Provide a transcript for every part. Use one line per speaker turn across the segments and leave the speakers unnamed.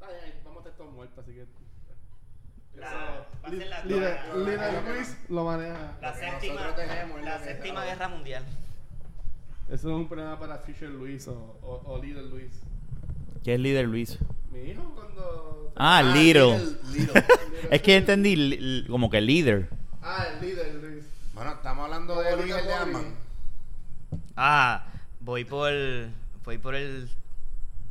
Ay, Vamos a estar todos muertos, así que.
La- va a ser
Lira,
la- la-
Lira
la-
Luis lo maneja.
La
Lo que
séptima,
nosotros tenemos es
la
la que-
séptima guerra mundial.
Eso es un problema para Fisher Luis o, o, o Little Luis.
¿Qué es líder Luis?
Mi hijo cuando...
Ah, Little.
Little.
Es que entendí li- li- como que líder.
Ah, el líder, Luis.
Bueno, estamos hablando de Luis el de Ant-Man.
Ah, voy por, voy por el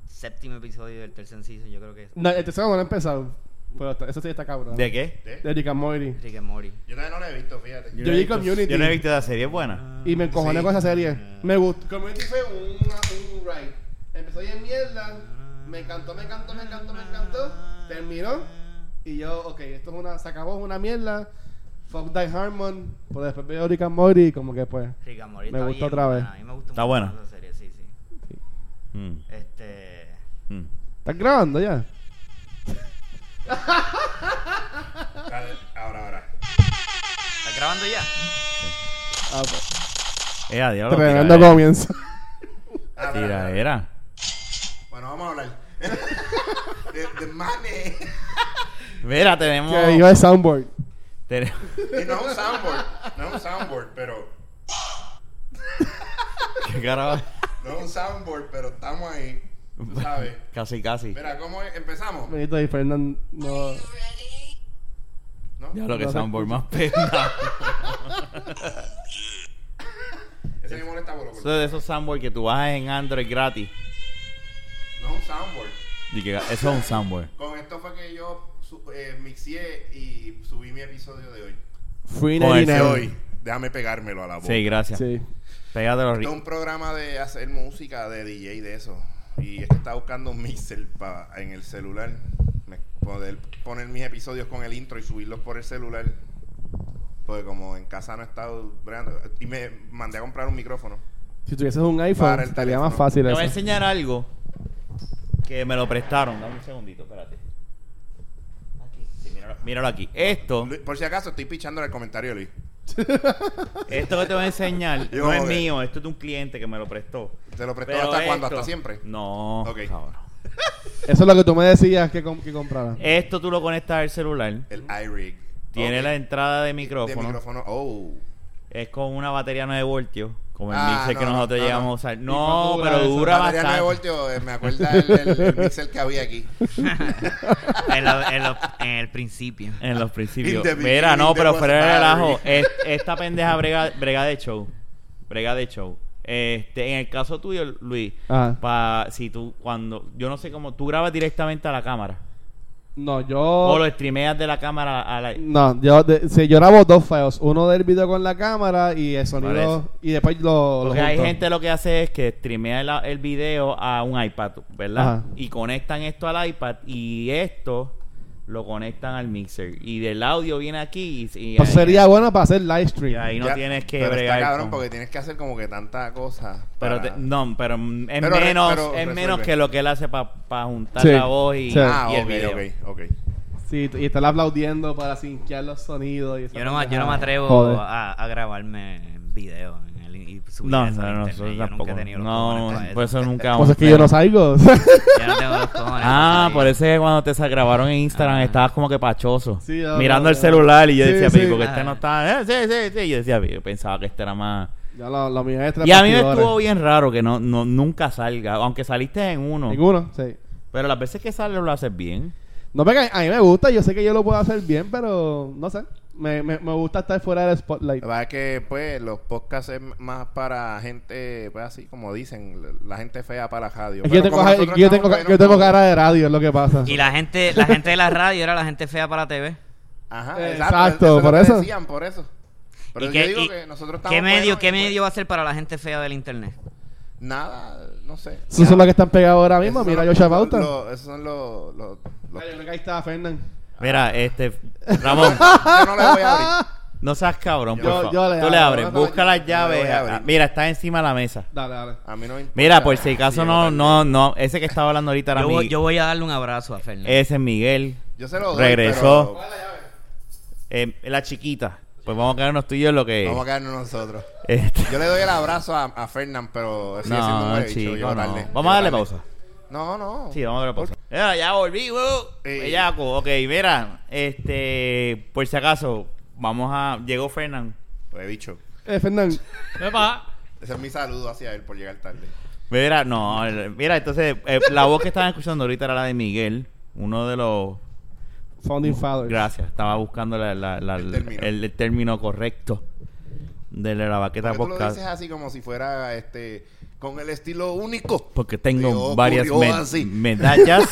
séptimo episodio del tercer season, yo creo que es.
No, el tercero no lo he empezado. Pero está- eso sí está cabrón.
¿De qué?
¿Sí?
De Rick and Morty.
Rick and Morty.
Yo todavía no lo he visto, fíjate.
Yo vi Community.
Yo no he visto la serie, es buena.
Y me encojoné
Sí. Ah.
con esa serie. Me gustó. Community fue una, un ride. Empezó bien mierda. Me encantó, me encantó, me encantó, me encantó. Terminó. Y yo, ok, esto es una... Se acabó es una mierda. Fuck Die Harmon. Pero después veo Rick and Morty y como que pues...
Rick and Morty
Me
está
gustó
bien
otra vez.
buena, A mí me gustó
Está
mucho
buena.
esa serie, sí, sí.
Mm,
Este,
mm.
¿Estás grabando ya?
Dale, Ah, ahora, ahora. Ah,
¿estás grabando ya?
Ah, pues.
Eh, a diablo,
Tremendo
tiradera.
comienzo.
Ah, espera, espera.
Tiradera.
Bueno, vamos a hablar. de, de Mane.
Mira, tenemos.
Que iba de soundboard.
tene-
Y no es un soundboard. No es un soundboard, pero.
¿Qué carajo?
No es un soundboard, pero estamos ahí. Tú sabes.
Casi, casi.
Mira, ¿cómo es? empezamos?
Benito y Fernando no.
¿No?
Ya lo que
No se
soundboard más pena.
Ese mismo molesta por lo
Eso es de esos soundboard que tú bajas en Android gratis.
No es un soundboard.
Y que, eso es un soundboard.
Con esto fue que yo su- eh, mixé y subí mi episodio de hoy.
Free
Con el
99.
de
Déjame pegármelo a la voz.
Sí, gracias.
Sí.
Pégate los
Esto es
ri-
un programa de hacer música, de DJ, de eso. Y es que estaba buscando un mixer pa- en el celular. Me- poder poner mis episodios con el intro y subirlos por el celular. Porque como en casa no he estado... bregando- Y me mandé a comprar un micrófono.
Si tuvieses un iPhone,
Para el
estaría más
teléfono.
fácil
Te voy a
eso.
enseñar algo que me lo prestaron. Dame un segundito, espérate. Aquí. Sí, míralo, míralo aquí. Esto,
Luis, por si acaso, estoy pichándole el comentario, Luis.
esto que te voy a enseñar
Yo,
no es
ok.
mío, esto es de un cliente que me lo prestó.
¿Te lo prestó
Pero
hasta cuándo?
esto-
¿Hasta siempre?
No,
Ok.
cabrón.
Eso es lo que tú me decías que, com- que comprara.
Esto tú lo conectas al celular.
El iRig.
Tiene
Ok.
la entrada de
de
micrófono.
micrófono. Oh.
Es con una batería 9 voltios. Como el
Ah,
mixer
no,
que
no,
nosotros
no,
llegamos
no.
a usar.
cuánto
No,
dura
pero
eso?
dura
Batería
bastante.
9 voltios, eh, me acuerda el, el- el mixer que había aquí.
En, la- en lo- en el principio.
En los principios.
In the
Mira,
beginning
no,
there
pero
was
fuera de
battery.
relajo. es- Esta pendeja brega, brega de show. Brega de show. Este, en el caso tuyo, Luis,
Ajá.
pa- si tú, cuando, yo no sé cómo, tú grabas directamente a la cámara.
No,
O
yo.
lo streameas de la cámara a la.
No, yo, de- sí, yo grabo dos files. Uno del video con la cámara y el
Parece.
sonido. Y después lo. lo
Porque hay
junto.
gente lo que hace es que streamea el, el video a un iPad, ¿verdad?
Ajá.
Y conectan esto al iPad y esto lo conectan al mixer. Y del audio viene aquí y, y
Pues
ahí-
sería bueno para hacer live
y
stream.
ahí no
Ya,
tienes que
Pero
bregar.
está cabrón
con-
porque tienes que hacer como que tanta cosa.
pero
para-
te- no, pero mm, es
Pero re-
menos,
pero
es
resuelve.
menos que lo que él hace para juntar
Sí,
la voz y,
sí.
Ah,
y el
ok,
video.
ok, ok.
Sí, y estar aplaudiendo para sinquear los sonidos. Y esa
Yo no, ma- yo no me
pendejada.
atrevo
Joder.
a, a grabarme en video en el- y subir
No, no,
eso a
no,
internet.
nosotros
Yo nunca
tampoco.
he tenido los
No,
cojones para eso.
por eso nunca
Pues es que yo no salgo.
Yo no tengo los cojones
Ah,
para
por eso es que cuando te sa- grabaron en Instagram
Ah.
estabas como que pachoso.
Sí, ya,
mirando
ya,
el
ya.
celular y yo
Sí,
decía,
sí.
pico, que este
Ah.
no está. eh, sí, sí, sí. Yo decía, "Pico, yo pensaba que este era más.
ya lo, lo mío es
Y a mí me
bastidores.
estuvo bien raro que no, no nunca salga, aunque saliste en uno.
Ninguno, sí.
Pero las veces que sale lo haces bien.
No, porque a mí me gusta, yo sé que yo lo puedo hacer bien, pero no sé. Me, me, me gusta estar fuera del spotlight.
La verdad es que, pues, los podcasts es más para gente, pues, así como dicen, la- la gente fea para la radio.
Es que yo
Pero
tengo,
como
ja-
nosotros
yo,
estamos
tengo,
todavía
yo tengo
no-
cara de radio, es lo que pasa.
Y la gente, la gente de la radio era la gente fea para la TV.
Ajá,
Eh, Exacto,
exacto.
por
por
eso.
eso. Decían, por eso. Pero
¿Y
yo
qué-
digo
y
que nosotros estamos
¿Qué medio,
buenos
qué
y, pues,
medio va a ser para la gente fea del internet?
Nada, no sé.
Esos son los que están pegados ahora mismo.
Esos
Mira,
son los-
Joshua Bauta.
los- Esos son los... los- los-
Ay, yo creo que ahí está Fernan.
Mira, este. Ramón,
Yo no les voy a abrir.
no seas cabrón,
Yo-
por favor.
yo le
Tú le
abro,
abres,
no, no,
busca
yo-
las
yo
llaves.
le voy a abrir.
Ah, Mira, está encima de la mesa.
Dale, dale.
A mí no me importa.
Mira, por si acaso
Sí,
no,
yo-
no, no. Ese que estaba hablando ahorita era
Yo, voy-
Miguel.
yo voy a darle un abrazo a Fernando.
Ese es Miguel.
Yo se lo doy,
Regresó.
pero
Eh, la chiquita. Pues vamos a quedarnos tú y yo en lo que.
Vamos a quedarnos nosotros.
Este-
Yo le doy el abrazo a, a Fernán, pero sigue siendo
No,
un buen bicho,
chico,
yo
no.
darle-
Vamos a darle
yo
pausa.
No, No, no.
Sí, vamos a ver la pausa. Mira, ya volví, huevo.
Eh.
Bellaco, ok, mira, este, por si acaso, vamos a. Llegó Fernán.
Lo he dicho.
Eh, Fernán,
Epa.
Pues, Ese es mi saludo hacia él por llegar tarde.
Mira, no, el- mira, entonces, eh, la voz que estaban escuchando ahorita era la de Miguel, uno de los.
Founding Fathers.
Gracias, estaba buscando la- la- la-
Pues, El
el,
término.
término. correcto de la baqueta
¿Por qué tú lo
podcast.
dices así como si fuera este con el estilo único?
Porque
Te
tengo
ocurrió
varias me-
así.
medallas.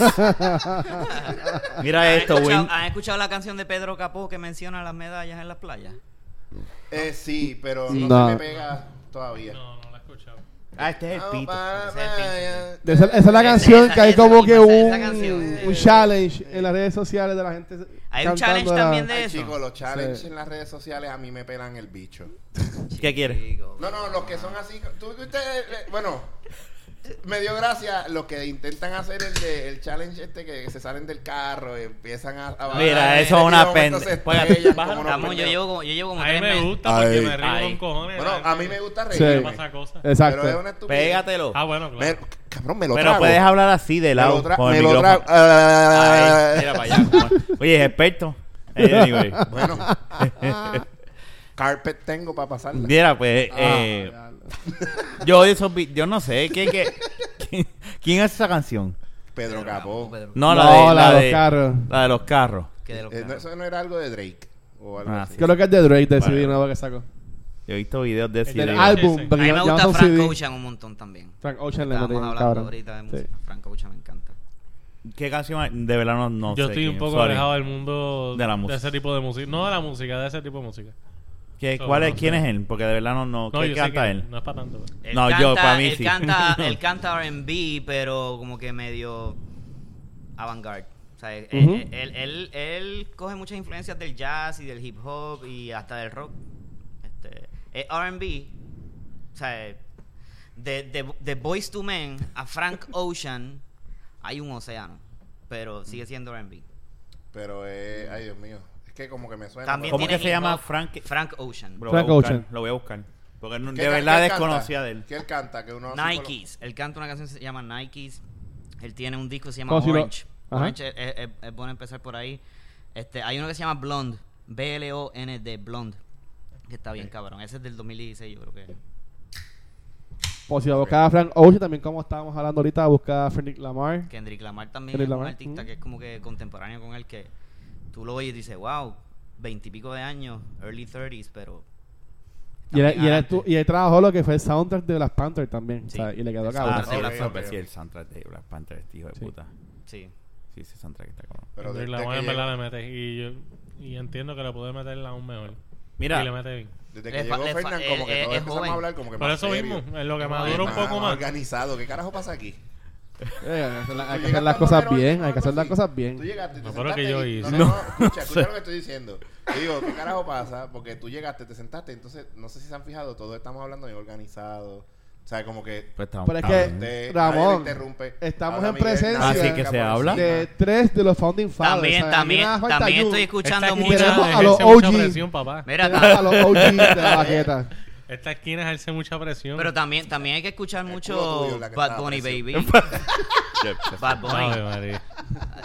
Mira
¿Han
esto,
escuchado-
Win.
¿Han escuchado la canción de Pedro Capó que menciona las medallas en las playas?
Eh, sí, pero no,
No.
se me pega todavía.
No, no la he escuchado.
Ah, este es el
Ah,
pito.
va,
Ese es el
vaya.
De Esa, esa es la
Esa-
canción
Eh, esa-
que hay
esa
como
misma,
que
esa-
un,
esa canción. eh,
un challenge en las redes sociales de la gente.
Hay
cantando
un challenge
la-
también de
Ay,
eso.
chicos, los challenges
Sí.
en las redes sociales a mí me pelan el bicho.
¿Qué quieres?
Chico,
No, no, los que son así. tú- tú- ustedes, eh, bueno, me dio gracia los que intentan hacer el, de- el challenge este que se salen del carro y empiezan a. a
Mira,
Ah,
eso
y
es
de
una
momento
pendeja.
se estrellan como unos
Ramón, yo
pendejos.
llevo, como- yo llevo como
A mí
tres
me
meses.
gusta porque
Ay.
me río
Ay.
con cojones.
Bueno, a mí me gusta
Sí.
reírme.
pasa cosas.
Pero es
Exacto.
una estupidez.
Pégatelo.
Ah, bueno, claro.
Me- cabrón, me lo
Pero
trago.
puedes hablar así de
Me lo
lado.
tra-
con
me
el
lo
micrófono.
trago. Ah,
Ahí, mira para allá. como- Oye, es experto. Eh, anyway.
Bueno. Carpet tengo para pasarla.
Mira, pues.
Ah,
eh,
diablo.
yo, de esos vi- yo no sé. ¿qué, qué- quién, quién hace esa canción?
Pedro Capó.
Pedro,
No, la,
No,
de,
la de los
de-
carros.
La de los carros.
que de los
Eh, no,
carros.
eso no era algo de Drake. O algo
Ah,
así.
Creo que es de Drake, de
Vale.
CD nuevo que sacó.
Yo he visto videos de ese.
Del
sí.
álbum.
Sí, sí.
A
porque
mí
ya-
me
ya
gusta
son
Frank
CD.
Ocean un montón también.
Frank Ocean le
Estábamos
metió
hablando
cabrón.
ahorita de
Sí.
música. Frank Ocean me encanta.
¿Qué canción? De verdad no, no
yo
sé
estoy un
quién,
poco
sorry.
alejado del mundo
De
de,
la música.
ese tipo de música. No de la música, de ese tipo de música.
¿Qué-
No,
cuál es,
no sé.
¿Quién es él? Porque de verdad no. no,
No,
¿Qué
yo
canta
sé que
él?
no es para tanto. pero-
Él
No, yo, pa' mí
él
sí.
Canta, él canta RB, pero como que medio avant-garde. O sea, él,
Ujú.
él- él, él- él coge muchas influencias del jazz y del hip hop y hasta del rock. Este, es RB. O sea, de, de, de Boys to Men a Frank Ocean hay un océano, pero sigue siendo RB.
Pero, eh, ay, Dios mío. Es que como que me suena.
También
pero-
¿Cómo
tiene
que se
hip
llama
hop,
Frank-
Frank Ocean.
Lo voy a
Frank
buscar,
Ocean.
lo voy a buscar. Porque no-
¿Qué
de
ca-
verdad
qué él canta?
desconocía de él.
¿Qué él canta? Que uno así con los-
Nikes. Él canta una canción que se llama Nikes. Él tiene un disco que se llama
¿Cómo se llama?
Orange.
Ajá.
Orange es, es- es- es bueno empezar por ahí. Este, hay uno que se llama Blonde. B-L-O-N-D, Blonde. Que está bien, cabrón. Ese es del 2016, yo creo que.
Por si la buscaba Frank Ocean, también como estábamos hablando ahorita, buscaba Kendrick Lamar.
Kendrick Lamar también
Kendrick
es
Lamar, mm.
un artista
ujú.
que es como que contemporáneo con él que tú lo oyes y dices, wow, veintipico de años, early 30s, pero...
Y él, y,
también
él,
adelante.
estu- y él trabajó lo que fue el soundtrack de Black Panther también.
Sí.
¿sabes? Y le quedó
El
cabrón.
Ah,
Black
sí,
Panther.
Black
Ok,
Panther,
ok.
sí, el soundtrack de Black Panther, este hijo de
Sí.
puta.
Sí.
Sí, ese soundtrack está cabrón.
Pero
Kendrick
desde
Lamar
que
en verdad
llegó-
le mete. Y, yo, y entiendo que le puede meterla aún mejor.
Mira,
Y le mete bien.
Desde
Le
que
fa-
llegó
le fa-
Fernan,
eh,
como que
eh,
todos
es
empezamos a
joven. Ah,
hablar como que
Por
más
eso
serio.
mismo, es lo que
Más-
madura un
más
poco más.
organizado. ¿Qué carajo pasa aquí?
Eh, hay que hacer la- hay que hacer las
Tú llegaste a
cosas
comer hoy,
bien,
¿no?
hay que hacer las
Sí.
cosas bien.
Tú llegaste, te
No, pero
sentaste.
que yo
y- no, no,
hice.
no, escucha, escucha lo que estoy diciendo. Yo digo, ¿qué carajo pasa? Porque tú llegaste, te sentaste, entonces, no sé si se han fijado, todos estamos hablando bien organizado. O sea, como que.
pues estamos-
Pero es que-
estamos-
usted-
Ramón,
nadie lo interrumpe.
estamos en
Miguel,
presencia-
nadie
Así
le
que
entra
se
por
habla.
encima.
De tres de los founding fathers.
También,
o sea,
también,
a mí me falta
también
ayuda.
estoy escuchando
Esta
mucho.
esquina
Tenemos
es
a los
ejerce mucha
OG.
presión, papá.
Mira,
Tenemos a los OGs de la baqueta.
Esta esquina ejerce mucha presión.
Pero también, también hay que escuchar
culo
mucho
tuyo, la que
Bad
estaba
Bunny Baby.
presión.
Bad
Ay,
Bunny.
María.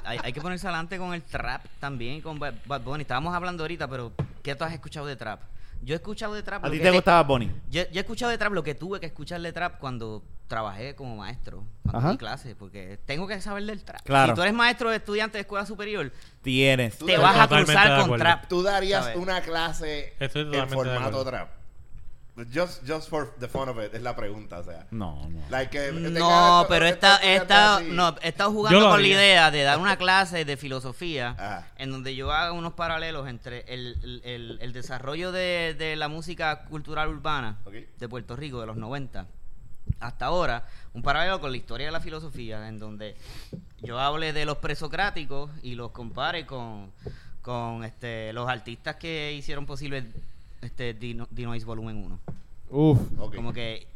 Hay, hay que ponerse adelante con el trap también, con Bad, Bad Bunny. Estábamos hablando ahorita, pero ¿qué tú has escuchado de trap? Yo he escuchado de trap.
¿A
lo
ti
que
te gustaba Bonnie?
Yo, yo he escuchado de trap lo que tuve que escuchar de trap cuando trabajé como maestro,
Ajá.
cuando di clases, porque tengo que saber del trap.
Claro.
Si tú eres maestro de estudiante de escuela superior,
Tienes.
Tú
te
eres
vas a
totalmente de
cruzar con
acuerdo.
trap.
Tú darías
¿Sabes?
una clase
Estoy
en
totalmente
formato
de acuerdo.
trap. Just, just for the fun of it, es la pregunta, o sea.
No, no.
Like que- de
No,
cada-
pero
de
esta,
cada-
esta,
así.
no, he estado
Yo
jugando
lo
con la
haría.
idea de dar una clase de filosofía
Ajá.
en donde yo haga unos paralelos entre el, el- el- el desarrollo de, de la música cultural urbana
Ok.
de Puerto Rico de los 90 hasta ahora, un paralelo con la historia de la filosofía en donde yo hable de los presocráticos y los compare con, con este, los artistas que hicieron posible este Dino- Dinois Volumen 1.
Uf.
Ok.
Como que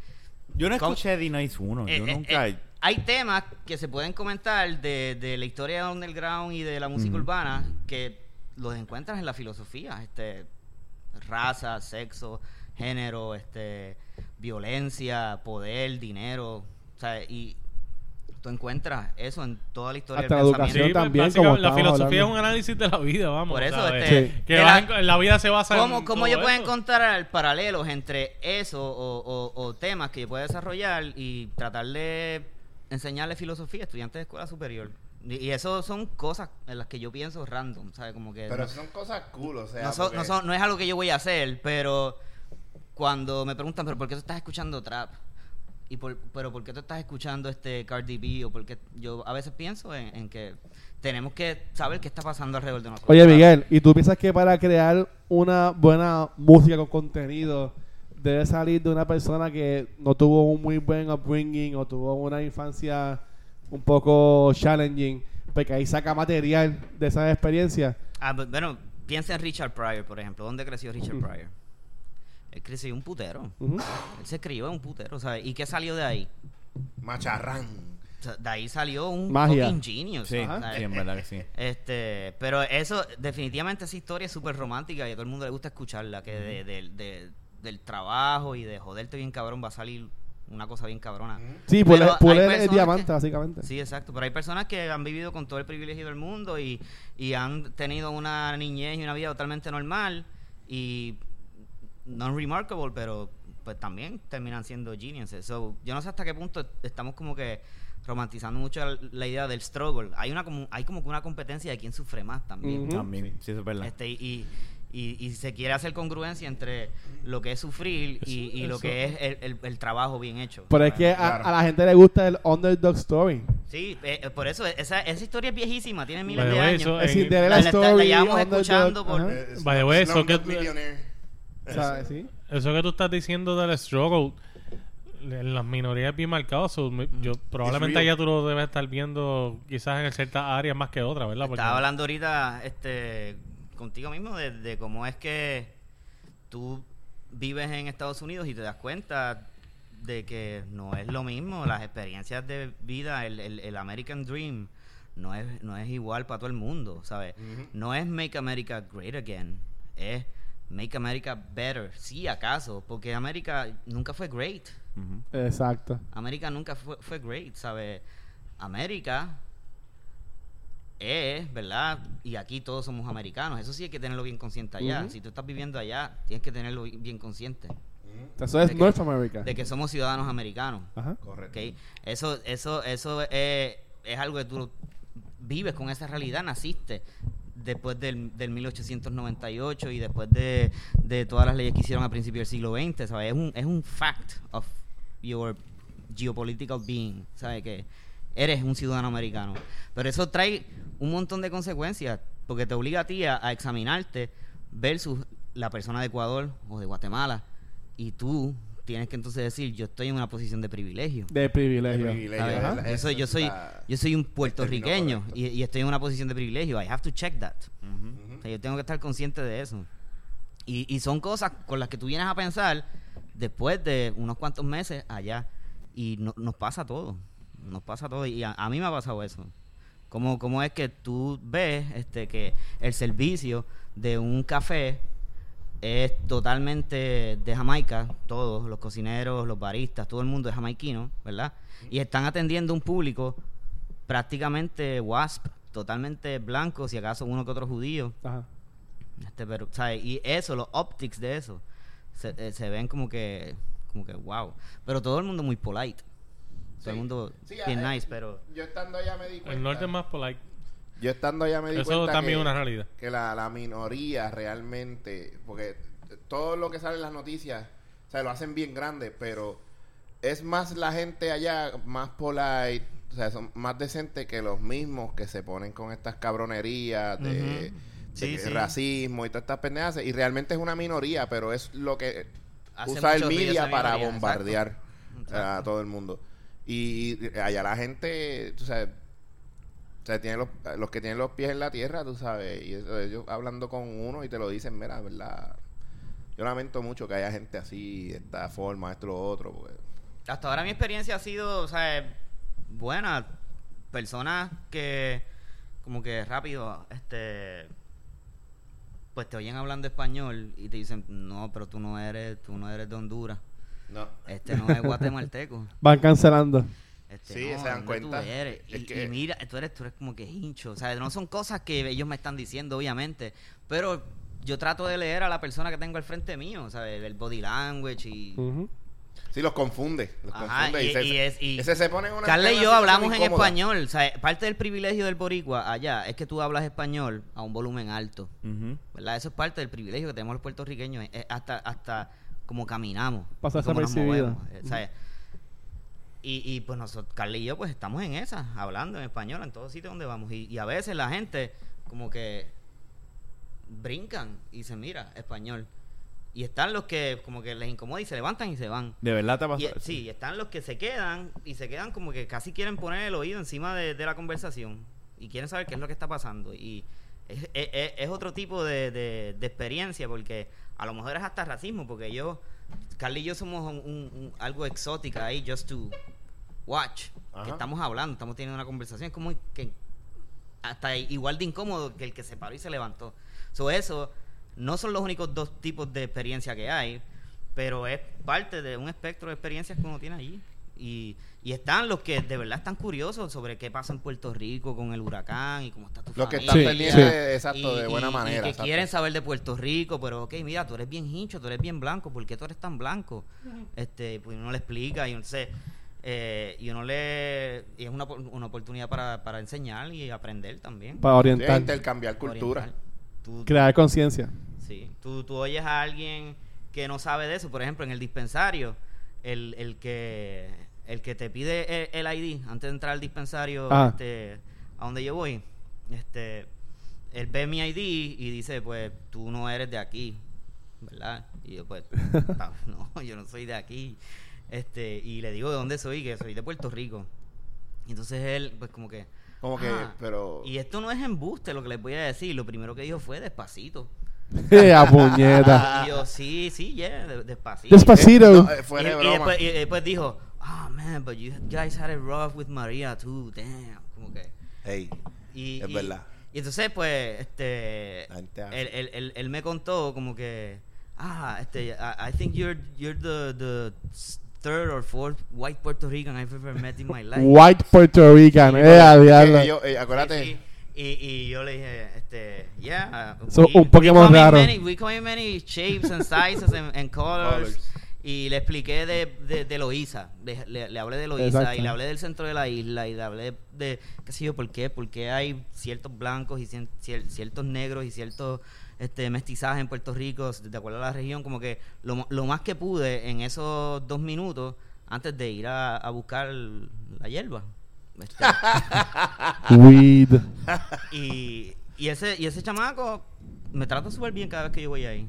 Yo no
¿Cómo?
escuché D-Nice 1.
eh,
Yo
eh,
nunca.
eh, hay temas que se pueden comentar de, de la historia de underground y de la música
Ujú.
urbana que los encuentras en la filosofía, este raza, sexo, género, este violencia, poder, dinero, o sea, y tú encuentras eso en toda la historia
Hasta
del
la
pensamiento.
educación. también,
pues, básicamente,
como
la
estábamos
filosofía es
hablando.
un análisis de la vida, vamos.
Por eso,
¿sabes?
este,
Sí.
que
el
vas
a-
en- la, vida se basa
¿Cómo,
en.
cómo
todo
yo puedo
eso.
encontrar paralelos entre eso o, o- o temas que yo pueda desarrollar y tratar de enseñarle filosofía a estudiantes de escuela superior? Y, y eso son cosas en las que yo pienso random, ¿sabes? Como que
Pero
no,
son cosas cool, o sea.
no so-
porque-
no so- no es algo que yo voy a hacer, pero cuando me preguntan, ¿pero por qué tú estás escuchando trap? Y por- ¿Pero por qué tú estás escuchando este Cardi B? O porque yo a veces pienso en, en que tenemos que saber qué está pasando alrededor de nosotros.
Oye, Miguel, ¿y tú piensas que para crear una buena música con contenido debe salir de una persona que no tuvo un muy buen upbringing o tuvo una infancia un poco challenging? Porque ahí saca material de esas experiencias.
Ah, bu- bueno, piensa en Richard Pryor, por ejemplo. ¿Dónde creció Richard
Mm.
Ujú.
Pryor? Él creció en un putero.
Ujú.
Él se crió en un putero, ¿sabes? ¿Y qué salió de ahí?
Macharrán.
O sea, de ahí salió un
Magia.
fucking genius.
Sí,
¿sabes?
sí, en verdad que sí.
Este, pero eso, definitivamente esa historia es súper romántica y a todo el mundo le gusta escucharla, que
Mm.
de, de- de- del trabajo y de joderte bien cabrón va a salir una cosa bien cabrona.
Mm.
Sí,
Pero
Puler
hay
Puler
personas
es diamante,
que-
básicamente.
Sí, exacto. Pero hay personas que han vivido con todo el privilegio del mundo y, y han tenido una niñez y una vida totalmente normal y non-remarkable, pero pues también terminan siendo geniuses. So, yo no sé hasta qué punto estamos como que romantizando mucho la- la idea del struggle. Hay una como, hay como que una competencia de quién sufre más también.
Ujú.
También, sí, eso es verdad.
Este, y, y- y se quiere hacer congruencia entre lo que es sufrir y, y lo
Eso-
que es el, el- el trabajo bien hecho.
Pero es
¿sabes?
que a,
Claro.
a la gente le gusta el underdog story.
Sí, eh, eh, por eso, esa, esa historia es viejísima, tiene miles
By the
de
way,
años.
eso-
Es
En-
Cinderella
La- la- la
story.
llevamos
underdog,
escuchando por-
ajá.
Eh,
By the way, eso
Slumdog
que-
Millionaire.
O sea, sí.
Eso que tú estás diciendo del struggle, en las minorías es bien marcado. so, me- yo, probablemente
real.
allá tú lo debes estar viendo quizás en ciertas áreas más que otras, ¿verdad?
Estaba hablando ahorita este, contigo mismo de, de cómo es que tú vives en Estados Unidos y te das cuenta de que no es lo mismo, las experiencias de vida, el, el- el American Dream, no es, no es igual para todo el mundo, ¿sabes?
Ujú.
No es Make America Great Again, es Make America Better, sí, acaso, porque América nunca fue great.
Ujú.
Exacto.
América nunca fue, fue great, ¿sabes? América es, ¿verdad? Y aquí todos somos americanos. Eso sí hay que tenerlo bien consciente allá.
Ujú.
Si tú estás viviendo allá, tienes que tenerlo bi- bien consciente
Mm,
O sea, eso es
De que-
North America.
de que somos ciudadanos americanos.
Ajá.
Correcto.
¿ok? Eso, eso, eso eh, es algo que tú vives con esa realidad, naciste después del, del 1898 y después de, de todas las leyes que hicieron a principios del siglo XX, ¿sabes? Es un, es un fact of your geopolitical being, ¿sabes? Que eres un ciudadano americano. Pero eso trae un montón de consecuencias, porque te obliga a ti a, a examinarte versus la persona de Ecuador o de Guatemala, y tú tienes que entonces decir, yo estoy en una posición de privilegio.
De
De
privilegio.
privilegio,
¿sabes?
Ajá.
¿verdad?
Yo soy,
Esa
yo
es
soy,
la-
yo soy un puertorriqueño
correcto.
y, y estoy en una posición de privilegio. I have to check that.
Ujú.
Ujú.
O sea, yo tengo que estar consciente de eso. Y, y son cosas con las que tú vienes a pensar después de unos cuantos meses allá. Y no- nos pasa todo. Nos pasa todo. Y a, a mí me ha pasado eso. ¿Cómo, cómo es que tú ves este, que el servicio de un café es totalmente de Jamaica? Todos, los cocineros, los baristas, todo el mundo es jamaiquino, ¿verdad? Y están atendiendo un público prácticamente wasp, totalmente blanco, si acaso uno que otro judío.
Ajá.
Este, pero, ¿sabes? Y eso, los optics de eso, se, eh, se ven como que, como que, wow. Pero todo el mundo muy polite. Todo el
Sí.
mundo
Sí,
bien
eh,
nice, pero...
Yo estando allá me di cuenta.
El norte es más polite.
Yo estando allá me di
Eso
cuenta.
también
que-
es una realidad.
que la, la minoría realmente, porque todo lo que sale en las noticias, o sea, lo hacen bien grande, pero es más la gente allá, más polite, o sea, son más decentes que los mismos que se ponen con estas cabronerías de, de
Sí, sí.
racismo y todas estas pendejas. Y realmente es una minoría, pero es lo que
Hace
usa el
mucho ruido
media
esa
para
minoría, exacto.
bombardear eh, a
Exacto.
todo el mundo. Y, y allá la gente, tú sabes, o sea, tienen los, los que tienen los pies en la tierra, tú sabes, y eso, ellos hablando con uno y te lo dicen, mira, verdad, yo lamento mucho que haya gente así, de esta forma, esto, lo otro, porque...
Hasta ahora mi experiencia ha sido, o sea, buena. Personas que, como que rápido, este. Pues te oyen hablando español y te dicen, no, pero tú no eres, tú no eres de Honduras.
No.
Este no es guatemalteco.
Van cancelando.
Este,
Sí,
no,
se dan
¿dónde
cuenta.
Tú eres?
Es
y,
que-
y mira, tú eres, tú eres como que hincho. O sea, no son cosas que ellos me están diciendo, obviamente. Pero yo trato de leer a la persona que tengo al frente mío, ¿sabes? El body language y.
Mm.
Ujú.
Sí, los confunde. Los
Ajá,
confunde. Y,
y-
se,
y es- y-
ese se pone en una.
Carla
en
y
una
yo
situación
hablamos en
incómoda.
español. O sea, parte del privilegio del boricua allá es que tú hablas español a un volumen alto.
Ujú.
¿Verdad? Eso es parte del privilegio que tenemos los puertorriqueños. eh, hasta, hasta como caminamos.
Pasa
y cómo nos
desapercibido.
movemos, eh, ¿sabes? Y, y, pues nosotros, Carla y yo, pues estamos en esa, hablando en español, en todos sitios donde vamos. Y, y a veces la gente como que brincan y se mira español. Y están los que como que les incomoda y se levantan y se van.
De verdad te ha
Y,
pasado.
sí, están los que se quedan y se quedan como que casi quieren poner el oído encima de, de la conversación y quieren saber qué es lo que está pasando. Y es, es- es- es otro tipo de, de- de experiencia porque a lo mejor es hasta racismo porque yo, Carly y yo somos un- un- un- algo exótica ahí, just to watch,
Ajá.
que estamos hablando, estamos teniendo una conversación, es como que hasta igual de incómodo que el que se paró y se levantó. So, eso no son los únicos dos tipos de experiencia que hay, pero es parte de un espectro de experiencias que uno tiene allí. Y, y están los que de verdad están curiosos sobre qué pasa en Puerto Rico con el huracán y cómo está tu
Los
familia.
que están
Sí,
pendientes,
sí.
de- exacto,
Y-
de buena
y- y
manera.
que
exacto.
quieren saber de Puerto Rico, pero ok, mira, tú eres bien hincho, tú eres bien blanco, ¿por qué tú eres tan blanco? Este, pues uno le explica y uno se- eh, y uno le y es una, opor- una oportunidad para, para enseñar y aprender también.
Para
Sí,
orientar,
intercambiar cultura.
Orientar. Tú-
crear conciencia.
Sí, tú, tú oyes a alguien que no sabe de eso, por ejemplo, en el dispensario, el, el que el que te pide el, el ID antes de entrar al dispensario
Ah.
este, a donde yo voy, este, él ve mi ID y dice, pues tú no eres de aquí, ¿verdad? Y yo pues, "Pa- no, yo no soy de aquí. Este, y le digo de dónde soy, que soy de Puerto Rico. Y entonces él, pues como que...
Como que,
"Ah,
pero.
Y esto no es embuste lo que les voy a decir, lo primero que dijo fue despacito.
¡Eh, a puñeta!
Ah.
Y yo, sí, sí, yeah, de- despacito.
Despacito.
No, eh, fuera
y,
de
y
broma.
después, y después dijo, ah, man, but you guys had it rough with Maria too, damn. Como que.
Ey,
Y,
Es
y-
verdad.
Y entonces, pues, este.
La gente hace.
Él, él, él, él me contó como que. Ah, este, I, I think you're, you're the, the third or fourth white Puerto Rican I've ever met in my life.
White Puerto Rican. ¡Eh, a
que
diablo!
ellos- eh, acuérdate.
Sí, sí. Y, y yo le dije, este, yeah. uh,
So, un Pokémon
come in
raro.
many- we come in many shapes and sizes and, and colors.
Colors.
Y le expliqué de, de, de Loíza. Le, le- le hablé de Loíza
Exacto.
y le hablé del centro de la isla y le hablé de, qué sé yo, por qué. Por qué hay ciertos blancos y cien- cier- ciertos negros y ciertos este, mestizajes en Puerto Rico, de acuerdo a la región. Como que lo, ma- lo más que pude en esos dos minutos antes de ir a, a buscar la hierba. Este,
Weed.
y, y ese, y ese chamaco me trata súper bien cada vez que yo voy ahí.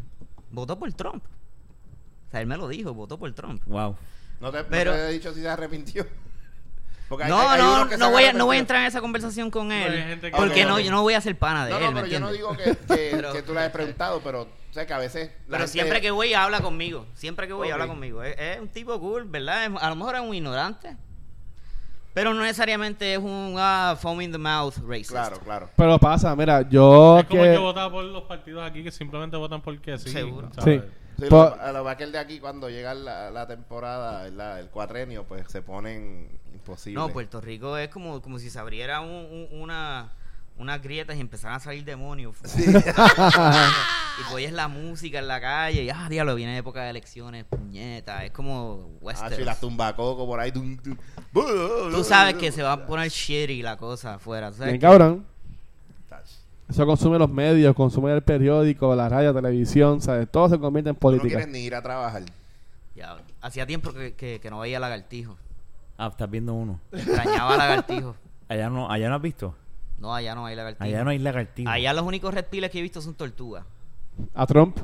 Votó por Trump. O sea, él me lo dijo, votó por Trump.
Wow.
No te,
Pero-
no te he dicho si se arrepintió. Porque hay-
no,
hay- hay
no,
unos que se
no
han
voy, a, no voy a
arrepentido.
entrar en esa conversación con
hay
él.
gente
que-
porque
Ok,
no,
ok.
yo no voy a ser pana de
No,
él.
no,
¿me
pero yo no
entiendes?
digo que, que,
Pero-
que tú le has preguntado, pero sé que a veces.
Pero
la gente-
siempre que voy habla conmigo. Siempre que voy habla
Ok.
conmigo. Es, es un tipo cool, ¿verdad? Es- a lo mejor es un ignorante. Pero no necesariamente es un ah, foam in the mouth racist.
Claro, claro.
Pero pasa, mira, yo
Es como
que-
yo votaba por los partidos aquí que simplemente votan porque sí.
Seguro.
Sí. Pues,
¿sabes?
Sí,
Pa-
lo- a lo aquel de aquí, cuando llega la, la temporada, ¿verdad? el cuatrenio, pues se ponen imposibles.
No, pues, Puerto Rico es como, como si se abriera un- un- una, unas grietas y empezaran a salir demonios. y pues es la música en la calle. Y, ah, diablo, viene época de elecciones, puñeta. Es como
Ah, sí, las
Westeros.
tumbacoco por ahí. dun, dun.
este Tú sabes que se va a poner shitty la cosa afuera. ¿sabes?
Bien cabrón.
Tach.
Eso consume los medios, consume el periódico, la radio, la televisión, ¿sabes? Todo se convierte en
Tú no
política.
quieres ni ir a trabajar.
Ya, hacía tiempo que, que, que no veía lagartijo.
Ah, estás viendo uno.
Extrañaba lagartijo.
Allá no, allá no has visto.
No, allá no hay lagartijo.
Allá no hay lagartijo.
Allá los únicos reptiles que he visto son tortugas.
A Trump.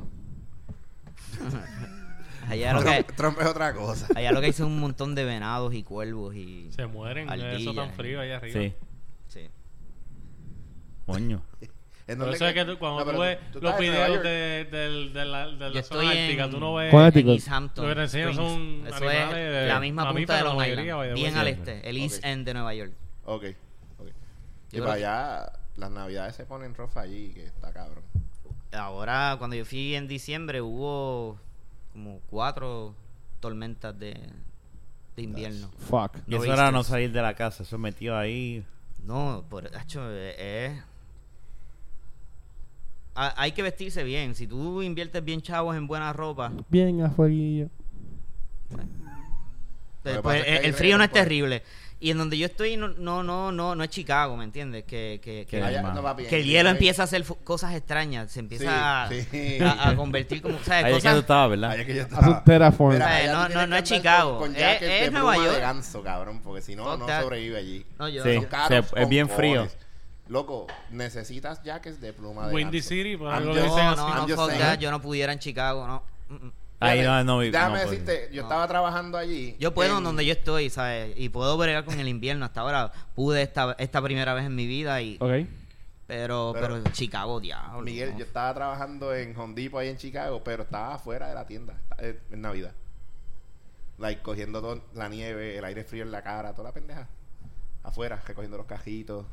Allá lo que,
Trump, Trump es otra cosa.
allá lo que hay son un montón de venados y cuervos y...
Se mueren de eso
Ardillas.
tan frío allá arriba.
Sí.
Sí.
Coño.
Por
Entonces,
eso es que tú, cuando
no, pero
tú ves
tú
los
estás en Nueva
videos
York.
de, del- de la, de la
Yo
zona
estoy en-
ártica, tú no ves...
¿Cuál es?
En
Fanáticos.
East Hampton.
Lo que te enseñan
Springs.
son
Eso es
animales de-
la misma punta de
mamíferos,
Long
la
Island,
mayoría, by the way.
bien al
Sí.
este, el East
Ok.
End de Nueva York.
Ok. ok. Y
creo
para
que-
allá, las navidades se ponen rofa allí, que está cabrón.
Ahora, cuando yo fui en diciembre, hubo como cuatro tormentas de, de invierno.
Fuck.
Y
No
eso era
viste.
no salir de la casa, eso metido ahí.
No, por eh, hecho, hay que vestirse bien. Si tú inviertes bien chavos en buena ropa,
Bien a fueguillo.
Pues,
Lo
pues,
que pasa es que
el,
hay
el frío no es
retos, pues.
terrible. Y en donde yo estoy, no, no, no, no, no es Chicago, ¿me entiendes? Que, que, que-
Qué
Allá-
mal.
no, papi,
que el
en-
hielo
en-
empieza a hacer fu- cosas extrañas, se empieza
Sí,
a,
eh. sí.
a- a convertir como, o sea,
Ahí es que
cosas-
tú estabas, ¿verdad?
Allá que yo
Haz
estaba.
un terraform.
Mira,
Eh,
allá
no-
tú tienes
no- no
que
es
andar
Chicago,
Con, con
es-
jacket de
es Nueva
pluma
York.
de ganso, cabrón, porque si no,
Fuck
no
that.
sobrevive allí.
No, yo-
Sí.
yo-
Son caros
Se- es
con
bien
cojones.
frío.
Loco, necesitas jackets de pluma de
Windy
ganso.
City, por
I'm
algo
just-
le
no,
dicen
no,
así.
no,
I'm just
fuck
saying.
that, yo no pudiera en Chicago, no. Mm, mm.
Ahí
Fíjate,
no, no, vi-
Déjame
no, pues.
decirte, yo estaba trabajando allí.
Yo puedo
en-
donde yo estoy, ¿sabes? Y puedo bregar con el invierno. Hasta ahora pude esta, esta primera vez en mi vida, y
Ok.
pero, pero,
Pero-
Chicago, diablo.
Miguel,
Ah, no.
yo estaba trabajando en Home Depot ahí en Chicago, pero estaba afuera de la tienda eh, en Navidad. Like, cogiendo todo- la nieve, el aire frío en la cara, toda la pendeja. Afuera, recogiendo los cajitos,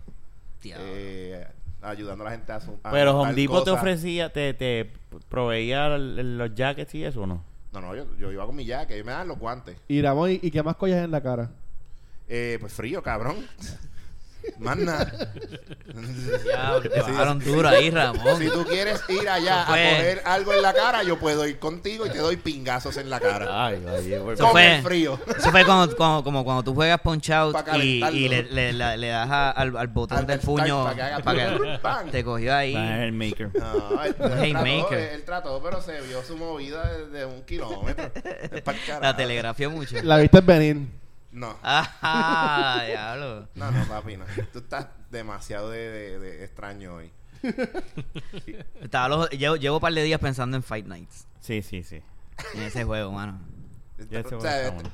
Diablo.
eh, ayudando a la gente a su. a
Pero Home
montar
Depot te
cosas.
ofrecía, te, te proveía el- los jackets y eso, ¿o no?
No, no, yo, yo iba con mi jacket, y me dan los guantes.
Y Ramón, ¿y y qué más collas en la cara?
Eh, pues frío, cabrón. Más nada.
Diablo, te
Sí,
bajaron duro ahí, Ramón.
Si tú quieres ir allá a
Pues.
coger algo en la cara, yo puedo ir contigo y te doy pingazos en la cara.
Ay, oye, güey.
Ah. Eso
Con
fue-
el frío.
Eso fue cuando- cuando- como cuando tú juegas Punch Out
Pa'
y,
calentarlo.
y le, le- la- le das a- al, al botón
Al
del
start,
puño
pa' que haga
pa' que-
brum, bang.
te cogió ahí.
Ah, el maker.
Un
No, él, él trató, eh,
haymaker.
él trató, pero se vio su movida de, de un kilómetro. Es pa'l carajo.
La telegrafió mucho.
La viste venir.
No,
Ah, diablo.
no, no, papi, no. Tú estás demasiado de, de- de extraño hoy.
Estaba los- llevo, llevo un par de días pensando en Fight Nights.
Sí, sí, sí.
En ese juego, mano.
Ya se fue,
O sea,
vámonos.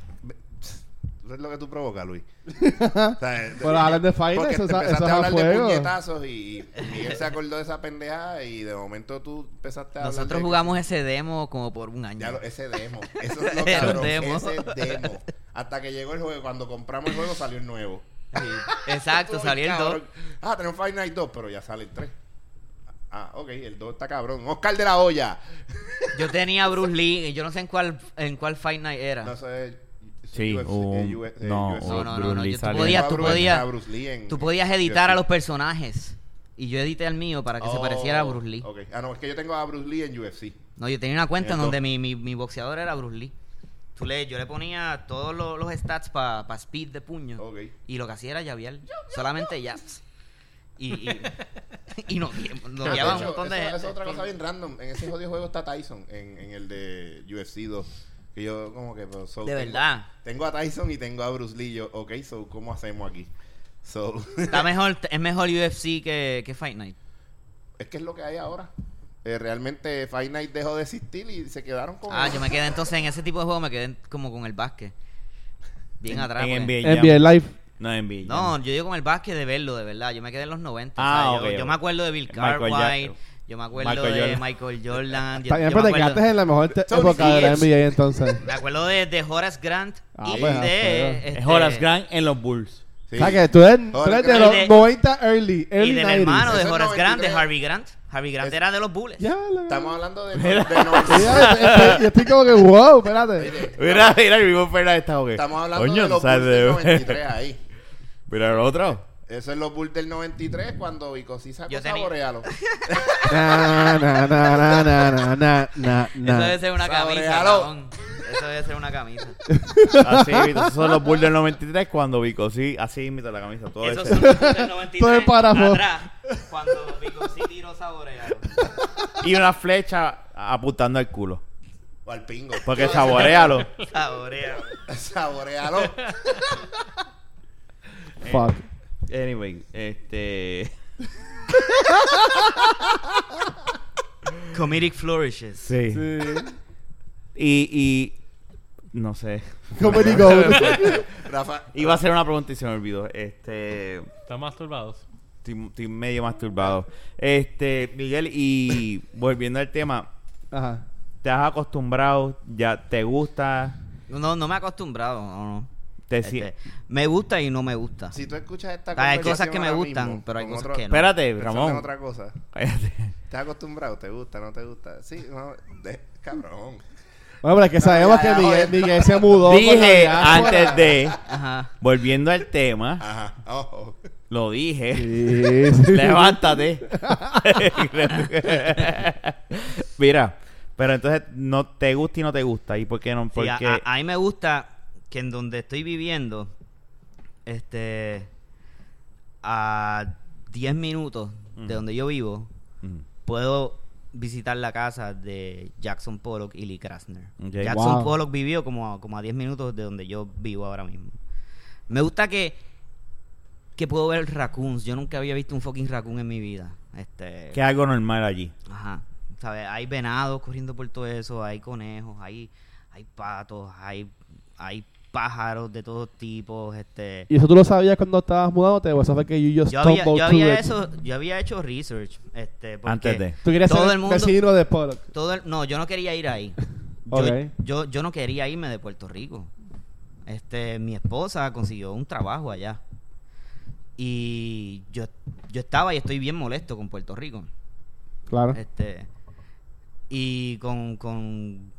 eso es lo que tú provocas, Luis. O sea, te-
Pero hablan Pues de Fight Nights,
porque te
eso es a-
empezaste
eso es
a
a
hablar de
fuego.
puñetazos y y Miguel se acordó de esa pendeja y de momento tú empezaste a hablar
Nosotros
de-
jugamos ese demo como por un año.
Ya lo- ese demo. Eso es lo
Era un
cabrón.
demo.
Ese demo. Hasta que llegó el juego. Cuando compramos el juego salió el nuevo.
Sí. Exacto,
Ay,
salió el 2.
cabrón. Ah, tenemos Five Night 2, pero ya sale el 3. Ah, ok, el 2 está cabrón. Oscar de la olla.
Yo tenía a Bruce Lee y yo no sé en cuál, en cuál Fight Night era.
No sé. eh,
Sí,
UFC,
un-
eh, US, eh,
no,
UFC.
No, no, no,
Bruce
no,
Lee
yo- tú
salió.
podías,
Estaba
tú
Bruce-
podías,
estaba Bruce Lee en-
tú
en
podías editar a
UFC.
los personajes. Y yo edité al mío para que se
Oh,
pareciera a Bruce Lee.
ok. Ah, no, es que yo tengo a Bruce Lee en UFC.
No, yo tenía una cuenta en
Entiendo.
donde mi, mi, mi boxeador era Bruce Lee. Tú le, yo le ponía todos los, los stats para speed de puño.
Ok.
Y lo que hacía era llavear. Solamente jabs. Y, y, y nos no,
Ah, De
un
hecho,
montón de
eso-
gente.
eso es otra cosa bien random. En ese jodido juego está Tyson, en, en el de UFC 2. Que yo como que... pues, so,
De
tengo-
verdad.
Tengo a Tyson y tengo a Bruce Lee. Yo, ok, so, ¿cómo hacemos aquí? So,
Está mejor, es mejor UFC que, que Fight Night.
es que es lo que hay ahora. Eh, realmente Fight Night dejó de existir y se quedaron con...
Ah, yo me quedé entonces en ese tipo de juego, me quedé como con el básquet. Bien atrás. pues.
En
porque-
NBA. Jam.
NBA Live.
No, NBA.
No,
Jam.
yo digo con el básquet de verlo, de verdad. Yo me quedé en los 90.
Ah,
o sea, yo-
ok,
yo,
ok.
me acuerdo de Bill
Michael
Cartwright.
Jackson.
Yo me acuerdo
Michael
de
Jordan.
Michael Jordan. Yo, yo
También, pero
me
te
acuerdo,
quedaste en la mejor te-
Tony
época de la
Gibbs.
NBA entonces.
me acuerdo de, de Horace Grant
Ah,
y de.
pues, ah, pues,
Es
este,
Horace Grant en los Bulls.
Sí.
O sea que tú eres, tú eres de
Joder,
los
de-
90 early, early
Y del
90s.
hermano de
Eso es
Horace Grant, de
93.
Harvey Grant. Harvey Grant
Es-
era de los Bulls.
Ya, la
Estamos hablando de... de
verdad.
noventa-
Ya,
este,
estoy- estoy- Yo estoy como que, wow, espérate.
Mira, mira, el mismo Fernández está jugando.
Estamos hablando
Coño,
de los
tú sabes
Bulls del
de-
93 ahí.
Mira el otro.
Eso es los Bulls del 93 cuando Vicosi sacó
Yo tenía-
Saborealo.
Na, na, na, na, na, na, na, na,
Eso
na.
debe ser una camisa.
Saborealo.
cabrón. Eso debe ser una camisa.
Así, Ah, esos son los Bulls del 93 cuando Vico, sí, así imita la camisa. Todo
Eso
ese.
son los Bulls del 93.
Todo el párrafo.
Atrás, cuando Vico sí tiró saboreado.
Y una flecha apuntando al culo.
O al pingo.
Porque saborealo.
Saboreado.
Saborealo.
Fuck.
Anyway, este.
Comedic flourishes.
Sí. Y, y. No sé.
Comedy Gold.
Rafa.
Iba a hacer una pregunta y se me olvidó. Este.
Están masturbados.
Estoy, estoy medio masturbado. Este, Miguel, y volviendo al tema,
Ajá.
¿te has acostumbrado? ¿Ya te gusta?
No, no me he acostumbrado, no, no.
Te si-
Este, me gusta y no me gusta.
Si tú escuchas esta
Ah, hay
conversación
cosas que me
ahora
gustan,
mismo,
pero hay
con
cosas
otro-
que no.
Espérate,
pensando en
Ramón.
otra cosa.
Espérate.
¿Estás acostumbrado? ¿Te gusta? ¿No te gusta? Sí, no, de- cabrón.
Bueno, pero es que sabemos
Ah,
ya, ya,
que Miguel,
joder.
Miguel se mudó. con
Dije
la diáspora.
antes de,
Ajá.
volviendo al tema,
Ajá. Oh, oh.
lo dije.
Sí, sí.
Levántate. Mira, pero entonces no te gusta y no te gusta. ¿Y por qué no?
Sí,
Porque
a- a, a mí me gusta que en donde estoy viviendo, este, a 10 minutos de donde yo vivo, puedo visitar la casa de Jackson Pollock y Lee Krasner.
Ok.
Jackson
Wow.
Pollock vivió como a, como a 10 minutos de donde yo vivo ahora mismo. Me gusta que, que puedo ver raccoons. Yo nunca había visto un fucking raccoon en mi vida. Este,
que algo normal allí.
Ajá. ¿Sabes? Hay venados corriendo por todo eso, hay conejos, hay, hay patos, hay, hay pájaros de todos tipos, este...
¿Y eso tú lo sabías cuando estabas mudándote? ¿O eso fue que you just
Yo había,
stumbled
yo
through
había
it?
eso, yo había hecho research, este, porque
Antes de.
¿Tú querías
todo
ser
el mundo,
vecino de Pollock?
todo el- no, yo no quería ir ahí. Yo,
Ok.
yo, yo no quería irme de Puerto Rico. Este, mi esposa consiguió un trabajo allá. Y yo, yo estaba y estoy bien molesto con Puerto Rico.
Claro.
Este, y con, con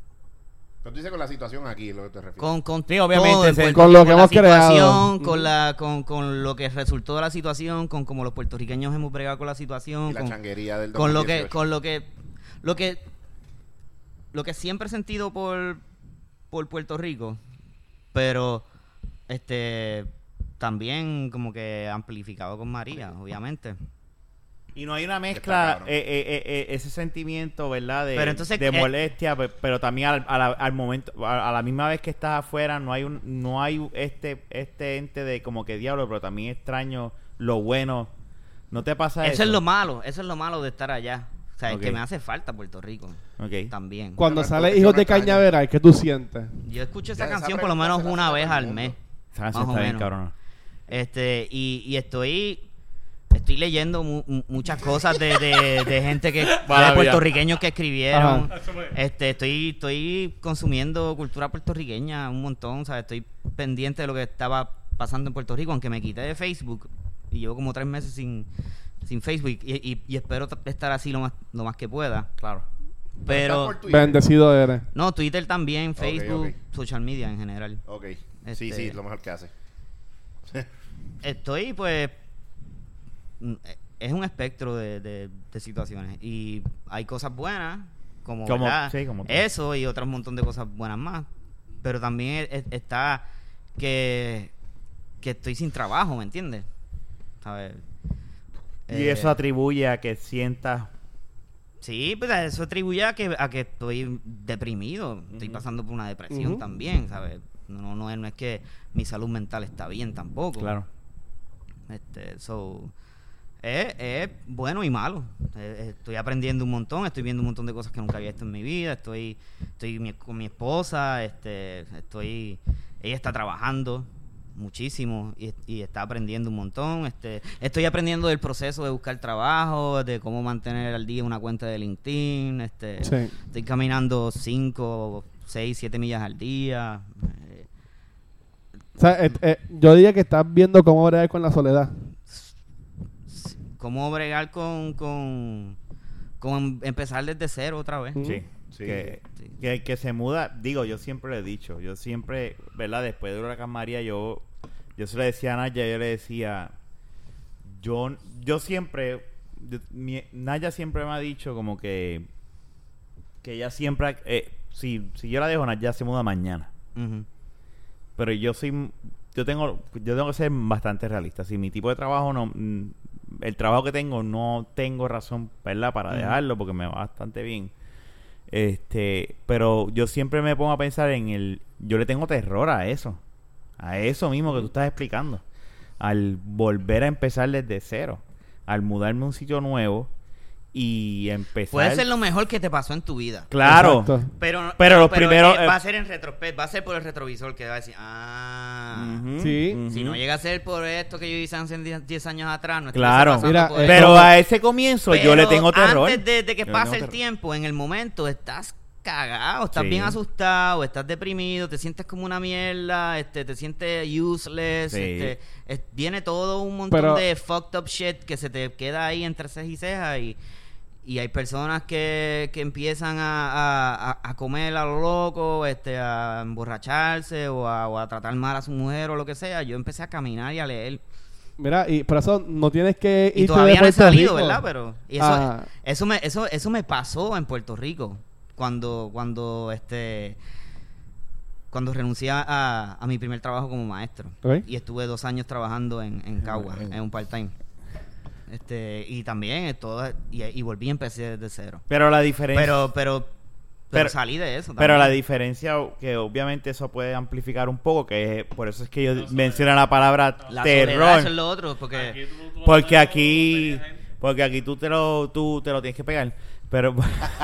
Pero tú dices con la situación aquí, lo que te refieres.
con, con
Sí, obviamente,
todo en
se-
Puerto
con lo
Rico,
que
la
hemos creado.
situación, con la con, con lo que resultó de la situación con cómo los puertorriqueños hemos bregado con la situación
y la
con,
changuería del
con lo que
2018.
con lo que lo que lo que siempre he sentido por por Puerto Rico pero este también como que amplificado con María obviamente
Y no hay una mezcla,
cabrón.
eh, eh, eh, eh, ese sentimiento, ¿verdad? De,
Pero entonces,
de
eh,
molestia, pe- pero también al, a la- al momento, a, a la misma vez que estás afuera, no hay un, no hay este, este ente de como que diablo, pero también extraño lo bueno. ¿No te pasa eso?
eso es lo malo eso es lo malo de estar allá o sea es
Ok.
que me hace falta Puerto Rico
Ok.
también
Cuando
Pero
sale
esto-
Hijos de
esto no extraña.
Cañaveral, ¿qué tú sientes?
yo escucho esa
Ya, esa
canción por lo
pregunta
menos
se la
una
hace
vez
todo el
al
mundo.
mes
Esa canción
más o
está bien,
menos.
cabrona.
Este, y, y estoy estoy leyendo mu- mu- muchas cosas de, de- de gente que de
Maravilla.
puertorriqueños que escribieron.
Ajá. Eso fue.
Este, estoy estoy consumiendo cultura puertorriqueña un montón, ¿sabes? Estoy pendiente de lo que estaba pasando en Puerto Rico, aunque me quité de Facebook y llevo como tres meses sin, sin Facebook y, y- y espero t- estar así lo más lo más que pueda.
Claro.
Pero
Estás por Twitter.
Bendecido eres.
no, Twitter también,
Ok,
Facebook,
ok.
social media en general.
Ok. Sí,
Este-
sí, lo mejor que hace.
Estoy, pues. mm, eh, Es un espectro de, de- de situaciones. Y hay cosas buenas, como,
Como-
¿verdad?
sí, como todo.
eso y otras montón de cosas buenas más. Pero también e- e- está que, que estoy sin trabajo, ¿me entiendes? ¿Sabes?
Y
Eh,
eso atribuye a que sientas
Sí, pues a eso atribuye a que, a que estoy deprimido. Estoy pasando por una depresión
Ujú.
también, ¿sabes? No, no, es- no es que mi salud mental está bien tampoco.
Claro.
Este, so, es, es bueno y malo. Eh, eh, Estoy aprendiendo un montón, estoy viendo un montón de cosas que nunca había visto en mi vida. Estoy, estoy mi- con mi esposa, este, estoy, ella está trabajando muchísimo y, y está aprendiendo un montón. Este, estoy aprendiendo del proceso de buscar trabajo, de cómo mantener al día una cuenta de LinkedIn. Este,
Sí.
Estoy caminando 5, 6, 7 millas al día. Eh,
O sea, et- eh, yo diría que estás viendo cómo bregar con la soledad.
cómo bregar con, con, con em-, empezar desde cero otra vez.
Mm.
Sí.
Sí.
Que,
Sí.
que- que se muda, digo, yo siempre lo he dicho, yo siempre, ¿verdad? Después de Huracán María, yo, yo se lo decía a Naya, yo le decía, yo, yo siempre, yo- mi- Naya siempre me ha dicho como que, que ella siempre, eh, si, si yo la dejo, Naya se muda mañana.
Ujú.
Pero yo soy, yo tengo, yo tengo que ser bastante realista. Si mi tipo de trabajo no, mm, el trabajo que tengo no tengo razón, ¿verdad? Para
Ujú.
dejarlo porque me va bastante bien. Este, pero yo siempre me pongo a pensar en el, yo le tengo terror a eso, a eso mismo que tú estás explicando, al volver a empezar desde cero, al mudarme a un sitio nuevo y empezar.
Puede ser lo mejor que te pasó en tu vida.
Claro.
Exacto.
Pero,
Pero los primeros,
eh, va a
eh,
ser en retrospecto, va a ser por el retrovisor que va a decir, ah,
Ujú,
Sí.
ujú.
si no llega a ser por esto que yo hice hace 10 10 años atrás, no estoy
Claro,
pasando
Mira,
por
eh,
esto".
pero a ese comienzo yo le
Pero
tengo terror.
Antes de, de que
Yo le
pase
tengo
el
terror.
tiempo, en el momento, estás cagado, estás
Sí.
bien asustado, estás deprimido, te sientes como una mierda, este, te sientes useless,
Sí.
este, es- viene todo un montón
Pero-
de fucked up shit que se te queda ahí entre cejas y cejas y, Y hay personas que, que empiezan a, a- a- a comer a lo loco, este, a emborracharse o a, o a tratar mal a su mujer o lo que sea. Yo empecé a caminar y a leer.
Mira, y por eso no tienes que irte
Y todavía
de
no he
Puerto
salido,
Rico.
¿verdad? Pero y eso,
Ah.
eso, me, eso, eso me pasó en Puerto Rico cuando, cuando, este, cuando renuncié a, a mi primer trabajo como maestro.
Ok.
Y estuve dos años trabajando en, en Cagua, en un part-time. Este, y también eh, todo, y, y volví y empecé desde cero.
Pero la diferencia...
Pero, pero, pero,
Pero-
salí de eso.
Pero la
también.
diferencia o- que obviamente eso puede amplificar un poco, que es, por eso es que yo menciono la palabra
La soledad, eso es
terror,
lo otro, porque...
porque aquí porque aquí tú te lo tú te lo tienes que pegar, pero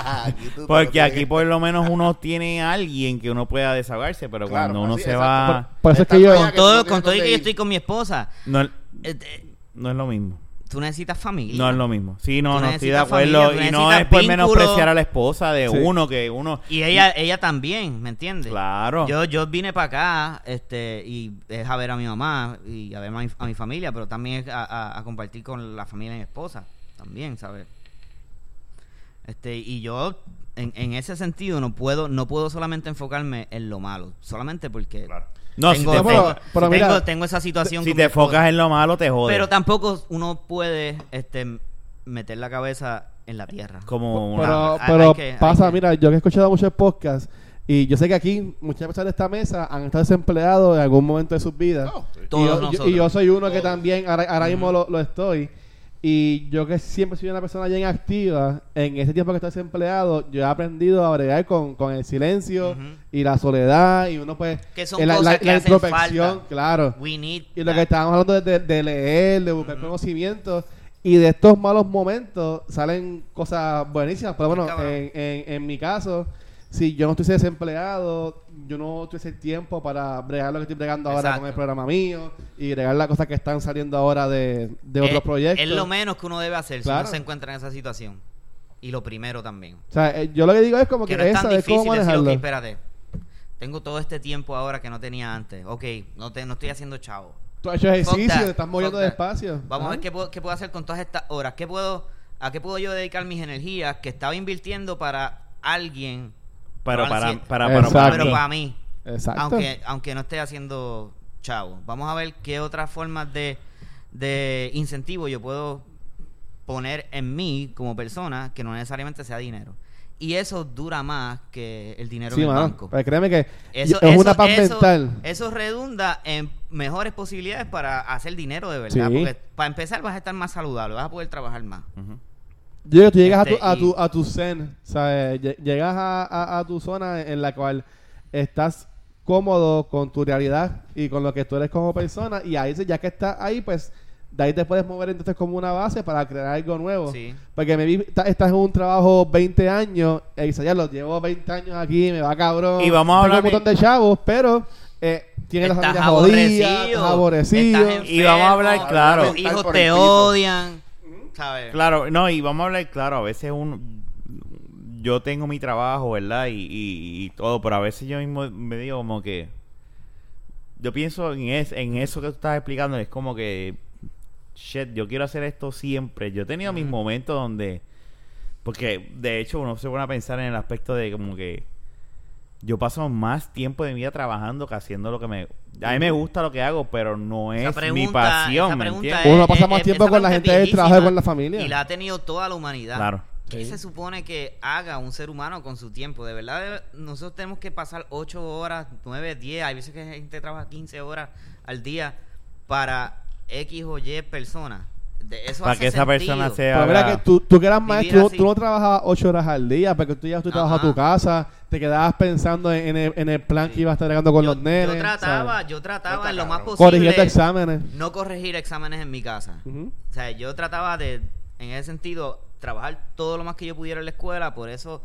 porque aquí por lo menos uno tiene a alguien que uno pueda desahogarse, pero
Claro,
cuando uno
así,
se
exacto.
va
Por eso Pues es
Esta
que yo.
playa
con todo,
tú no
con
tienes
todo y
dónde
que yo
ir.
estoy con mi esposa,
no,
eh, eh,
no es lo mismo.
tú necesitas familia.
No es lo mismo. Sí,
Tú
no, no estoy de
necesitas
acuerdo.
familia, tú
y no
necesitas
es por
vínculo.
menospreciar a la esposa de
Sí.
uno, que uno...
Y ella, ella también, ¿me entiendes?
Claro.
Yo, yo vine para acá, este, y es a ver a mi mamá y a ver a mi, a mi familia, pero también es a, a- a compartir con la familia de mi esposa, también, ¿sabes? Este, y yo, en, en ese sentido, no puedo, no puedo solamente enfocarme en lo malo, solamente porque
Claro.
no, si
tengo,
te,
No, pero-
enfo-
tengo-
pero
tengo-
mira,
tengo esa situación.
si
con
te
mi esposa.
enfocas en lo malo, te jodes.
Pero tampoco uno puede, este, meter la cabeza en la tierra.
como una-
Pero,
hay-
pero
hay que- hay
pasa,
que-
mira, yo que he escuchado muchos podcasts y yo sé que aquí muchas personas de esta mesa han estado desempleados en algún momento de sus vidas.
No, sí.
Todos
y, yo, yo-
nosotros.
y yo soy uno que también ahora, ahora mismo lo, lo estoy. Y yo que siempre soy una persona bien activa, en ese tiempo que estoy desempleado, yo he aprendido a bregar con, con el silencio
Ujú.
y la soledad y uno pues...
Que son
eh, la,
cosas
la-
que
la
hacen
introspección,
falta.
claro.
We need
Y lo
that.
que estábamos hablando de, de- de leer, de buscar conocimientos y de estos malos momentos salen cosas buenísimas. Pero bueno,
Sí, cabrón.
en, en- en mi caso, si yo no estuviese desempleado, yo no tuviese tiempo para bregar lo que estoy bregando ahora
Exacto.
con el programa mío y bregar las cosas que están saliendo ahora de, de otros
Eh, es,
proyectos.
Es lo menos que uno debe hacer si
Claro.
uno se encuentra en esa situación. Y lo primero también.
O sea, eh, yo lo que digo es como que,
Que no es
es
tan
saber cómo
difícil decir, ok,
manejarlo.
espérate. Tengo todo este tiempo ahora que no tenía antes. Ok, no, te, no estoy haciendo chavo.
Tú has hecho ejercicio,
Fuck that,
te estás moviendo
fuck that.
despacio. Ah,
Vamos a ver
Ajá.
qué puedo, qué puedo hacer con todas estas horas. ¿Qué puedo, ¿A qué puedo yo dedicar mis energías que estaba invirtiendo para alguien?
Pero
Ahora
para,
sí.
para, para,
Exacto.
Pero
mí.
para mí.
Exacto.
Aunque, aunque no esté haciendo chavo. Vamos a ver qué otras formas de, de incentivo yo puedo poner en mí como persona que no necesariamente sea dinero. Y eso dura más que el dinero
Sí,
en el
mano.
banco.
Pues créeme que
Eso-
es
eso-
una paz
eso-
mental.
Eso redunda en mejores posibilidades para hacer dinero de verdad.
Sí.
Porque para empezar vas a estar más saludable, vas a poder trabajar más.
Yo creo que tú llegas
Este,
a, tu,
y-
a, tu, a tu zen, ¿sabes? Lle- Llegas a, a- a tu zona en la cual estás cómodo con tu realidad y con lo que tú eres como persona y ahí se- ya que estás ahí, pues de ahí te puedes mover entonces como una base para crear algo nuevo.
Sí.
Porque me vi, ta- estás en un trabajo 20 años, y dices, ya lo llevo 20 años aquí, me va cabrón.
Y vamos a
tengo
hablar-
un montón de chavos, pero eh, tienes la
Estás
familia jodida,
aborrecido,
estás aborrecido.
estás
Y vamos a hablar
enfermo,
claro.
Tus hijos
Por el
te
piso.
odian. ¿Sabes?
Claro, no, y vamos a hablar, claro, a veces uno... Yo tengo mi trabajo, ¿verdad? Y, y- y todo, pero a veces yo mismo me digo como que... Yo pienso en, es, en eso que tú estás explicando, es como que... Shit, yo quiero hacer esto siempre. Yo he tenido mis momentos donde... Porque, de hecho, uno se pone a pensar en el aspecto de como que... Yo paso más tiempo de mi vida trabajando que haciendo lo que me... A mí me gusta lo que hago, pero no es
Esa
mi
pregunta-
pasión,
esa
¿me
pregunta
entiendes?
es-
Uno pasa
es-
más
es-
tiempo
esa
con la
pregunta
gente
es
del trabajo que con la
viejísima
familia.
Y la ha tenido toda la humanidad.
Claro.
¿Qué
Sí.
se supone que haga un ser humano con su tiempo? De verdad, nosotros tenemos que pasar 8 horas, 9, 10, hay veces que gente trabaja 15 horas al día para X o Y personas. De eso
para
hace
que esa persona
sentido.
sea
Pero Pues mira que tú, tú que eras
Vivir
maestro,
así.
tú no trabajabas ocho horas al día, porque tú ya tú
Ajá.
trabajas a tu casa, te quedabas pensando en, en el, en el plan que ibas a estar llegando con
yo,
los nenes.
Yo trataba,
¿sabes?
yo trataba
Está
en lo más
cabrón.
posible
Corrigiendo exámenes.
no corregir exámenes en mi casa.
Ujú.
O sea, yo trataba de, en ese sentido, trabajar todo lo más que yo pudiera en la escuela, por eso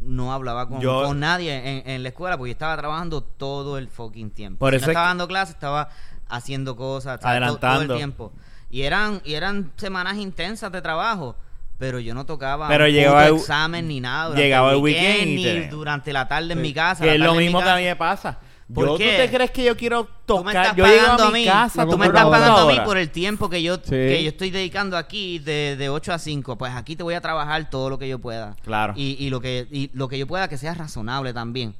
no hablaba con,
Yo-
con nadie en, en la escuela, porque yo estaba trabajando todo el fucking tiempo.
Por
Si
eso
no
es
estaba
que-
dando clases, estaba haciendo cosas, ¿sabes? To- todo
Adelantando.
el tiempo. Y eran, y eran semanas intensas de trabajo. Pero yo no tocaba
Pero
un
llegaba
puto
el-
examen ni nada. durante
llegaba el weekend y
ni
te-
durante la tarde en mi casa.
que
la
es lo
tarde en mi
mismo que
casa.
a mí me pasa.
¿Por
yo,
qué?
¿Tú te crees que yo quiero
Tú me estás
tocar? Yo llego
pagando
a
a
mi
mí.
casa.
tú me estás
computadora.
pagando a mí por el tiempo que yo,
Sí.
que yo estoy dedicando aquí de, de 8 a 5. Pues aquí te voy a trabajar todo lo que yo pueda.
Claro.
Y, y lo, que, y lo que yo pueda que sea razonable también.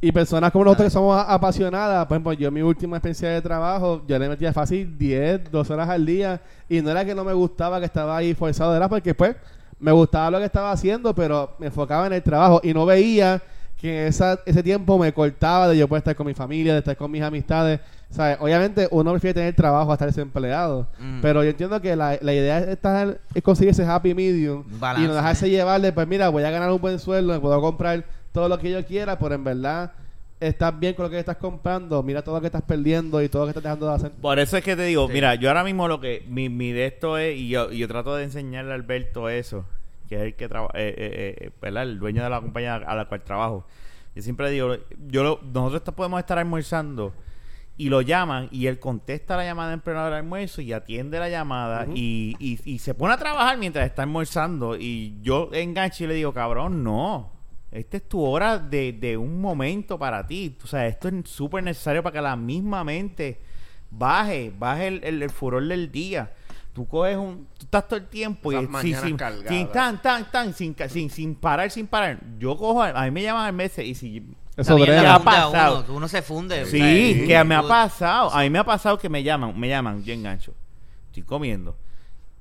Y personas como nosotros que somos a- apasionadas, por ejemplo, yo en mi última experiencia de trabajo, yo le metía fácil 10, 12 horas al día y no era que no me gustaba que estaba ahí forzado, era porque pues me gustaba lo que estaba haciendo, pero me enfocaba en el trabajo y no veía que esa, ese tiempo me cortaba de yo poder estar con mi familia, de estar con mis amistades. ¿Sabes? Obviamente uno prefiere tener trabajo a estar desempleado,
Mm.
pero yo entiendo que la, la idea es, estar, es conseguir ese happy medium
Balance,
y no dejarse
¿eh?
llevarle, pues mira, voy a ganar un buen sueldo, me puedo comprar todo lo que yo quiera, pero en verdad estás bien con lo que estás comprando, mira todo lo que estás perdiendo y todo lo que estás dejando de hacer.
Por eso es que te digo,
Sí.
mira, yo ahora mismo lo que mi, mi de esto es, y yo, y yo trato de enseñarle a Alberto eso, que es el que eh, trabaja, ¿verdad? El dueño de la compañía a la cual trabajo. Yo siempre digo, yo lo- nosotros te- podemos estar almorzando y lo llaman y él contesta la llamada en pleno hora de almuerzo y atiende la llamada y, y- y se pone a trabajar mientras está almorzando y yo engancho y le digo, cabrón, no. Esta es tu hora de, de un momento para ti. O sea, esto es súper necesario para que la misma mente baje, baje el, el- el furor del día. Tú coges un... Tú estás todo el tiempo y...
Esas
sin-
mañanas
sin-
cargadas.
sin tan, tan, tan, sin, ca- sin, sin parar, sin parar. Yo cojo... A, a mí me llaman al mes y si
Eso
También
brega.
la funda
Ha pasado.
uno, que uno se funde.
Sí,
¿sabes?
que me ha
Tú-
pasado. A mí me ha pasado que me llaman, me llaman, yo engancho. Estoy comiendo.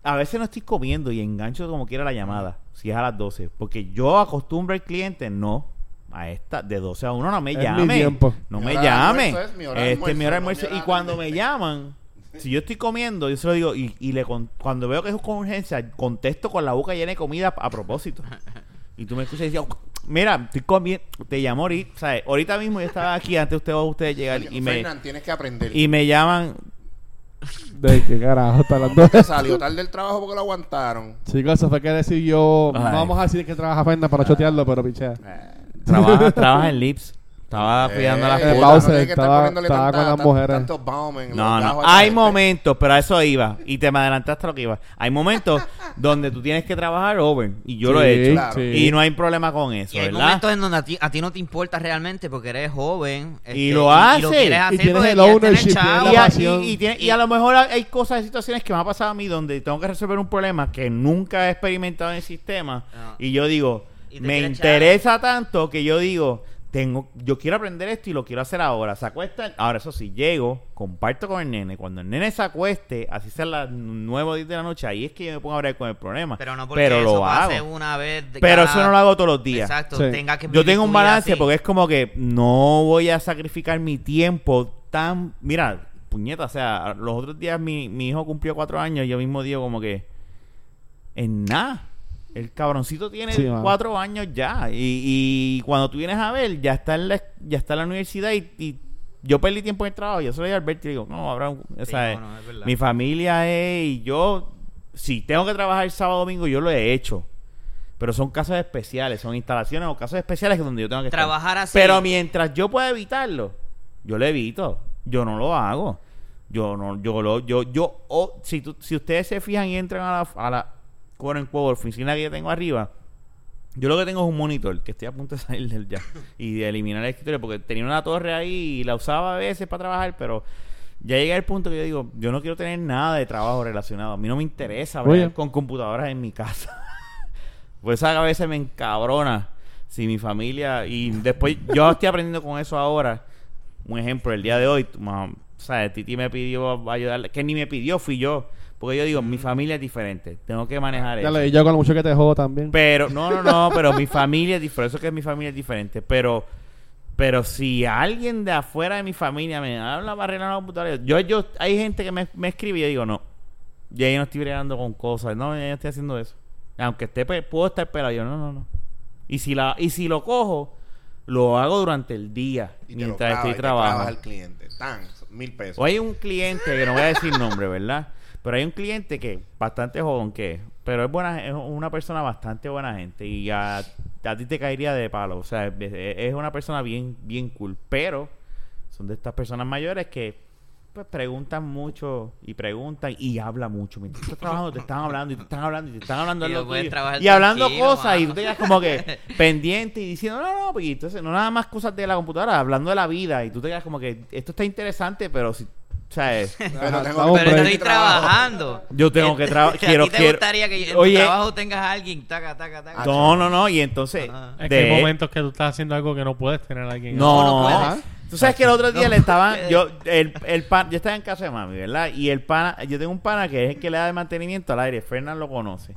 A veces no estoy comiendo y engancho como quiera la llamada, si es a las 12. Porque yo acostumbro al cliente, no. A esta, de 12 a 1 no me
Es mi
llame.
tiempo.
No
Mi
me
hora de
llame.
almuerzo es mi hora de
este, mi hora de
almuerzo,
almuerzo.
no
Y
mi hora
cuando
de-
me llaman, si yo estoy comiendo, yo se lo digo, y, y le con- cuando veo que es con urgencia, contesto con la boca llena de comida a propósito. Y tú me escuchas y dices, "Oh, mira, estoy comiendo, te llamo ahorita, ¿sabes? Ahorita mismo yo estaba aquí antes de ustedes, ustedes llegar y me,
Fernan, tienes que aprender.
y me llaman,
¿De qué carajo está hablando?
Que salió tarde del trabajo porque lo aguantaron.
Chicos, eso fue que decir yo, no Ah. Eh,
Ay.
vamos a decir que trabaja Fernanda para chotearlo, pero pichea.
trabaja, trabaja en Lips, estaba cuidando a
Eh,
las
puta.
no
putas.
pausa,
tienes que estar
estaba-
poniéndole
estaba con las
tan-
mujeres.
tantos baumen,
No,
los
no,
gajos a esta
hay
gente.
momentos, pero a eso iba, y te me adelantaste a lo que iba. Hay momentos donde tú tienes que trabajar over, y yo lo he hecho,
claro.
y no hay problema con eso,
Y hay
¿verdad?
momentos en donde a ti, a ti no te importa realmente porque eres joven. este,
Y lo haces.
quieres
Y
hacer
tienes
porque
el
quieres tener
ownership,
chavo.
la
y, a,
pasión.
y- y tiene- y a lo mejor hay cosas, situaciones que me ha pasado a mí donde tengo que resolver un problema que nunca he experimentado en el sistema
Ah.
y yo digo,
Y te
me
quieres
interesa tanto que yo digo, tengo, yo quiero aprender esto y lo quiero hacer ahora. Se acuesta, ahora eso sí, llego, comparto con el nene. Cuando el nene se acueste, así sea las 9 o 10 de la noche, ahí es que yo me pongo a hablar con el problema.
Pero no porque
lo
eso pase
hago.
una vez. de
Pero
cada-
eso no lo hago todos los días.
Exacto.
Sí.
tenga que
Yo
vivir
tengo un
tu vida
balance
así.
porque es como que no voy a sacrificar mi tiempo tan... Mira, puñeta, o sea, los otros días mi, mi hijo cumplió cuatro años y yo mismo digo como que... En nada. El cabroncito tiene
Sí, mano.
cuatro años ya. Y, y cuando tú vienes a ver, ya está en la, ya está en la universidad y, y yo perdí tiempo en el trabajo. Yo solo a Alberto y digo, no, habrá... un- o
Sí,
sea,
no, no, es verdad.
mi familia es... Y yo... Si tengo que trabajar el sábado domingo, yo lo he hecho. Pero son casos especiales, son instalaciones o casos especiales que donde yo tengo que estar.
Trabajar así.
Pero mientras yo pueda evitarlo, yo lo evito. Yo no lo hago. Yo no, yo lo, yo, yo, o- si, tú- si ustedes se fijan y entran a la, a la quote unquote, oficina que yo tengo arriba, yo lo que tengo es un monitor que estoy a punto de salir del ya y de eliminar el escritorio porque tenía una torre ahí y la usaba a veces para trabajar, pero ya llega el punto que yo digo, yo no quiero tener nada de trabajo relacionado. A mí no me interesa
Oye.
hablar con computadoras en mi casa. Pues esa a veces me encabrona si mi familia y después yo estoy aprendiendo con eso ahora. Un ejemplo, el día de hoy, tu mam- o sea, Titi me pidió ayudarle, que ni me pidió, fui yo, porque yo digo, mi familia es diferente, tengo que manejar
Mm. Ya
eso.
lo y yo con lo mucho que te jodo también.
Pero, no, no, no, pero mi familia es diferente. Eso que mi familia es diferente. Pero, pero si alguien de afuera de mi familia me habla para arreglar una computadora, yo, yo, hay gente que me, me escribe y yo digo, no, ya yo no estoy bregando con cosas, no, ya yo estoy haciendo eso. Aunque esté, pe- puedo estar pelado, yo no, no, no. Y si, la, y si lo cojo, lo hago durante el día,
Y te lo
mientras
clavas, y
estoy
te clavas
trabajando.
al cliente. Tan, mil pesos.
O hay un cliente, que no voy a decir nombre, ¿verdad? Pero hay un cliente que bastante joven que es, pero es buena, es una persona bastante buena gente y a, a ti te caería de palo. O sea, es, es una persona bien, bien cool. Pero son de estas personas mayores que pues preguntan mucho y preguntan y habla mucho. Mientras tú estás trabajando, te están hablando y te están hablando y te están hablando.
Y
de
lo
lo
puedes
tuyo.
trabajar
Y hablando
tranquilo,
cosas y
mano.
tú te quedas como que pendiente y diciendo, no, no, pues y entonces no nada más cosas de la computadora, hablando de la vida y tú te quedas como que esto está interesante, pero si, ¿sabes?
Pero tengo
estamos
que
Pero
Hombre.
estoy trabajando.
Yo tengo que
O
trabajar,
sea,
quiero,
a ti te
quiero.
gustaría que en tu
Oye.
trabajo tengas a alguien, taca, taca, taca.
No, no, no, y entonces...
Ah.
de-
Es que hay momentos que tú estás haciendo algo que no puedes tener a alguien.
No,
No, no
ajá.
puedes.
Tú sabes que el otro día le estaban.
puedes.
Yo, el, el pan, yo estaba en casa de mami, ¿verdad? Y el pana, yo tengo un pana que es el que le da de mantenimiento al aire. Fernán lo conoce.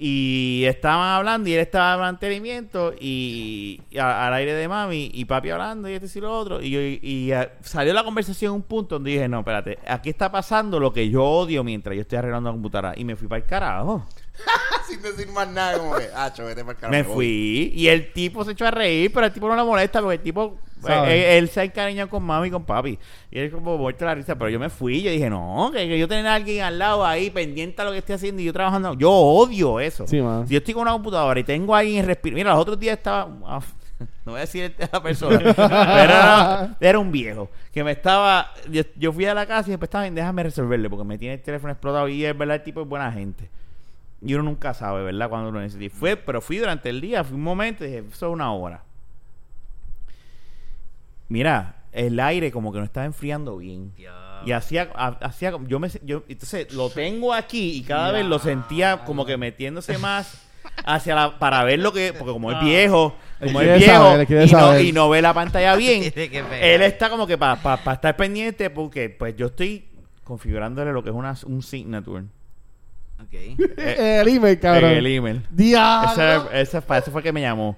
Y estaban hablando y él estaba de mantenimiento y, y a- al aire de mami y papi hablando y este y lo otro. Y, yo- y- y, ah, salió la conversación en un punto donde dije, no, espérate, aquí está pasando lo que yo odio mientras yo estoy arreglando la computadora. Y me fui para el carajo.
sin decir más nada, como que, ah, cho, vete pa'l carajo,
Me
voy".
fui y el tipo se echó a reír, pero el tipo no la molesta porque el tipo,
¿Sabe?
eh, él, él se encariñó con mami y con papi. Y él como muerto la risa, pero yo me fui, yo dije, no, que, que yo tener a alguien al lado ahí pendiente a lo que estoy haciendo y yo trabajando. Yo odio eso.
Sí, man.
Si yo estoy con una computadora y tengo a alguien respirando, mira, los otros días estaba... ah, no voy a decir este a la persona, pero era, era un viejo que me estaba. Yo, yo fui a la casa y después estaba bien, déjame resolverle porque me tiene el teléfono explotado. Y es verdad, el tipo es buena gente. Y uno nunca sabe, ¿verdad? Cuando lo necesite. Fue, pero fui durante el día, fui un momento y dije, eso es una hora. Mira, el aire como que no estaba enfriando bien. Y hacía, ha- hacía, como- yo me, se- yo, entonces lo tengo aquí y cada vez lo sentía como que metiéndose más hacia la, para ver lo que, porque como es viejo,
Él
como
quiere
es viejo
saber, él quiere
y, no,
saber.
y no ve la pantalla bien,
Tiene que ver.
él está como que para estar pendiente porque pues yo estoy configurándole lo que es una, un signature.
Ok.
el email, cabrón.
El email.
Ah,
Ese,
Diablo.
ese- para eso fue que me llamó.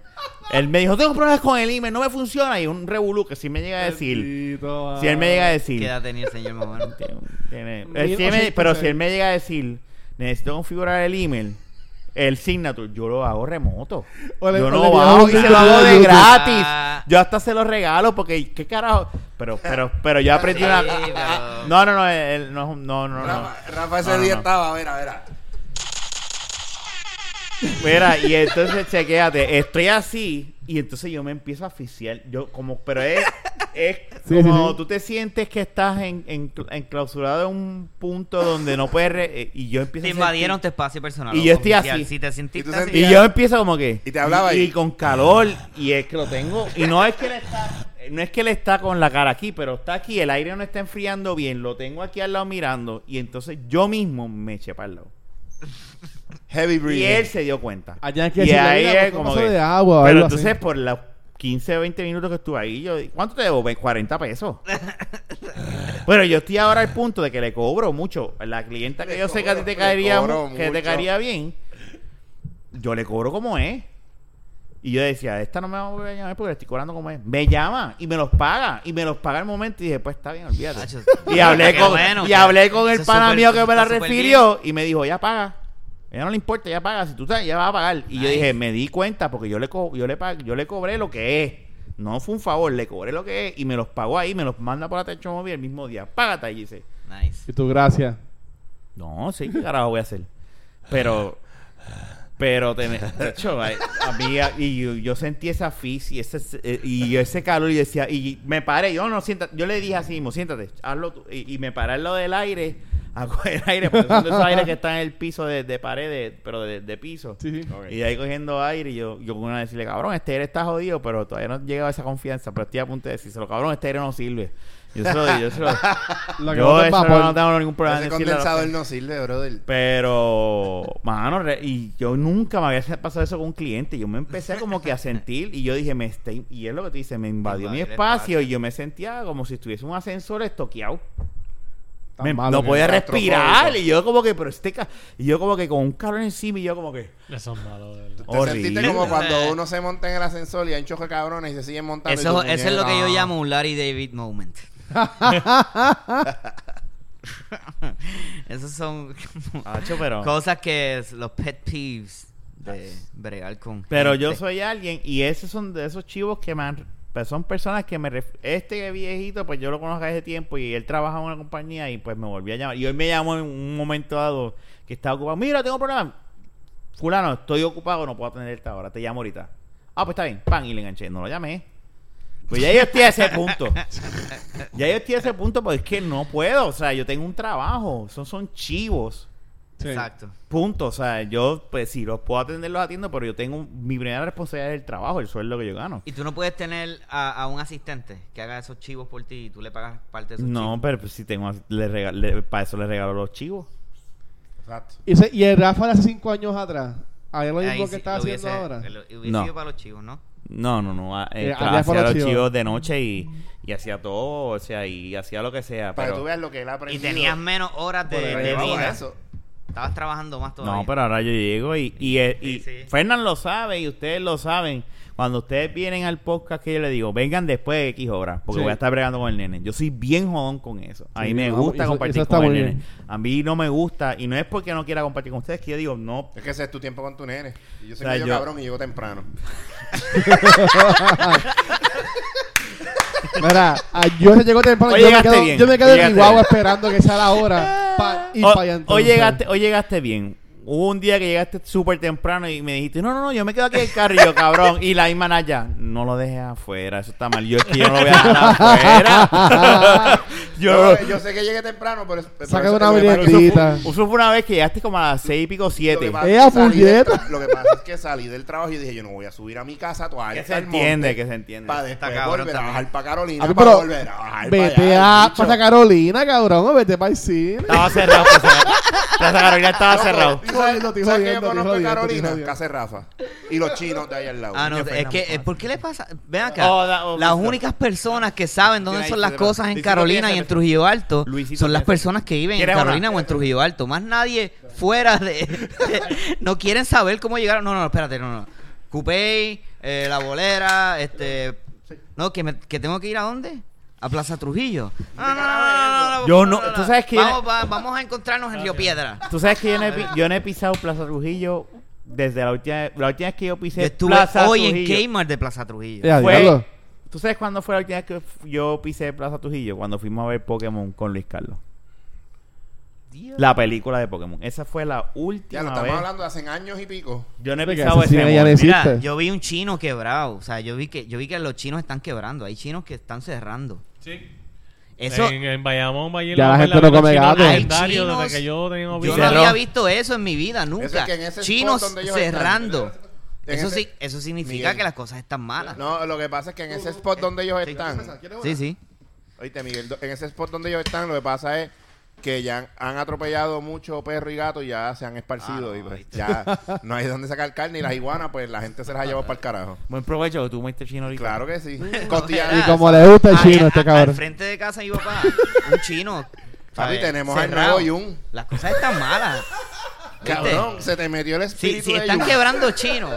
Él me dijo, tengo problemas con el email, no me funciona. Y un revolú que si me llega a decir.
Bendito, ah.
Si él me llega a decir.
¿Qué edad tenía el señor Mamón?
Tiene-
Mil
eh, si él me-
ochocientos
pero
seis.
si él me llega a decir, necesito configurar el email, el signature, yo lo hago remoto.
O le-
yo
o
no
le
bajo y
enviamos un
se lo hago de
YouTube.
gratis.
Ah.
Yo hasta se lo regalo porque, ¿qué carajo? Pero, pero, pero yo aprendí
Sí,
una...
pero-
No, no, no, él no, es un- no, no, no.
Rafa, Rafa ese
No, no,
día
no.
estaba, a ver, a ver. a-
Mira, y entonces chequéate, estoy así y entonces yo me empiezo a asfixiar. Yo como, pero es, es
Sí,
como
sí, sí.
tú te sientes que estás en, en, enclausurado en un punto donde no puedes re- eh, y yo empiezo
Te
a
invadieron
sentir-
tu espacio personal.
Y yo estoy así.
Si te sentiste
Y tú
así,
sentías-
y yo empiezo como que
Y te hablaba
y,
ahí.
y con calor y es que lo tengo y no es que él está no es que él está con la cara aquí pero está aquí el aire no está enfriando bien lo tengo aquí al lado mirando y entonces yo mismo me eché para el lado
Heavy
y él
breathing.
se dio cuenta.
Allá hay que
y
decirle,
ahí
mira,
es
por
como
un vaso
que-
de agua o
Pero
algo así.
entonces, por los 15, 20 minutos que estuve ahí, yo, ¿cuánto te debo? Ve, 40 pesos. bueno, yo estoy ahora al punto de que le cobro mucho. La clienta que
Le
yo sé que a ti
cobro,
te
le
caería,
cobro
mu- que te
mucho.
caería bien, yo le cobro como es. Y yo decía, esta no me va a volver a llamar porque le estoy cobrando como es. Me llama y me los paga. Y me los paga al momento. Y dije, pues está bien, olvídate.
Nacho,
Y hablé
qué
con,
bueno,
y
que-
hablé con el
eso
pana
súper-
mío que me la
está súper
refirió y me dijo, ya paga. Ella no le importa, ya paga. Si tú sabes, ya va a pagar. Y yo
Nice.
dije, me di cuenta porque yo le, co- yo, le pag- yo le cobré lo que es. No fue un favor, le cobré lo que es y me los pagó ahí, me los manda por la techo móvil el mismo día. Págate ahí, dice.
Nice.
Y tu gracia.
No, sí, qué carajo voy a hacer. Pero, pero, te, de hecho, a, a mí, a- y yo, yo sentí esa fis y ese, eh, y ese calor y decía, y me paré, yo no, siéntate, yo le dije así mismo, siéntate, hazlo tú, y, y me paré en lo del aire, hago el aire, porque son de esos aires que están en el piso de, de pared, de- pero de, de piso.
Sí, sí.
Y de ahí cogiendo aire, y yo, yo con una decirle, cabrón, este aire está jodido, pero todavía no he llegado a esa confianza. Pero estoy a punto de decírselo, cabrón, este aire no sirve. Yo se lo digo, yo se lo
Lo que
yo
bota es
eso
vapor.
no tengo ningún problema en
Ese
decirle a la
condensador no sirve, brother.
pero, mano, re- y yo nunca me había pasado eso con un cliente. Yo me empecé como que a sentir y yo dije, me está, in- y es lo que te dice, me invadió mi
Invadió el
espacio y yo me sentía como si estuviese un ascensor estoqueado.
Tan
Me-
malo
no
que
podía
es.
respirar
Claustrofóbico.
y yo como que, pero este ca- y yo como que con un calor encima y yo como que,
Eso es malo, de verdad.
Oh.
Te sentiste como
Horrible.
cuando uno se monta en el ascensor y hay un choque de cabrones y se siguen montando. y
Eso,
tú,
eso es lo que yo
"Puñeta".
llamo un Larry David moment. Esos son como
"Acho, pero...
cosas que es- los pet peeves de bregar con.
Pero yo
gente.
soy alguien y esos son de esos chivos que me han... pues son personas que me... ref- Este viejito, pues yo lo conozco hace tiempo y él trabaja en una compañía y pues me volvió a llamar. Y hoy me llamó en un momento dado que estaba ocupado. Mira, tengo problema. Fulano, estoy ocupado, no puedo atenderte ahora. Te llamo ahorita. Ah, pues está bien. Pan, y le enganché. No lo llamé. Pues ya yo estoy a ese punto. Ya yo estoy a ese punto, porque es que no puedo. O sea, yo tengo un trabajo. Son, son chivos.
Sí.
Exacto.
Punto. O sea, yo, pues si los puedo atender, los atiendo, pero yo tengo mi primera responsabilidad es el trabajo, el sueldo que yo gano.
Y tú no puedes tener a, a un asistente que haga esos chivos por ti y tú le pagas parte de esos
No,
chivos.
pero pues, si tengo, le rega- le- para eso le regalo los chivos.
Ah, Exacto.
Y, se- y el Rafa de hace cinco años atrás, había lo
Ahí
mismo que
sí
está
lo
haciendo
hubiese-
ahora.
lo- hubiese
No.
ido para los chivos, ¿no?
No, no, no. a- eh,
Eh,
tra-
allá
hacía
fue los
los
chivos.
chivos de noche y, y hacía todo, o sea, y hacía lo que sea.
Para que tú
Pero,
veas lo que él ha
Y
aprendido.
tenías menos horas de,
Por
de
haber llevado
vida.
eso.
Estabas trabajando más todavía.
no, pero ahora yo llego y, y, eh, y,
Sí, sí.
Fernan lo sabe y ustedes lo saben. Cuando ustedes vienen al podcast que yo le digo, vengan después de X horas, porque
Sí.
voy a estar bregando con el nene. Yo soy bien jodón con eso. A mí
Sí,
me
vamos,
gusta
eso-
compartir
eso está
con el
muy
nene.
bien.
A mí no me gusta, y no es porque no quiera compartir con ustedes, que yo digo, no,
Es que ese es tu tiempo con tu nene. Y yo soy
O sea,
medio
yo-
cabrón y llego temprano.
Mira, a- yo se llegó temprano.
Hoy
yo, me
llegaste
quedo,
bien,
yo me quedo en
llegaste
mi guagua
bien.
esperando que sea la hora. Pa, y
O-
pa' allá
hoy,
entonces.
llegaste, hoy llegaste bien. Hubo un día que llegaste súper temprano y me dijiste, no, no, no, yo me quedo aquí en el carro, Y yo, cabrón. Y la misma Naya, no lo dejes afuera, eso está mal. Yo es que yo no lo voy a dejar afuera. yo,
No, eh, yo sé que llegué temprano, pero. pero
Saca
eso-
una
lo que pasa-
billetera. Tita.
eso fue una vez que llegaste como a las seis y pico,
lo que
siete.
pasa es
Ea,
que salí del
puñeta.
tra- Lo que pasa es que salí del trabajo y dije, yo no voy a subir a mi casa todavía.
Que se entiende, que se entiende.
Para después
cabrón
volver a
también.
bajar para Carolina.
A mí,
para
Ah, pero
volver a bajar
Vete
allá,
a
bicho.
Plaza Carolina, cabrón. o Vete para el cine.
Estaba cerrado, Plaza Plaza Carolina estaba
Loco,
cerrado.
¿y ¿Sabes,
Jodiendo, estoy
¿sabes que yo
jodiendo, estoy
conozco
jodiendo,
a
estoy
Carolina?
jodiendo.
Casa Rafa. Y los chinos de ahí al lado.
Ah, no, es
Fernando,
que, eh,
pasa.
¿por qué le pasa? Ven acá,
Oh, da- oh,
las
Luisito.
únicas personas que saben dónde
Luisito
son las
Piensa,
cosas en
Luisito
Carolina y en
Piensa.
Trujillo Alto
Luisito
son las
Piensa.
personas que viven en
¿Quieres
Carolina
una?
o en Trujillo Alto. Más nadie fuera de... no quieren saber cómo llegaron. No, no, espérate, no, no. Coupé, eh, La Bolera, este... No, que, me- que tengo que ir a dónde? A Plaza Trujillo. No, no, no, no, no, no,
Yo no- tú sabes que-
Vamos, va- vamos a encontrarnos en Río Piedra.
Tú sabes que yo no he, pi- yo no he pisado Plaza Trujillo desde la última, la última vez que yo pisé
Yo estuve
Plaza
hoy
Trujillo.
en Kmart de Plaza Trujillo.
Ya,
Fue-
diablo.
¿Tú sabes cuándo fue la última vez que f- yo pisé Plaza Trujillo? Cuando fuimos a ver Pokémon con Luis Carlos.
Dios.
La película de Pokémon. Esa fue la
Ya lo
última
estamos
vez.
hablando de hace años y pico.
Yo no he
Porque
pisado
ese
ese
cine ya
mall.
no existe.
Mira, yo vi un chino quebrado, o sea, yo vi que yo vi que los chinos están quebrando, hay chinos que están cerrando.
Sí.
Eso
en, en Bayamón, Bayamón.
Ya la gente no come gato. Hay
chinos-
Desde que yo tengo
yo no
vida.
había visto eso en mi vida
Eso es
nunca.
que en ese spot
chinos
donde ellos están.
cerrando.
En
eso
ese-
sí, eso significa
Miguel.
que las cosas están malas.
No, lo que pasa es que en ese spot donde ellos están.
Sí, sí.
Oíste, Miguel, do- en ese spot donde ellos están, lo que pasa es que ya han, han atropellado mucho perro y gato y ya se han esparcido
Ah, no,
y pues
viste.
ya no hay dónde sacar carne y las iguanas, pues la gente se las ha llevado para el carajo.
Buen provecho que tú comiste chino ahorita.
Claro que sí.
Y
Ah,
Costillas.
como le gusta el
Ahí,
chino a
a-
este
al
cabrón.
frente de casa de mi papá, un chino.
Papi,
¿sabes?
tenemos al
Cerrado.
nuevo Jun.
Las cosas están malas. ¿viste?
Cabrón, se te metió el
Si,
espíritu
si
de
están
Jun.
quebrando chinos,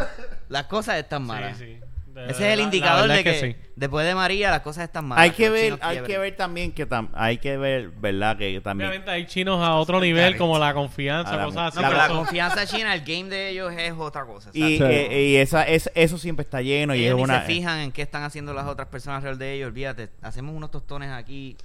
las cosas están malas.
Sí, sí. De-
Ese es
la-
el
la
indicador
verdad
de
es
que,
sí.
después de María las cosas están malas.
Hay que
los
ver,
chinos
hay que
quiebran.
ver también que tam- hay que ver, ¿verdad? Que también.
Obviamente hay chinos a otro nivel, como la confianza,
A la-
cosas así.
No, pero la
cosa-
confianza china, el game de ellos es otra cosa. ¿sabes?
Y,
Sí.
eh, y esa, es, eso siempre está lleno y es
ellos ni
una. eh,
se fijan en qué están haciendo las otras personas alrededor de ellos. Olvídate, hacemos unos tostones aquí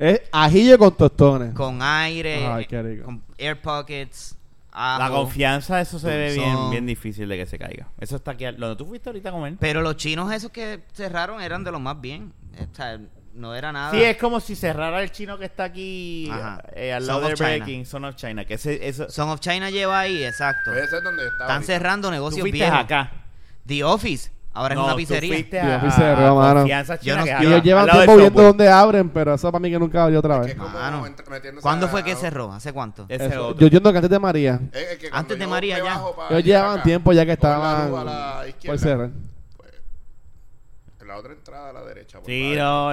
Es ajillo con tostones.
con aire,
Ay, qué rico.
con air pockets,
La
ajo.
confianza, eso se ve bien,
Son-
bien difícil de que se caiga. Eso está aquí. al- Donde tú fuiste ahorita a comer.
Pero los chinos esos que cerraron eran de los más bien. O sea, no era nada.
Sí, es como si cerrara el chino que está aquí
Ajá.
eh, al lado
Son
de
of China.
Burger King, Son of China. Que ese, eso,
Son of China lleva ahí, exacto.
Pues ese es donde yo estaba
Están
ahorita.
cerrando
tú
negocios
fuiste
viejos.
acá.
The Office, ahora
No,
es una
tú
pizzería.
fuiste
Yo
a-
fui cerrado,
a
mano.
Confianza
Yo
China,
no-
que
yo
al-
Y ellos
al
llevan
lado del
tiempo viendo
Subway.
dónde abren, pero eso para mí que nunca abrió otra
Es
vez.
como
Mano.
ent- metiéndose
¿Cuándo
a-
fue que cerró? ¿Hace cuánto?
Ese
Eso-
otro.
yo entiendo que antes de María.
Es- es que cuando
Antes de
yo
María,
me
ya.
bajo pa-
Ellos llevaban
acá,
tiempo ya que
por la
estaban
rúa a la izquierda,
por cerrar.
en La otra entrada a la derecha. por
Sí,
favor.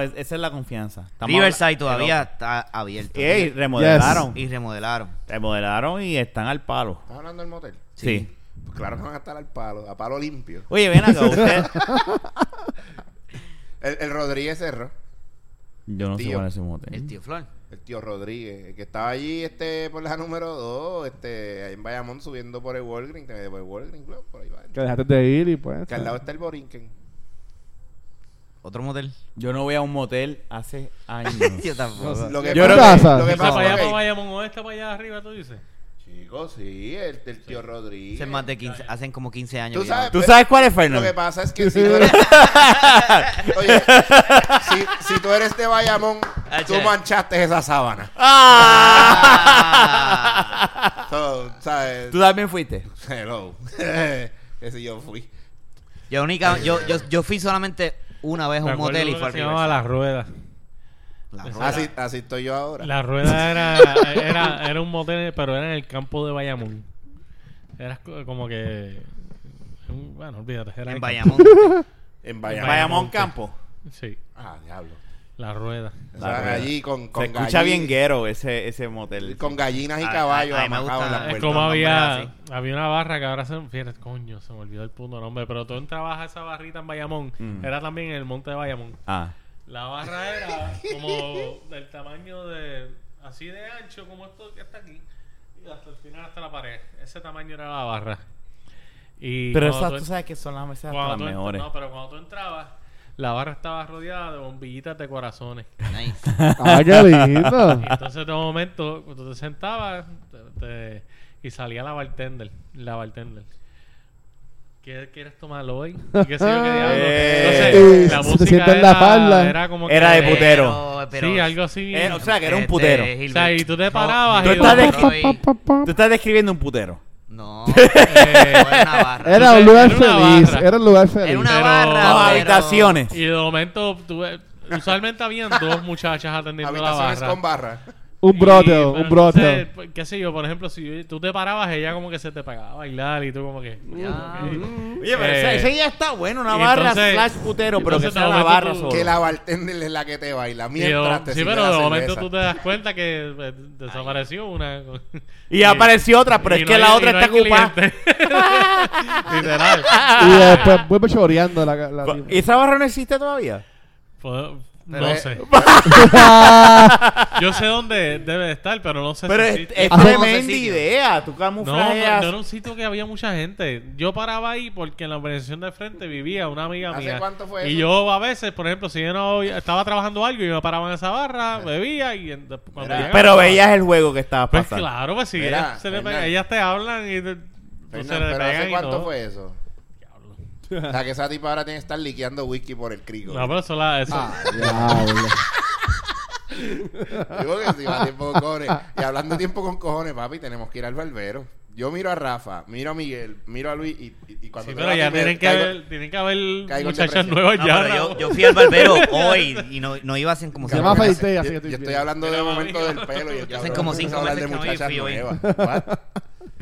no, es- esa es la confianza. Estamos
Riverside
habla-
todavía está abierto.
Hello. Ey, remodelaron.
Y remodelaron.
Remodelaron y están al palo.
¿Estás hablando del motel?
Sí.
Pues claro que van a estar al palo, a palo limpio.
Oye, ven acá, usted.
El, el Rodríguez cerró.
Yo no sé
Tío.
cuál es ese
El
motel.
tío Flor.
El tío Rodríguez, el que estaba allí este por la número 2, este, ahí en Bayamón subiendo por el Walgreens, te por el Walgreens Club, por ahí va.
Que dejaste de ir y pues.
Que al lado está el Borinquen.
Otro motel.
Yo no voy a un motel hace años.
Yo tampoco.
Lo que
Yo creo
pasa,
que-
lo que
¿Esa
pasa
para allá
ok,
para Bayamón o esta para allá arriba, tú dices?
Chicos, sí, el, el tío Rodríguez.
Hace más de 15, hacen como 15 años.
Tú
que yo no-
sabes,
¿Tú
pero-
sabes cuál es,
Lo que
Fernando?
pasa es que si tú eres, Oye, si, si tú eres de Bayamón,
Ah,
tú
che.
manchaste esa sábana.
Ah.
So, ¿sabes?
Tú también fuiste.
Hello. Ese yo fui.
Yo, única, yo, yo, yo fui solamente una vez a
Me
un
acuerdo
motel y
lo
fue
que
al
se llamaba Ah, La Rueda.
La
Así, así estoy yo ahora.
La Rueda era, era, era un motel, pero era en el campo de Bayamón. Era co- como que... Bueno, olvídate. Era
En
el campo.
Bayamón.
En Bayamón.
Bayamón Campo.
Sí,
Ah, diablo.
La Rueda.
O
La
sea,
verdad.
allí con,
Se
con
escucha
galli-
bien guero ese, ese motel.
Con gallinas y
A-
caballos
a- a mí me
amarrados en
gusta-
la
es
Es
puerta.
como
nombres
había, había una barra que ahora se fíjate, coño, se me olvidó el puto nombre, pero tú entrabas a esa barrita en Bayamón,
Mm.
era también en el monte de Bayamón.
Ah.
La barra era como del tamaño de, así de ancho como esto que está aquí, y hasta el final hasta la pared. Ese tamaño era la barra. Y
Pero
cuando
esas
tú
tú
en-
sabes que son las mesas
cuando
hasta
tú
las
en-
mejores.
No, pero cuando tú entrabas, la barra estaba rodeada de bombillitas de corazones.
Nice.
¡Ah, qué lindo!
Y entonces de momento, cuando te sentabas te- te- y salía la bartender, la bartender. ¿Qué quieres tomarlo hoy? Y qué sé yo, qué diablo.
Eh.
Entonces,
Y
la
se
música
sienta en la falda.
era como que-
Era de putero.
Sí, algo así.
Eh, o sea, que era un
Este,
putero.
O
Gilbert.
sea, y tú te
No,
parabas
Tú
y...
estás de-
Yo soy-
Tú estás describiendo un putero.
No, era una barra.
Era un lugar
Era una
feliz,
barra.
era un lugar feliz.
Era una
Pero-
barra.
No,
Ah,
pero-
habitaciones.
Y de momento, tú, usualmente habían dos muchachas atendiendo la
Habitaciones
barra.
con barra.
Un
Y,
brote,
pero
un
entonces,
brote.
pues, qué sé yo, por ejemplo, si yo- tú te parabas, ella como que se te pegaba a bailar y tú como que...
Ya.
ok.
Oye, pero
Eh,
ese, ese ya está bueno, una
y
barra
entonces-
slash putero, pero que
entonces
sea
de
la
momento
barra
tú-
solo.
Que la bartender es la que te baila.
Y de-
Mientras te
sí,
sirve
pero
la
de momento
cerveza.
tú te das cuenta que eh, desapareció una.
Y apareció otra, pero
y
es
no
que
hay-
la
y
otra
no
está
hay
ocupada.
cliente. Literal.
Y después vuelve choreando la, la
Pa-
tipa.
¿Esa barra no existe todavía?
Puedo-
Pero-
Pues, No sé. Yo sé dónde debe de estar, pero no sé
Pero
si
es,
existe.
es
Ah,
tremenda
sitio.
idea. Tú
No, no,
camuflajeas.
no era un sitio que había mucha gente. Yo paraba ahí porque en la organización de frente vivía una amiga
¿Hace
mía.
cuánto fue
y
eso?
yo a veces, por ejemplo, si yo no estaba trabajando algo y me paraba en esa barra, bebía y en- cuando
Mira,
llegaba-
Pero veías el juego que estaba
Pues
pasando.
claro, pues sí,
Mira,
ellas, se le pe-
Fernan.
ellas te hablan y te, tú se
Fernan,
le
pero
pegan
¿hace
y
cuánto
todo.
fue eso?
Diablo.
O sea, que esa tipa ahora tiene que estar liqueando whisky por el crico.
No, pero eso la... Eso,
Ah,
Diablo.
Digo que sí, va tiempo con cojones. Y hablando de tiempo con cojones, papi, tenemos que ir al barbero. Yo miro a Rafa, miro a Miguel, miro a Luis y, y- y cuando
sí,
te
pero
veo a
ya
ti, me
tienen que,
caigo-
haber, tienen que haber
caigo en
muchachas
depresión.
nuevas
No,
ya.
pero
¿no?
yo, yo fui al barbero hoy y no, no iba hacen como
Se
si-
llama
Cabrón,
Feite, así
yo-
que estoy
Yo estoy
bien.
hablando
Mira,
de
mami.
momento del pelo y el
Ya
cabrón
hacen como
empieza
cinco
a hablar
meses
de
que no
muchachas
fui hoy.
nuevas. What?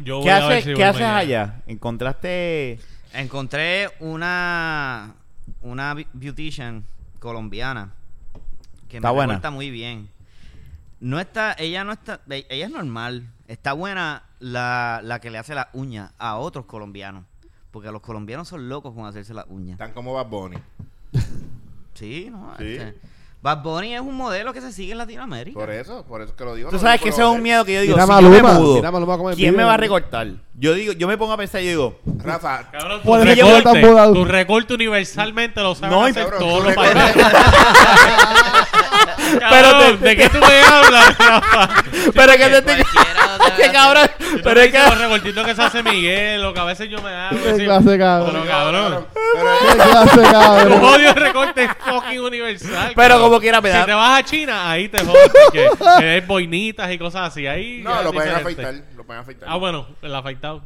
Yo voy
¿Qué,
a pues, ver
haces,
si
qué
voy
haces
mañana.
allá? ¿Encontraste...?
Encontré una una be- beautician colombiana que
Está
me
buena.
reporta muy bien. No está, ella no está, e- ella es normal. Está buena la, la que le hace las uñas a otros colombianos, porque los colombianos son locos con hacerse las uñas.
Están como Bad Bunny.
Sí, no.
Sí.
Este, Bad Bunny es un modelo que se sigue en Latinoamérica.
e
Por eso, por eso que lo digo.
Tú
no
sabes
digo
que
por
ese es un
joder.
miedo que yo digo,
Mira
si yo me
Maluma,
mudo,
mira Maluma cómo es
¿quién me
vivo.
va a recortar? Yo digo, yo me pongo a pensar y digo,
Rafa,
Cabrón, tu
Por
eso yo
recorte,
tan mudado.
tu recorte universalmente lo saben
No,
hacer
cabrón,
todos
tú
los
recortes-
países.
Pero
Cabrón,
te-
¿de qué tú me hablas, Rafa?
pero que te tengo...
Cualquiera otra
¡Qué
vez.
cabrón! Pero es que...
Los recortitos que se hace Miguel, lo que a veces yo me hago.
Qué
sí.
clase, cabrón.
Pero cabrón,
¡Qué
Pero,
clase,
tu
cabrón!
odio recorte es fucking universal.
Pero
cabrón.
como quiera me
Si te
da...
vas a China, ahí te jodas. Porque que es boinitas y cosas así. Ahí ya
no,
es
lo pueden
diferente.
afeitar. Lo pueden afeitar.
Ah, bueno, el afeitado.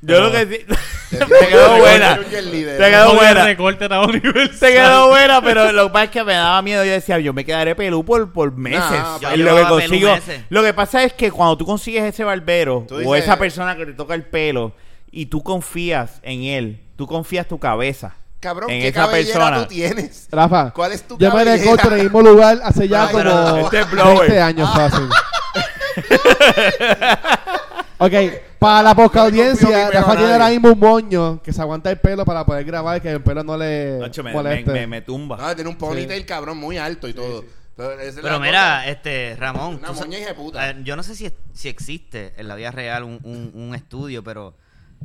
Yo lo que... Te quedó
Yo
buena.
soy un cheerleader.
Te quedó
Odio
buena.
recorte era universal.
Se quedó buena, pero lo que pasa es que me daba miedo. Yo decía, yo me quedaré pelú por, por meses.
yo
Es lo, que
llevaba pelú
consigo,
meses.
lo que pasa es que cuando tú consigues ese barbero
Tú
o
dices-
esa persona que te toca el pelo y tú confías en él, tú confías tu cabeza
Cabrón,
en
¿qué
esa
cabellera
persona.
tú tienes?
Rafa,
¿Cuál es tu
yo me
cabellera?
recorto en el mismo lugar hace ya
No, pero-
como
Este es blower.
20 años
Ah.
fácil. ok, para la poca
Yo no confío en
audiencia,
mi pelo
Rafa
a
tiene
nadie.
ahora mismo un moño que se aguanta el pelo para poder grabar que el pelo no le
Nacho, me, me,
moleste.
me- me tumba.
No, Ah, tiene un ponytail, cabrón, muy alto y todo. Entonces, esa es
Pero
la
mira,
cosa.
este Ramón,
Una
tú sa-
moña hija de puta.
eh, yo no sé si, si existe en la vida real un, un- un estudio, pero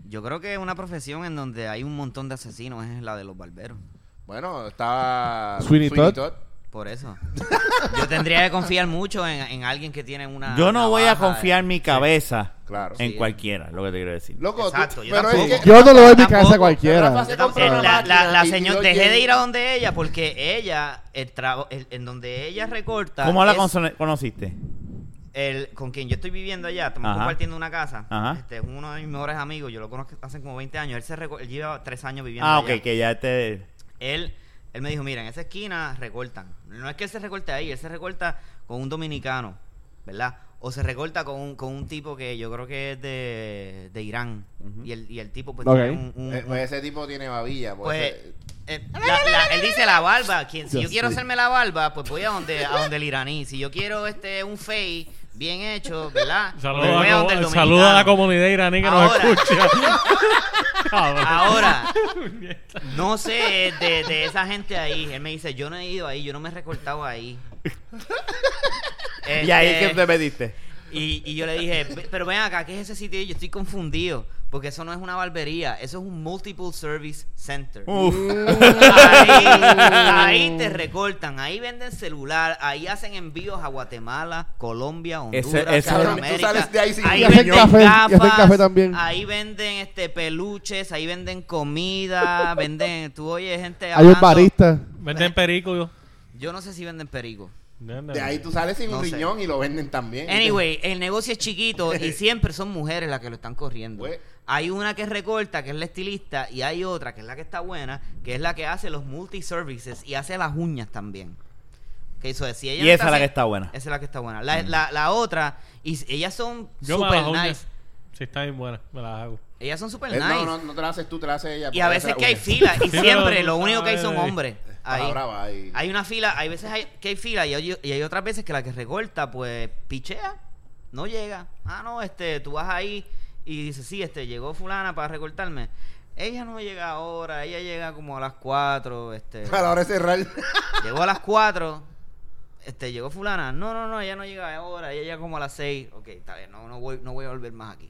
yo creo que una profesión en donde hay un montón de asesinos es la de los barberos.
Bueno, estaba
Sweeney Todd.
Por eso. Yo tendría que confiar mucho en, en alguien que tiene una.
Yo no voy a
navaja.
confiar mi cabeza
Claro.
en
Sí.
cualquiera, lo que te quiero decir.
Loco, tú-
Exacto, yo
pero es
tampoco.
que-
Yo no le doy mi
Tampoco.
cabeza a cualquiera.
Rafa se
Yo
compró
tampoco. La, la-
una máquina
la
y- y
señora,
lo
dejé
llena.
de ir a donde ella porque ella, el trabo- el- en donde ella recorta.
¿Cómo la
es
consone- conociste?
el- Con quien yo estoy viviendo allá, estamos
Ajá.
compartiendo una casa.
Ajá.
Este es uno de mis mejores amigos, yo lo conozco hace como 20 años. Él, se reco- él lleva tres años viviendo
Ah,
allá.
ok, que ya te...
él, él me dijo, mira, en esa esquina recortan. No es que él se recorte ahí, él se recorta con un dominicano, ¿verdad? O se recorta con un, con un tipo que yo creo que es de, de Irán. y, el, y el tipo pues
Ok.
tiene un... un-
Eh,
un-
pues ese tipo tiene babilla.
pues,
Pues, ese-
eh, la- la- él dice la barba. Quien, si
Dios
yo quiero
mío.
hacerme la barba, pues voy a donde, a donde el iraní. Si yo quiero este un fade bien hecho, ¿verdad?
Saluda,
Pues voy a
a,
donde el
co- saluda a la
dominicano.
comunidad iraní que
Ahora.
nos escucha. Cabrón.
Ahora, no sé de, de esa gente ahí. Él me dice, yo no he ido ahí, yo no me he recortado ahí.
¿Y ahí
Este,
qué te metiste?
y, y yo le dije, "Ve- pero ven acá, ¿qué es ese sitio? Y yo estoy confundido, porque eso no es una barbería, eso es un Multiple Service Center.
Uf.
Ahí, ahí te recortan, ahí venden celular, ahí hacen envíos a Guatemala, Colombia, Honduras,
Ese- ese-
Centroamérica.
Tú sales de ahí sin
ahí
ni
venden
riñón. Y hacen
gafas,
café, y hacen café también.
ahí venden este peluches, ahí venden comida, venden, tú oyes gente
Hay un
hablando.
barista.
Venden perico. yo.
Yo no sé si venden perico.
de ahí tú sales sin
No
un
sé.
riñón y lo venden también.
Anyway, el negocio es chiquito y siempre son mujeres las que lo están corriendo.
Pues-
Hay una que recorta, que es la estilista, y hay otra, que es la que está buena, que es la que hace los multi-services y hace las uñas también. Que eso es, si ella
Y
no
esa es la que
haci-
está buena.
Esa es la que está buena.
Mm.
La, la- la otra, y s- ellas son
Yo me
super
las uñas.
nice.
Si está bien buena, me las hago.
Ellas son super
Eh,
nice.
No, no, no te la haces tú, te la hace ella.
Y a
porque esa
veces
es
que hay
la uña.
fila, y
Sí,
siempre
pero-
lo único que hay son
Ay.
hombres.
Está
Ahí.
brava ahí.
Hay una fila, hay veces hay- que hay fila y hay, y hay otras veces que la que recorta, pues pichea, no llega. Ah, no, este, tú vas ahí y dices, sí, este, llegó fulana para recortarme. Ella no llega ahora, ella llega como a las 4, este,
A la hora de cerrar.
llegó a las 4, este, llegó fulana. No, no, no, ella no llega ahora, ella llega como a las 6. Ok, está bien, no, no, voy, no voy a volver más aquí.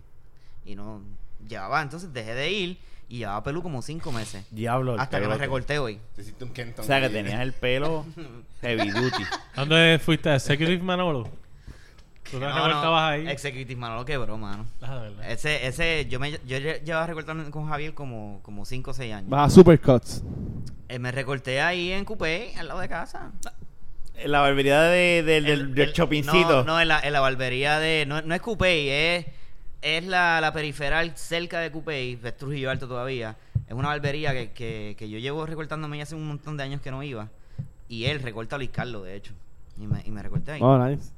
Y no, llevaba, entonces dejé de ir y llevaba pelú como 5 meses.
Diablo. el
Hasta que
pelo
me
te-
recorté hoy.
Te hiciste un Kentucky.
O sea, que tenías el pelo heavy duty.
¿Dónde fuiste? ¿Executive Manolo? ¿Tú te
No, eh,
recortabas
no,
ahí?
Executive Manolo quebró, mano.
Ah, de verdad.
Ese, ese, yo me, yo lle- llevaba recortando con Javier como, como 5 o 6 años.
Vas a Supercuts.
Eh, me recorté ahí en Coupé, al lado de casa.
La barbería de, del- del-
El-
del
el-
chopincito.
No, no, en la, en la barbería de, no, no es Coupé, es, es la, la periferal cerca de Coupé, es Trujillo Alto todavía. Es una barbería que, que, que yo llevo recortándome ya hace un montón de años que no iba. Y él recorta a Luis Carlos, de hecho. Y me, y me recorté ahí.
Oh, nice.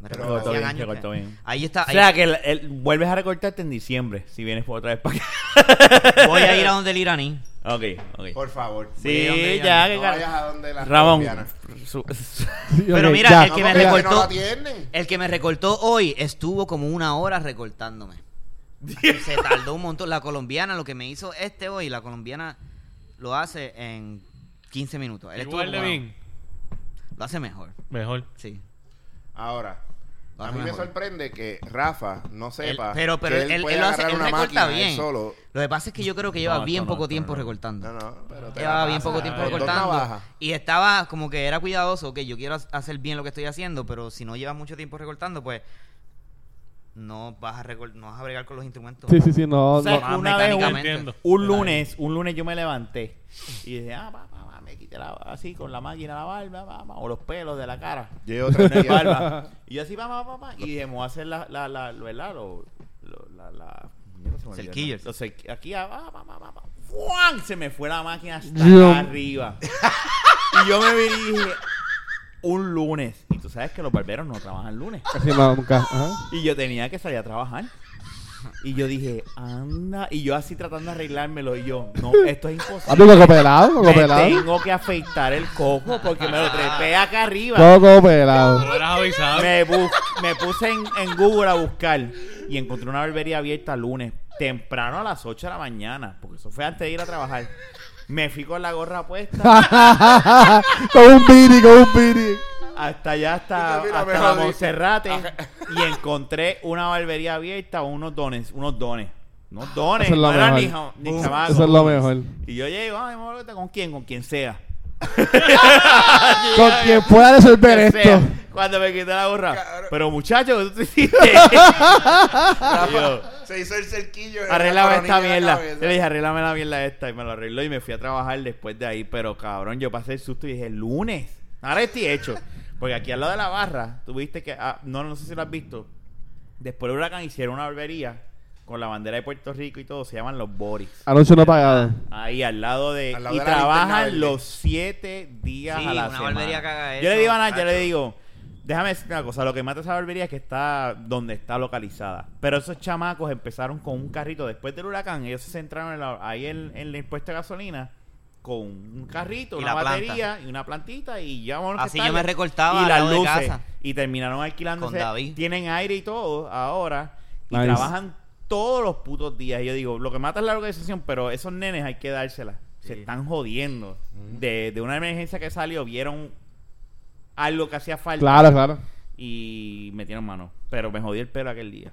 Me
Pero
recorté
cortó
hacían
bien,
años
se cortó
que-
bien.
Ahí está.
O
ahí-
sea, que el- el- vuelves a recortarte en diciembre, si vienes por otra vez para acá.
voy a ir a donde el iraní.
Ok, ok.
Por favor.
Voy a ir
Sí,
donde
ya,
ella-
que
No vayas a donde las
Ramón.
colombianas.
su- su-
Pero
Ok,
mira,
ya.
el que me
porque
recortó-
No la atienden.
El que me recortó hoy estuvo como una hora recortándome. Se tardó un montón. La colombiana, lo que me hizo este hoy, la colombiana lo hace en 15 minutos. Él estuvo
Igual de
como-
bien.
Lo hace mejor,
Mejor.
sí.
Ahora,
Lo
a
hace
mí me
mejor.
sorprende que Rafa no sepa
Él- pero pero
que
él,
él,
él
puede
lo hace,
agarrar
él
una
recorta
máquina él
bien.
solo.
Lo que pasa es que yo creo que lleva
No,
bien
esto no,
poco
esto
tiempo
no.
recortando.
No, no, pero te
Llevaba
la
bien
pasa.
poco tiempo
Con dos
recortando.
navajas.
Y estaba como que era cuidadoso, que yo quiero hacer bien lo que estoy haciendo, pero si no llevas mucho tiempo recortando, pues no vas a, recor- no vas a bregar con los instrumentos.
Sí, sí, sí, no,
O sea,
no.
ah,
Más
Una vez un-
mecánicamente.
Entiendo.
Un lunes, un lunes yo me levanté y dije, ah, pa, pa, pa, me quité la, así con la máquina la barba, pa, pa, o los pelos de la cara.
Llevo tres
de
días.
barba. Y yo así, pa, pa, pa, pa, y dije, me voy a hacer la, la, la, lo- ¿verdad? Lo, lo- la, la, yo no sé cómo se llama.
Cerquillos.
Los cerqui- aquí, ah, pa, pa, pa, pa, pa. ¡Fuan! Se me fue la máquina hasta
Yo-
acá arriba. y yo me vi y dije, un lunes. Y tú sabes que los barberos no trabajan lunes.
Sí, no, nunca. Ajá.
Y yo tenía que salir a trabajar. Y yo dije, anda. Y yo así tratando de arreglármelo. Y yo, no, esto es
Papi,
imposible.
coco pelado, coco
Me
pelado.
tengo que afeitar el coco porque me lo trepé acá arriba.
Coco pelado.
No eras avisado.
Me, bus- me puse en, en Google a buscar y encontré una barbería abierta lunes, temprano a las 8 de la mañana, porque eso fue antes de ir a trabajar. Me fui con la gorra puesta
con un biri, con un biri.
hasta allá, hasta,
Mira,
hasta
mejor
la
dicho.
Monserrate y encontré una barbería abierta, unos dones, unos dones. Unos dones,
Eso es lo
no eran
mejor.
ni ja- ni
Eso
chamacos.
es lo mejor.
Y yo llego, ay, me voy a volver con quién, con quien sea.
Con quien pueda resolver
que sea,
esto.
cuando me quité la gorra.
Cabrón.
Pero muchachos, tú te hiciste. Yo,
Se hizo el cerquillo. en la
arréglame
coronilla
esta
de la
mierda.
cabeza.
Yo le dije, arréglame la mierda esta. Y me lo arregló y me fui a trabajar después de ahí. Pero cabrón, yo pasé el susto y dije, lunes. Ahora estoy hecho. Porque aquí al lado de la barra, tuviste que. ah, no, no sé si lo has visto. Después del huracán hicieron una barbería con la bandera de Puerto Rico y todo. Se llaman los Boris.
Anuncio no pagado.
Ahí al lado de.
Al lado
y
de la linterna verde.
trabajan los siete días
Sí,
a la
una
semana.
barbería que haga
yo le
eso,
digo a Nat, yo le
cacho.
digo, déjame decirte una cosa, lo que mata esa barbería es que está donde está localizada. Pero esos chamacos empezaron con un carrito después del huracán, ellos se centraron en la- ahí en, en el impuesto de gasolina con un carrito,
Y
una
la planta.
batería y una plantita y ya vámonos que
Así
está
yo me
bien.
recortaba
y
al
las
lado de
luces
casa.
y terminaron alquilándose.
Con David.
Tienen aire y todo ahora y
Nice.
trabajan todos los putos días. Y yo digo, lo que mata es la organización, pero esos nenes hay que dárselas. Se
Sí.
están jodiendo. De, de una emergencia que salió, vieron algo que hacía falta
Claro, claro.
y metieron mano. Pero me jodí el pelo aquel día.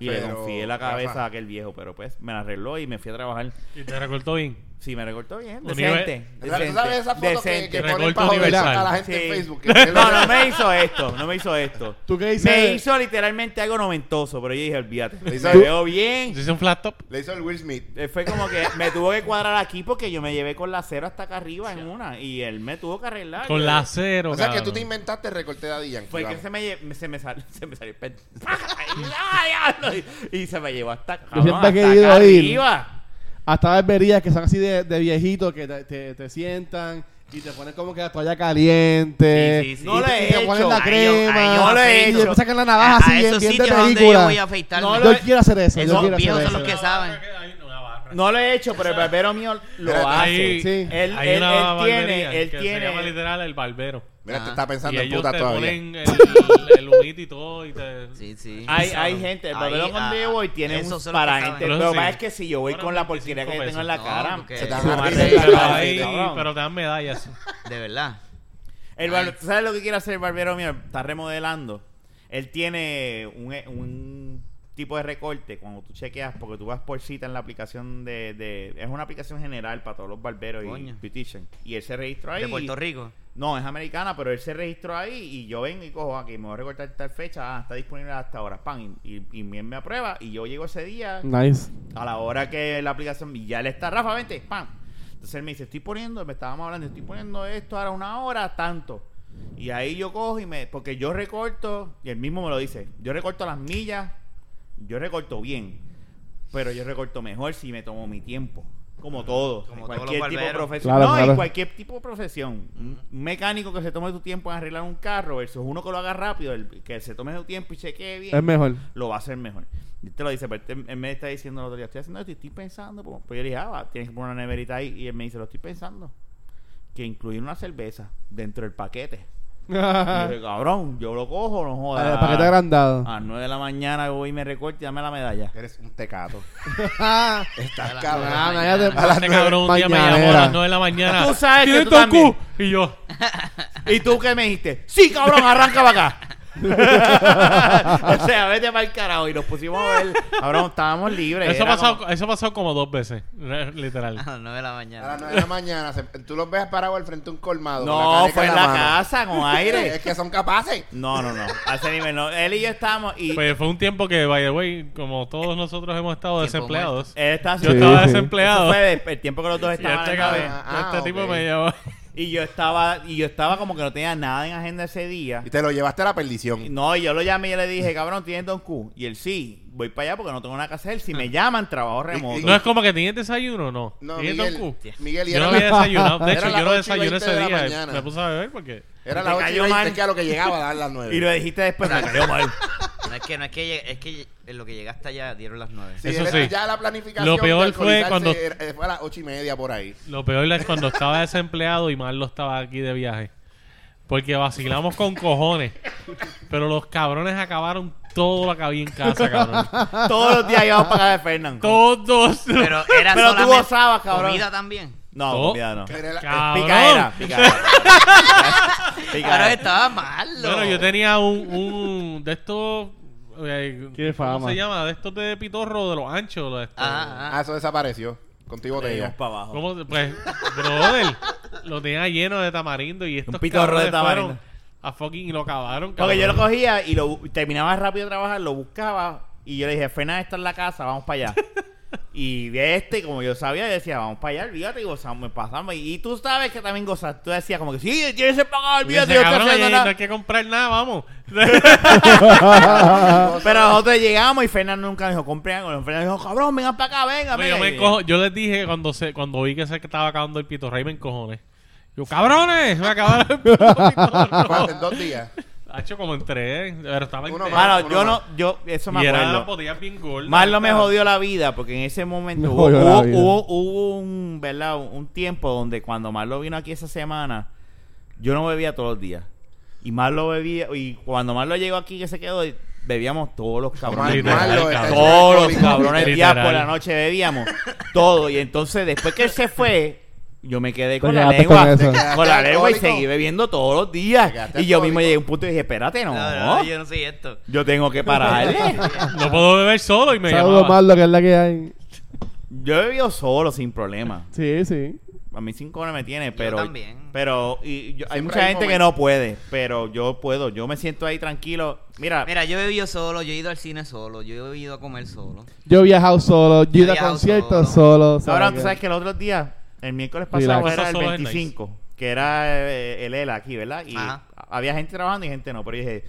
y le
Pero,
confié la cabeza
Rafa.
a aquel viejo, pero pues me la arregló y me fui a trabajar.
Y te recortó bien.
Sí, me recortó bien.
Unive-
Decente.
¿Tú sabes esa foto que, que
decente.
ponen
Recorte
para joder
universal.
a a la gente en
Sí.
Facebook? que se
No,
ve-
no me hizo esto, no me hizo esto.
¿Tú qué dices?
Me hizo literalmente algo noventoso, pero yo dije, olvídate.
Dice-
Me veo bien.
¿Se hizo un flat top?
Le hizo el Will Smith.
Eh, Fue como que me tuvo que cuadrar aquí porque yo me llevé con la cero hasta acá arriba en una y él me tuvo que arreglar.
Con
Yo-
la cero,
O sea que
cabrón.
tú te inventaste el recorte de Daddy Yankee.
Fue que
vamos.
se me, lle- se me, sal- se me salió el pen- ¡Ah, diablo! Y se me llevó hasta, cabrón,
siempre he
hasta
querido
acá
ir.
arriba.
Hasta barberías que son así de, de viejitos que te, te- te sientan y te ponen como que la toalla caliente.
Sí, sí, sí.
y
No
te-
lo he
y te ponen
hecho.
la
Ay,
crema.
Ay, yo- ay, yo
No lo he
afeito.
hecho.
y después sacan la navaja así,
a
bien,
esos
bien de
sitios donde
película.
yo voy a afeitarme.
No lo-
yo quiero hacer eso. yo
Esos
quiero
viejos
hacer
son los
eso.
que saben.
Hay una barra.
No lo he hecho, pero el barbero mío lo
Espérate,
hace.
Hay-
Sí.
Él,
hay
él-
una
él
barbería
tiene, él
que Se llama
tiene.
literal el barbero.
Mira, te
Ajá.
está pensando
Ah. Y
en
ellos
puta
te
todavía.
ponen el, el humito y todo. Y te...
Sí, sí.
Hay, hay gente, el
Ahí,
barbero donde
ah,
yo voy tiene un
esos son los que
para
saben.
gente.
Pero eso
Lo
sí.
más es que si yo voy
Fueron
con la porquería que
25
tengo en la
pesos.
cara,
No, porque-
se
Se te
me
van a
arregla
reír,
la
Pero,
cara,
ahí-
cabrón.
pero te dan medallas. Este
De verdad.
El barbe- ¿Tú sabes lo que quiere hacer el barbero mío? Está remodelando. Él tiene un, eh, un tipo de recorte cuando tú chequeas, porque tú vas por cita en la aplicación de... de- es una aplicación general para todos los barberos
Coño.
y beautician. Y él se registró ahí.
De Puerto Rico.
No, es americana, pero él se registró ahí y yo vengo y cojo aquí, me voy a recortar tal fecha, ah, está disponible hasta ahora, pan, y, y, y bien me aprueba y yo llego ese día
Nice.
a la hora que la aplicación y ya le está, Rafa, vente, pam. Entonces él me dice, estoy poniendo, me estábamos hablando, estoy poniendo esto ahora una hora, tanto. Y ahí yo cojo y me, porque yo recorto, y él mismo me lo dice, yo recorto las millas, yo recorto bien, pero yo recorto mejor si me tomo mi tiempo. Como todo,
Como
en
todos los
cualquier tipo de
barberos.
profesión.
Claro,
no,
claro.
en cualquier tipo de profesión. Un un mecánico que se tome su tiempo en arreglar un carro versus uno que lo haga rápido, el que se tome su tiempo y chequee bien
Es mejor.
lo va a hacer mejor. Y te lo dice, pero él te- él me está diciendo el otro día, estoy haciendo esto y estoy pensando. po". Pues yo le dije, ah, va, tienes que poner una neverita ahí. Y él me dice, lo estoy pensando. Que incluir una cerveza dentro del paquete. Y yo
Ah,
dije, cabrón, yo lo cojo, no jodas.
El
Ah.
paquete agrandado.
A las 9 de la mañana voy y me recorto y dame la medalla.
Eres un tecato.
Ah,
Estás
ah,
cabrón.
ya te-
A las
Este
nueve
cabrón un día me llamó a
mañanera.
las 9 de la mañana.
Tú sabes que
"¿Tienes
tú
Toku?"
también.
Y yo,
¿Y tú qué me dijiste? Sí, cabrón, arranca para acá. o sea, vete para el carajo. Y nos pusimos a ver. Cabrón, estábamos libres.
eso ha
Era
pasado,
como-
eso ha pasado como dos veces, re- literal.
A las 9 de la
A las
mañana.
9 de la mañana, se- tú los ves parados al frente de un colmado. con
No,
caneca
fue en la
mano.
casa con aire.
Es que son capaces.
No, no, no. A ese nivel no. Él y yo estábamos y
Pues fue un tiempo que, by the way, como todos nosotros hemos estado
Tiempo
desempleados.
él estaba
Yo
Sí,
estaba
sí.
Eso
desempleado.
fue de- el tiempo que los dos
Y
estaban
este,
en la
cabrón,
vez.
Ah,
este
ok.
tipo me llamó.
y yo estaba y yo estaba como que no tenía nada en agenda ese día.
Y te lo llevaste a la perdición.
No, y yo lo llamé y yo le dije, "Cabrón, tienes Don Q." Y él sí, voy para allá porque no tengo nada que hacer, si me llaman trabajo remoto.
y-
No es como que tienes desayuno, no.
No,
¿Tienes
Miguel,
Don Q?
Miguel, y
Yo no
era
había
la-
desayunado. De
era
hecho,
las
yo no
8 y
desayuné
20
ese
de la
día. eh.
mañana.
Me puse a beber porque.
Era
y
la
te
8 y
cayó
20,
mal.
que a lo que llegaba a dar las 9.
y lo dijiste después, me cayó mal.
No es que, no es que, llegue- es que en lo que llegaste allá dieron las 9.
Sí,
Eso
él-
sí.
Ya la planificación.
Lo peor
de
fue
alcoholizarse
cuando-
era- eh, fue a las 8 y media por ahí.
Lo peor es cuando estaba desempleado y Marlo estaba aquí de viaje. Porque vacilamos con cojones. Pero los cabrones acabaron todo lo que había en casa, cabrón.
Todos los días íbamos para casa de Fernando.
Todos. los-
Pero
Pero
era
tú
solamente
gozabas, cabrón.
comida también.
No,
Todo.
comida no.
Era la-
Cabrón.
Picaera, picaera.
Claro,
picaera.
estaba malo.
Bueno, yo tenía un, un de estos. eh,
Qué
¿Cómo
fama.
se llama? De estos de pitorro, de los anchos. los de estos.
Ajá,
Ah,
ajá.
eso desapareció. Contigo
Le dimos
botella.
para Pues abajo.
¿Cómo se- Pues, brother. lo tenía lleno de tamarindo y estos
pitorro
cabrones
de tamarindo.
fueron A fucking y lo acabaron.
Porque
cabrón.
yo lo cogía y lo bu- terminaba rápido de trabajar, lo buscaba y yo le dije, Fena, esta es la casa, vamos para allá. y vi a este, como yo sabía, yo decía, vamos para allá, olvídate, y gozamos, pasamos. Y tú sabes que también gozas. Tú decías como que, sí, tienes que pagar,
Y yo
olvídate,
decía,
yo estoy
cabrón,
haciendo
ahí no hay
nada.
que comprar nada, vamos.
Pero nosotros llegamos y Fena nunca dijo, compré algo. Fena dijo, cabrón, vengan para acá, venga,
Yo, me
venga.
encojo- yo les dije cuando se, cuando vi que se estaba acabando el pito rey, me encojones. Yo, cabrones, me acabaron el puto pito
en dos días.
Hacho, como entré, pero estaba
Uno
entero.
Mano,
Uno
yo no,
más.
yo, eso me
Y
acuerdo.
era la podía bien gorda.
Marlo me
Estaba-
jodió la vida porque en ese momento
Me
hubo,
jodió la
hubo-
vida.
hubo- hubo un, ¿verdad? Un- un tiempo donde cuando Marlo vino aquí esa semana, yo no bebía todos los días. Y Marlo bebía, y cuando Marlo llegó aquí que se quedó, bebíamos todos los cabrones.
Literal,
Malo,
cabrón.
este-
Todos los
Literal.
cabrones días por la
Literal.
noche bebíamos. Todo. Y entonces después que él se fue, yo me quedé con
Te
la
quedaste
lengua.
con eso.
Con, la
Te
lengua y
quedaste
seguí bebiendo todos los días.
quedaste
Y yo mismo
alcohólico.
llegué a un punto y dije, espérate, Ah, no.
No, no, yo no soy esto.
Yo tengo que parar. ¿eh?
No puedo beber solo y me
Saludos,
llamaba.
Marlo, que es la que hay.
Yo he bebido solo sin problema.
Sí, sí.
A mí cinco no me tiene, pero.
también.
Pero y yo- hay
Siempre
mucha
hay un
gente que
momento.
no puede, pero yo puedo. Yo me siento ahí tranquilo. Mira,
Mira, yo he vivido solo, yo he ido al cine solo, yo he ido a comer solo.
Yo he viajado solo, yo he ido a
Viajado
conciertos
ahora
solo.
tú sabes que el otro día, el miércoles
Relax.
pasado
Eso
era el
solo es
25, que era eh, el ELA aquí, ¿verdad? Y
Ajá.
había gente trabajando y gente no. Pero yo dije,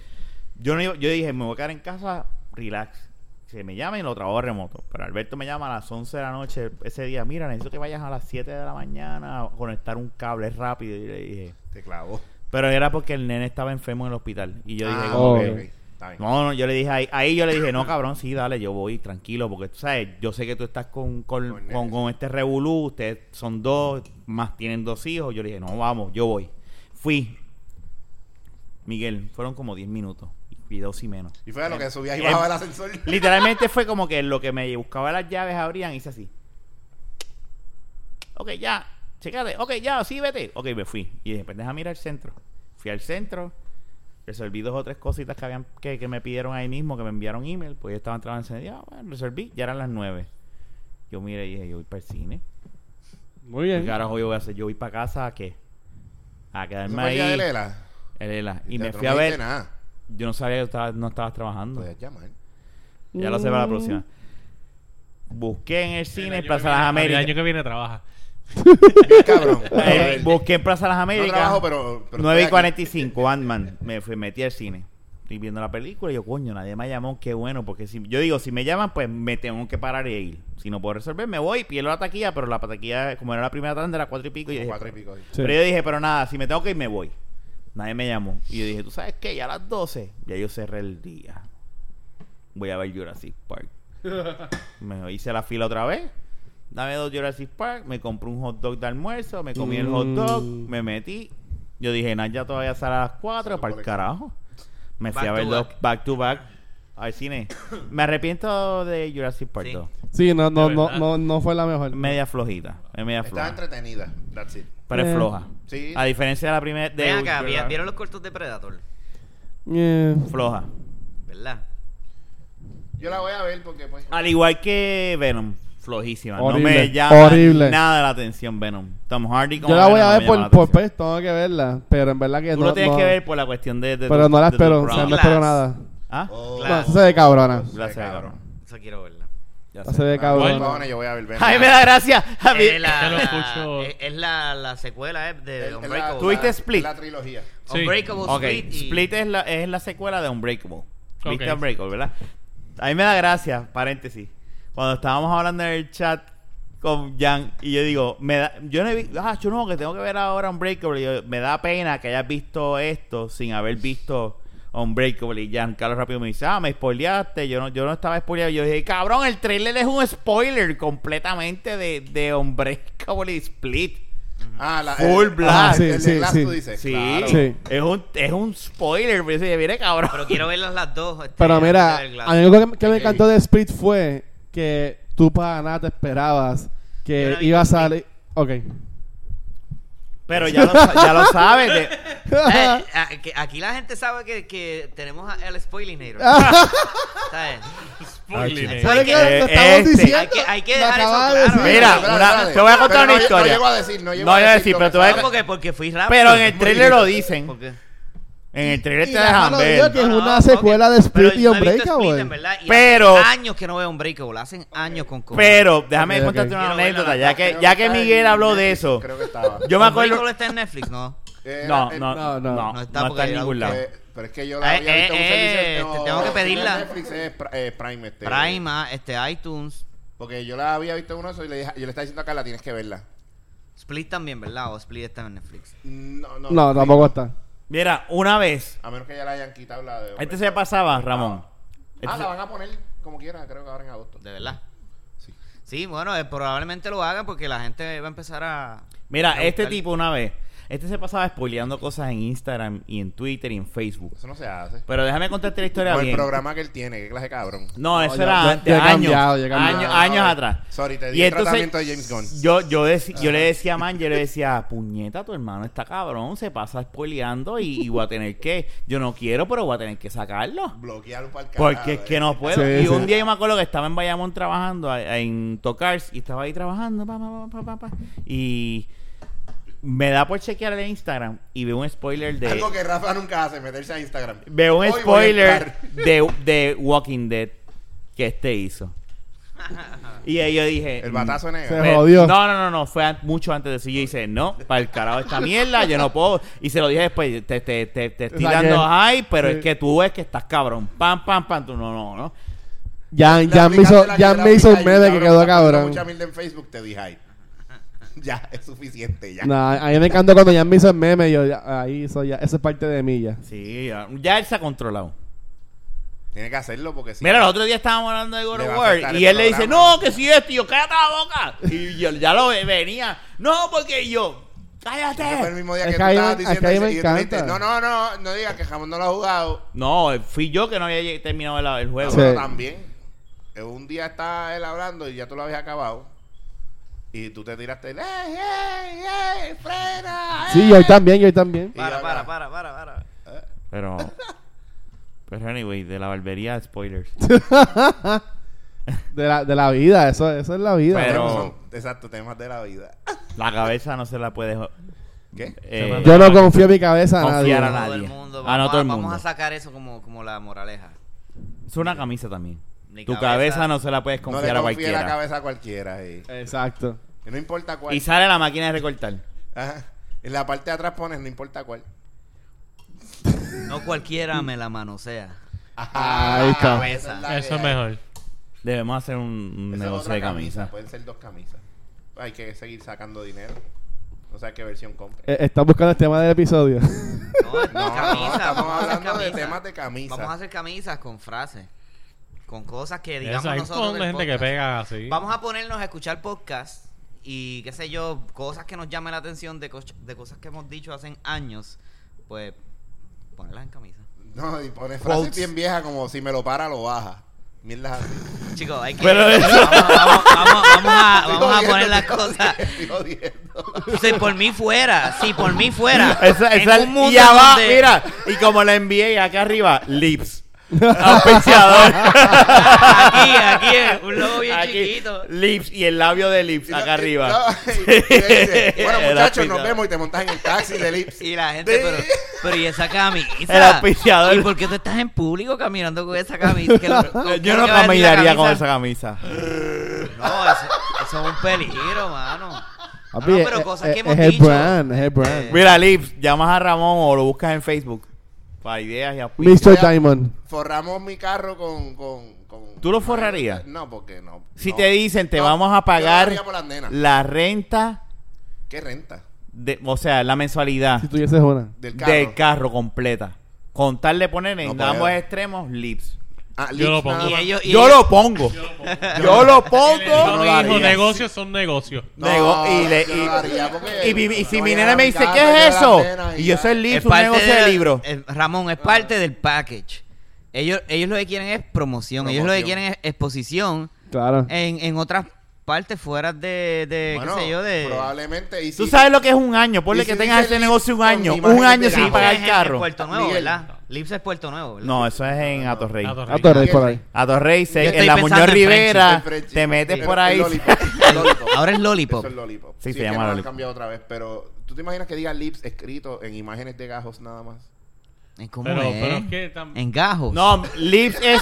yo, no, iba- yo dije, me voy a quedar en casa, relax. Que me llamen y lo trabajo remoto. Pero Alberto me llama a las 11 de la noche ese día. Mira, necesito que vayas a las 7 de la mañana a conectar un cable rápido. Y yo le dije,
Te clavó.
Pero era porque el nene estaba enfermo en el hospital. Y yo dije,
Ah,
como
ok,
que-
ok.
Está bien.
No, no, yo le dije ahí, ahí yo le dije, no, cabrón, sí, dale, yo voy tranquilo, porque tú sabes, yo sé que tú estás con, con,
Con nene.
con- con este revolú, ustedes son dos, más tienen dos hijos. Yo le dije, no, vamos, yo voy. Fui. Miguel, fueron como 10 minutos, y dos y menos.
Y fue a lo que subía y
Eh,
bajaba el ascensor.
Literalmente fue como que lo que me buscaba las llaves abrían y hice así. Ok, ya. Checate. Ok, ya, sí, vete. Ok, me fui. Y dije, pues deja mirar el centro. Fui al centro. Resolví dos o tres cositas que habían que, que me pidieron ahí mismo, que me enviaron email, pues yo estaba entrando en el bueno, resolví, ya eran las nueve. Yo miré y dije, yo voy para el cine.
Muy
¿Qué
bien.
carajo yo voy a hacer? Yo voy para casa a qué? A
Eso
quedarme
fue el día de
ahí.
Lela.
El ELA. Y
Te
me
atro-
fui a
no dijiste
ver.
nada.
Yo no sabía que estaba- no estabas trabajando.
Podías llamar.
Ya lo sé para la próxima. Busqué en el
El
cine
año que
Plaza
viene-
Las
El año
Américas.
que viene trabaja.
Cabrón.
Eh, busqué en Plaza Las
No
Américas.
trabajo, pero. pero
9 y
estoy aquí.
45, Ant-Man. Me fui, metí al cine. Estoy viendo la película y yo, coño, nadie me llamó. Qué bueno, porque si yo digo, si me llaman, pues me tengo que parar y ir. Si no puedo resolver, me voy, pierdo la taquilla, pero la taquilla, como era la primera tanda, era cuatro y pico. Y yo dije,
Cuatro y pico.
Sí.
Pero yo dije, pero nada, si me tengo que ir, me voy. Nadie me llamó. Y yo dije, ¿tú sabes qué? Ya a las 12, ya yo cerré el día. Voy a ver Jurassic Park. me hice la fila otra vez. Dame dos Jurassic Park. Me compré un hot dog de almuerzo. Me comí el hot dog.
Mm.
Me metí. Yo dije, nah, ya todavía sale a las 4.
Salud
Para el
por el-
carajo. Me fui
Back
a ver
to
dos
back.
back to back al cine. Me arrepiento de Jurassic Park
Sí.
2.
Sí, no, no,
De
no,
verdad.
no, no fue la mejor.
Media flojita. Es media floja.
Estaba entretenida. That's it.
Pero es
Eh.
floja.
Sí.
A diferencia de la primera. de
Ven acá,
Jurassic-
vi- ¿vieron los cortos de Predator?
Eh,
floja.
¿Verdad?
Yo la voy a ver porque, pues.
Al igual que Venom, flojísima. no
Horrible,
me llama
horrible.
nada la atención Venom. Tom Hardy como
Yo la voy
Venom
a
no
ver
me llama
por,
la
por
atención.
pues, tengo que verla. Pero en verdad que
Tú
no.
lo tienes
no-
que ver por la cuestión de... de
Pero
tu-
no
de
la
tu
espero, o sea,
programa.
no
Glass.
espero nada.
¿Ah?
No,
Glass.
eso se ve cabrona.
Gracias,
Ay,
cabrón.
Eso quiero verla.
Ya
Eso
sé.
se ve
Bueno,
cabrona.
Bueno, yo voy a ver. Venom.
Ay, me da gracia. A mí-
Es la,
Yo Este lo escucho.
es- es la, la secuela eh,
El-
de
el-
Unbreakable.
¿Tú viste
la-
Split?
La trilogía.
Sí.
Unbreakable
Ok,
Split. y-
Split es la, es la secuela de Unbreakable. ¿Viste
Ok.
Unbreakable, verdad? A mí me da gracia, paréntesis. Cuando estábamos hablando en el chat con Jan y yo digo, me da, yo no he visto, ah, yo no, que tengo que ver ahora Unbreakable. Y yo, me da pena que hayas visto esto sin haber visto Unbreakable. Y Jan Carlos rápido me dice, ah, me spoileaste, yo no, yo no estaba spoileado. Yo dije, cabrón, el trailer es un spoiler completamente de, de Unbreakable y Split.
Ah, la.
Full
el-
Blast.
El, el
Sí,
de Glass,
sí,
tú
sí.
dices.
Sí,
claro.
Sí.
Es, un, es un spoiler, pero yo dije, mire, cabrón.
Pero quiero verlas las dos. este,
Pero
antes
mira,
de ver Glass.
a mí algo que, me- que me encantó de Split fue que tú para nada te esperabas
Yo
que
la vi
iba a
completa.
salir. Ok.
Pero ya lo, sa- ya lo sabes. de-
Eh,
Ah.
a- que- aquí la gente sabe que, que tenemos a- al spoilinator. ¿Sabes?
¿Sabes
Hay
Ah,
qué?
que-
Lo estamos
este-
diciendo.
Hay que- hay que
Lo
dejar eso
acabas
claro.
decir.
Mira,
Espérate,
una-
espérate.
te voy a contar
Pero
una
no lle-
historia.
No llego a decir, no llego
No
a
llego a
decir.
decir,
lo
pero
que
te voy a-
No,
sabe.
porque, porque fui rápido.
Pero en el trailer lo dicen.
Porque-
En el trailer
Y
te
la
dejan
mano de Dios
ver.
que es
No, no,
una
ok.
secuela de Split
Pero
y
yo no he visto
Unbreakable.
Split, en verdad, y
Pero-
Hace años que no veo Unbreakable. Hacen años con cojones.
Pero déjame
Ok, ok.
contarte una
Quiero verla,
anécdota,
la-
ya
la-
que,
Creo
ya
está
que
en
Miguel habló de
Netflix,
eso.
Creo que estaba.
Yo me
Unbreakable
acuerdo...
está en Netflix, ¿no?
Eh,
No,
eh,
no,
no,
no,
no.
no
No está
está
porque
en
la
ningún lado.
eh, pero es que yo la
Eh,
había visto
eh,
un servicio-
eh,
no,
te tengo que
no,
pedirla.
Netflix es pr- eh, Prime. Este,
Prime, ah, este, iTunes.
Porque yo la había visto en uno de esos y le, dije- yo le estaba diciendo acá, la tienes que verla.
Split también, ¿verdad? O Split está en Netflix.
No, no.
No, tampoco está.
Mira, una vez,
A menos que ya la hayan quitado la de.
este se pasaba, Ramón.
Ah,
Este
la
se-
van a poner como quiera, creo que ahora en agosto.
De verdad.
Sí.
Sí, bueno, eh, probablemente lo hagan porque la gente va a empezar a.
Mira,
a
este
buscar.
tipo una vez, este se pasaba spoileando cosas en Instagram y en Twitter y en Facebook.
Eso no se hace.
Pero déjame contarte la historia
Con el
bien.
programa que él tiene, que clase de cabrón.
No,
No,
eso
ya-
era
ya-
antes,
ya he
años,
cambiado, ya he cambiado.
años,
Ah,
años
ok.
atrás.
Sorry, te di
Y
el
entonces,
tratamiento de James Gunn. Ah.
Yo, yo, dec- yo le decía a Man, yo le decía, puñeta, tu hermano está cabrón, se pasa spoileando y, y voy a tener que, yo no quiero, pero voy a tener que sacarlo.
Bloquearlo para el carajo.
Porque es que
eh.
no puedo. y
Sí, sí.
un día yo me acuerdo que estaba en Bayamón trabajando a- a- en Tocars y estaba ahí trabajando. pa, pa, pa, pa, pa, pa, y me da por chequear el Instagram y veo un spoiler de.
Algo que Rafa nunca hace, meterse a Instagram.
Veo un
Hoy voy a
spoiler
estar.
de, de Walking Dead que este hizo. Y ahí yo dije.
El batazo
mm,
negro.
Se-
pero-
jodió.
No, no, no, no, fue an- mucho antes de eso. Y yo hice, no, para el carajo esta mierda, yo no puedo. Y se lo dije después, te, te, te, te estoy
Saqué.
dando hype, pero
Sí.
es que tú es que estás cabrón. Pam, pam, pam, tú no, no, no.
Jan,
Le
Jan me hizo,
aplicaste la
Jan
que
me hizo
Rafa
un
hizo,
meme que quedó
te acuerdas
cabrón.
Mucha mierda en Facebook te di hype. ya, es suficiente, ya.
No, a mí me encantó cuando Jan me hizo el meme. Yo, ya, ahí soy ya. Eso es parte de mí ya.
Sí, ya, ya él se ha controlado.
Tiene que hacerlo porque si
Mira, el
no-
otro día estábamos hablando de God
Le va
of
a
War
afectar
y
el
él le dice,
programa.
no, que si esto, y yo, cállate la boca. Y yo ya lo ve- venía, no, porque yo,
Ese fue el
cállate.
mismo día
Es
que
que
tú
a mí
estabas
me- es
diciendo
que a mí
eso
me
y tú dijiste,
encanta.
No, no, no, no digas que Jamón no lo ha jugado.
No, fui yo que no había lleg- terminado el, el juego.
Sí.
Pero también, eh, un día está él hablando y ya tú lo habías acabado. Y tú te tiraste, ¡ey, ey, ey! ¡Frena!
Sí,
ey".
yo también, yo también.
Y yo
Para,
acá.
para, para, para, para.
Pero, pero anyway, de la barbería, spoilers.
De la, de la vida, eso, eso es la vida.
Pero-
Son- Exacto, temas de la vida.
La cabeza no se la puede jo-
¿Qué?
eh,
Yo no confío en mi cabeza a nadie.
Confiar a
Todo el
nadie.
mundo.
Ah, no,
Vamos,
todo
a,
el
vamos
mundo.
a sacar eso como, como la moraleja.
Es una camisa también.
Ni
tu cabeza,
cabeza
no se la puedes
No
confiar
le
a
confíe la
cualquiera.
cabeza a cualquiera. eh.
Exacto.
Y No importa cuál.
Y sale la máquina de recortar.
Ajá. En la parte de atrás pones, no importa cuál.
No cualquiera me la manosea.
Ajá,
Ah,
Ahí está.
esa la
Eso es
que hay.
mejor.
Debemos hacer un, un
Esa es pues.
negocio
otra
de camisa.
Pueden ser dos camisas. Hay que seguir sacando dinero. No sé qué versión compre.
Eh, están buscando el tema del episodio.
No, es
No,
camisa.
estamos
vamos a hacer
hablando de
camisa.
temas de camisa.
Vamos a hacer camisas con frases. Con cosas que digamos
Eso, hay un
nosotros.
montón
del
de gente que
podcast.
pega así.
Vamos a ponernos a escuchar podcast y qué sé yo, cosas que nos llamen la atención de, coch- de cosas que hemos dicho hace años. Pues ponerlas en camisa.
No, y pones frases
Quotes.
bien viejas como si me lo para, lo baja. Mierdas así.
Chicos, hay que.
Pero eso-
Vamos, vamos- vamos- vamos a,
Estoy
vamos a
jodiendo,
poner las
estoy
cosas.
jodiendo, estoy jodiendo.
Si por mí fuera, si por mí fuera.
Esa-
en
esa-
un mundo
y abajo,
donde-
mira, y como la envié acá arriba, lips. A un pensador.
Aquí, aquí, un logo bien
Aquí,
chiquito.
Lips y el labio de lips
Y no-
acá
y-
arriba.
no, y dice, bueno,
El
muchachos, nos
auspiciador.
vemos y te montas en el taxi de Lips.
Y la gente,
De-
pero, pero ¿y esa camisa?
El auspiciador.
¿Y por qué tú estás en público caminando con esa camisa? Que lo- ¿con qué
Yo no
lo que va a decir la
caminaría con esa
camisa?
camisa.
No, eso, eso es un peligro, mano.
Papi,
no, pero
eh,
cosas
eh,
que hemos
es el
dicho.
brand, es el brand.
Mira, Lips, llamas a Ramón o lo buscas en Facebook. Para ideas y auspicios.
Mr. Diamond.
Forramos mi carro con... con, con-
¿Tú lo forrarías?
No, porque no.
Si
no.
te dicen, te
No,
vamos
yo
a
lo
pagar
haría por las nenas.
la renta,
¿Qué renta?
de, o sea, la mensualidad
Si tuvieses una.
Del carro.
del carro completa. Con tal de poner en
No
ambos
puedo.
extremos Lips.
Ah,
Yo lo pongo.
nada
Y eh,
más.
ellos, y
Yo
ellos-
lo pongo. Yo lo pongo.
Yo
No lo
digo,
haría.
negocios son negocios.
No,
Nego- y, le-
yo no lo haría porque-
y- y mi- y si
no
mi
voy a
nena me
mi
dice,
casa,
¿qué es
yo
eso?
las nenas y
Y yo
ya.
soy el
es
Lips, un
parte
negocio de
del-
libro.
eh, Ramón, es parte del package. Ellos, ellos lo que quieren es promoción, ellos lo que
Promoción.
quieren es exposición
Claro.
en, en otras partes fuera de, de
Bueno,
qué sé yo, de...
probablemente. Y si,
Tú sabes lo que es un año.
y
Ponle que
si
tengas
dice
ese
Lips
negocio un
con
año.
imagen
Un
de
año sin
gato.
pagar
en-
el
en
carro.
Puerto Nuevo,
Miguel,
¿verdad? Lips es Puerto Nuevo, ¿verdad?
No, eso es en Atorrey.
Atorrey.
A Torres Ah, por ahí.
Atorrey, se-
Yo estoy
en la
pensando
Muñoz
en Frenchy,
Soy
Rivera,
Frenchy.
te metes
Pero
por
es
ahí.
Lollipop, es Lollipop.
Ahora es Lollipop.
Eso es Lollipop.
Sí, se
es que
llama
no lo han
Lollipop.
cambiado otra vez, pero ¿tú te imaginas que diga Lips escrito en imágenes de gajos nada más?
¿Y ¿Cómo
Pero,
es?
pero es que también.
En gajos. Ah,
No, Lips es...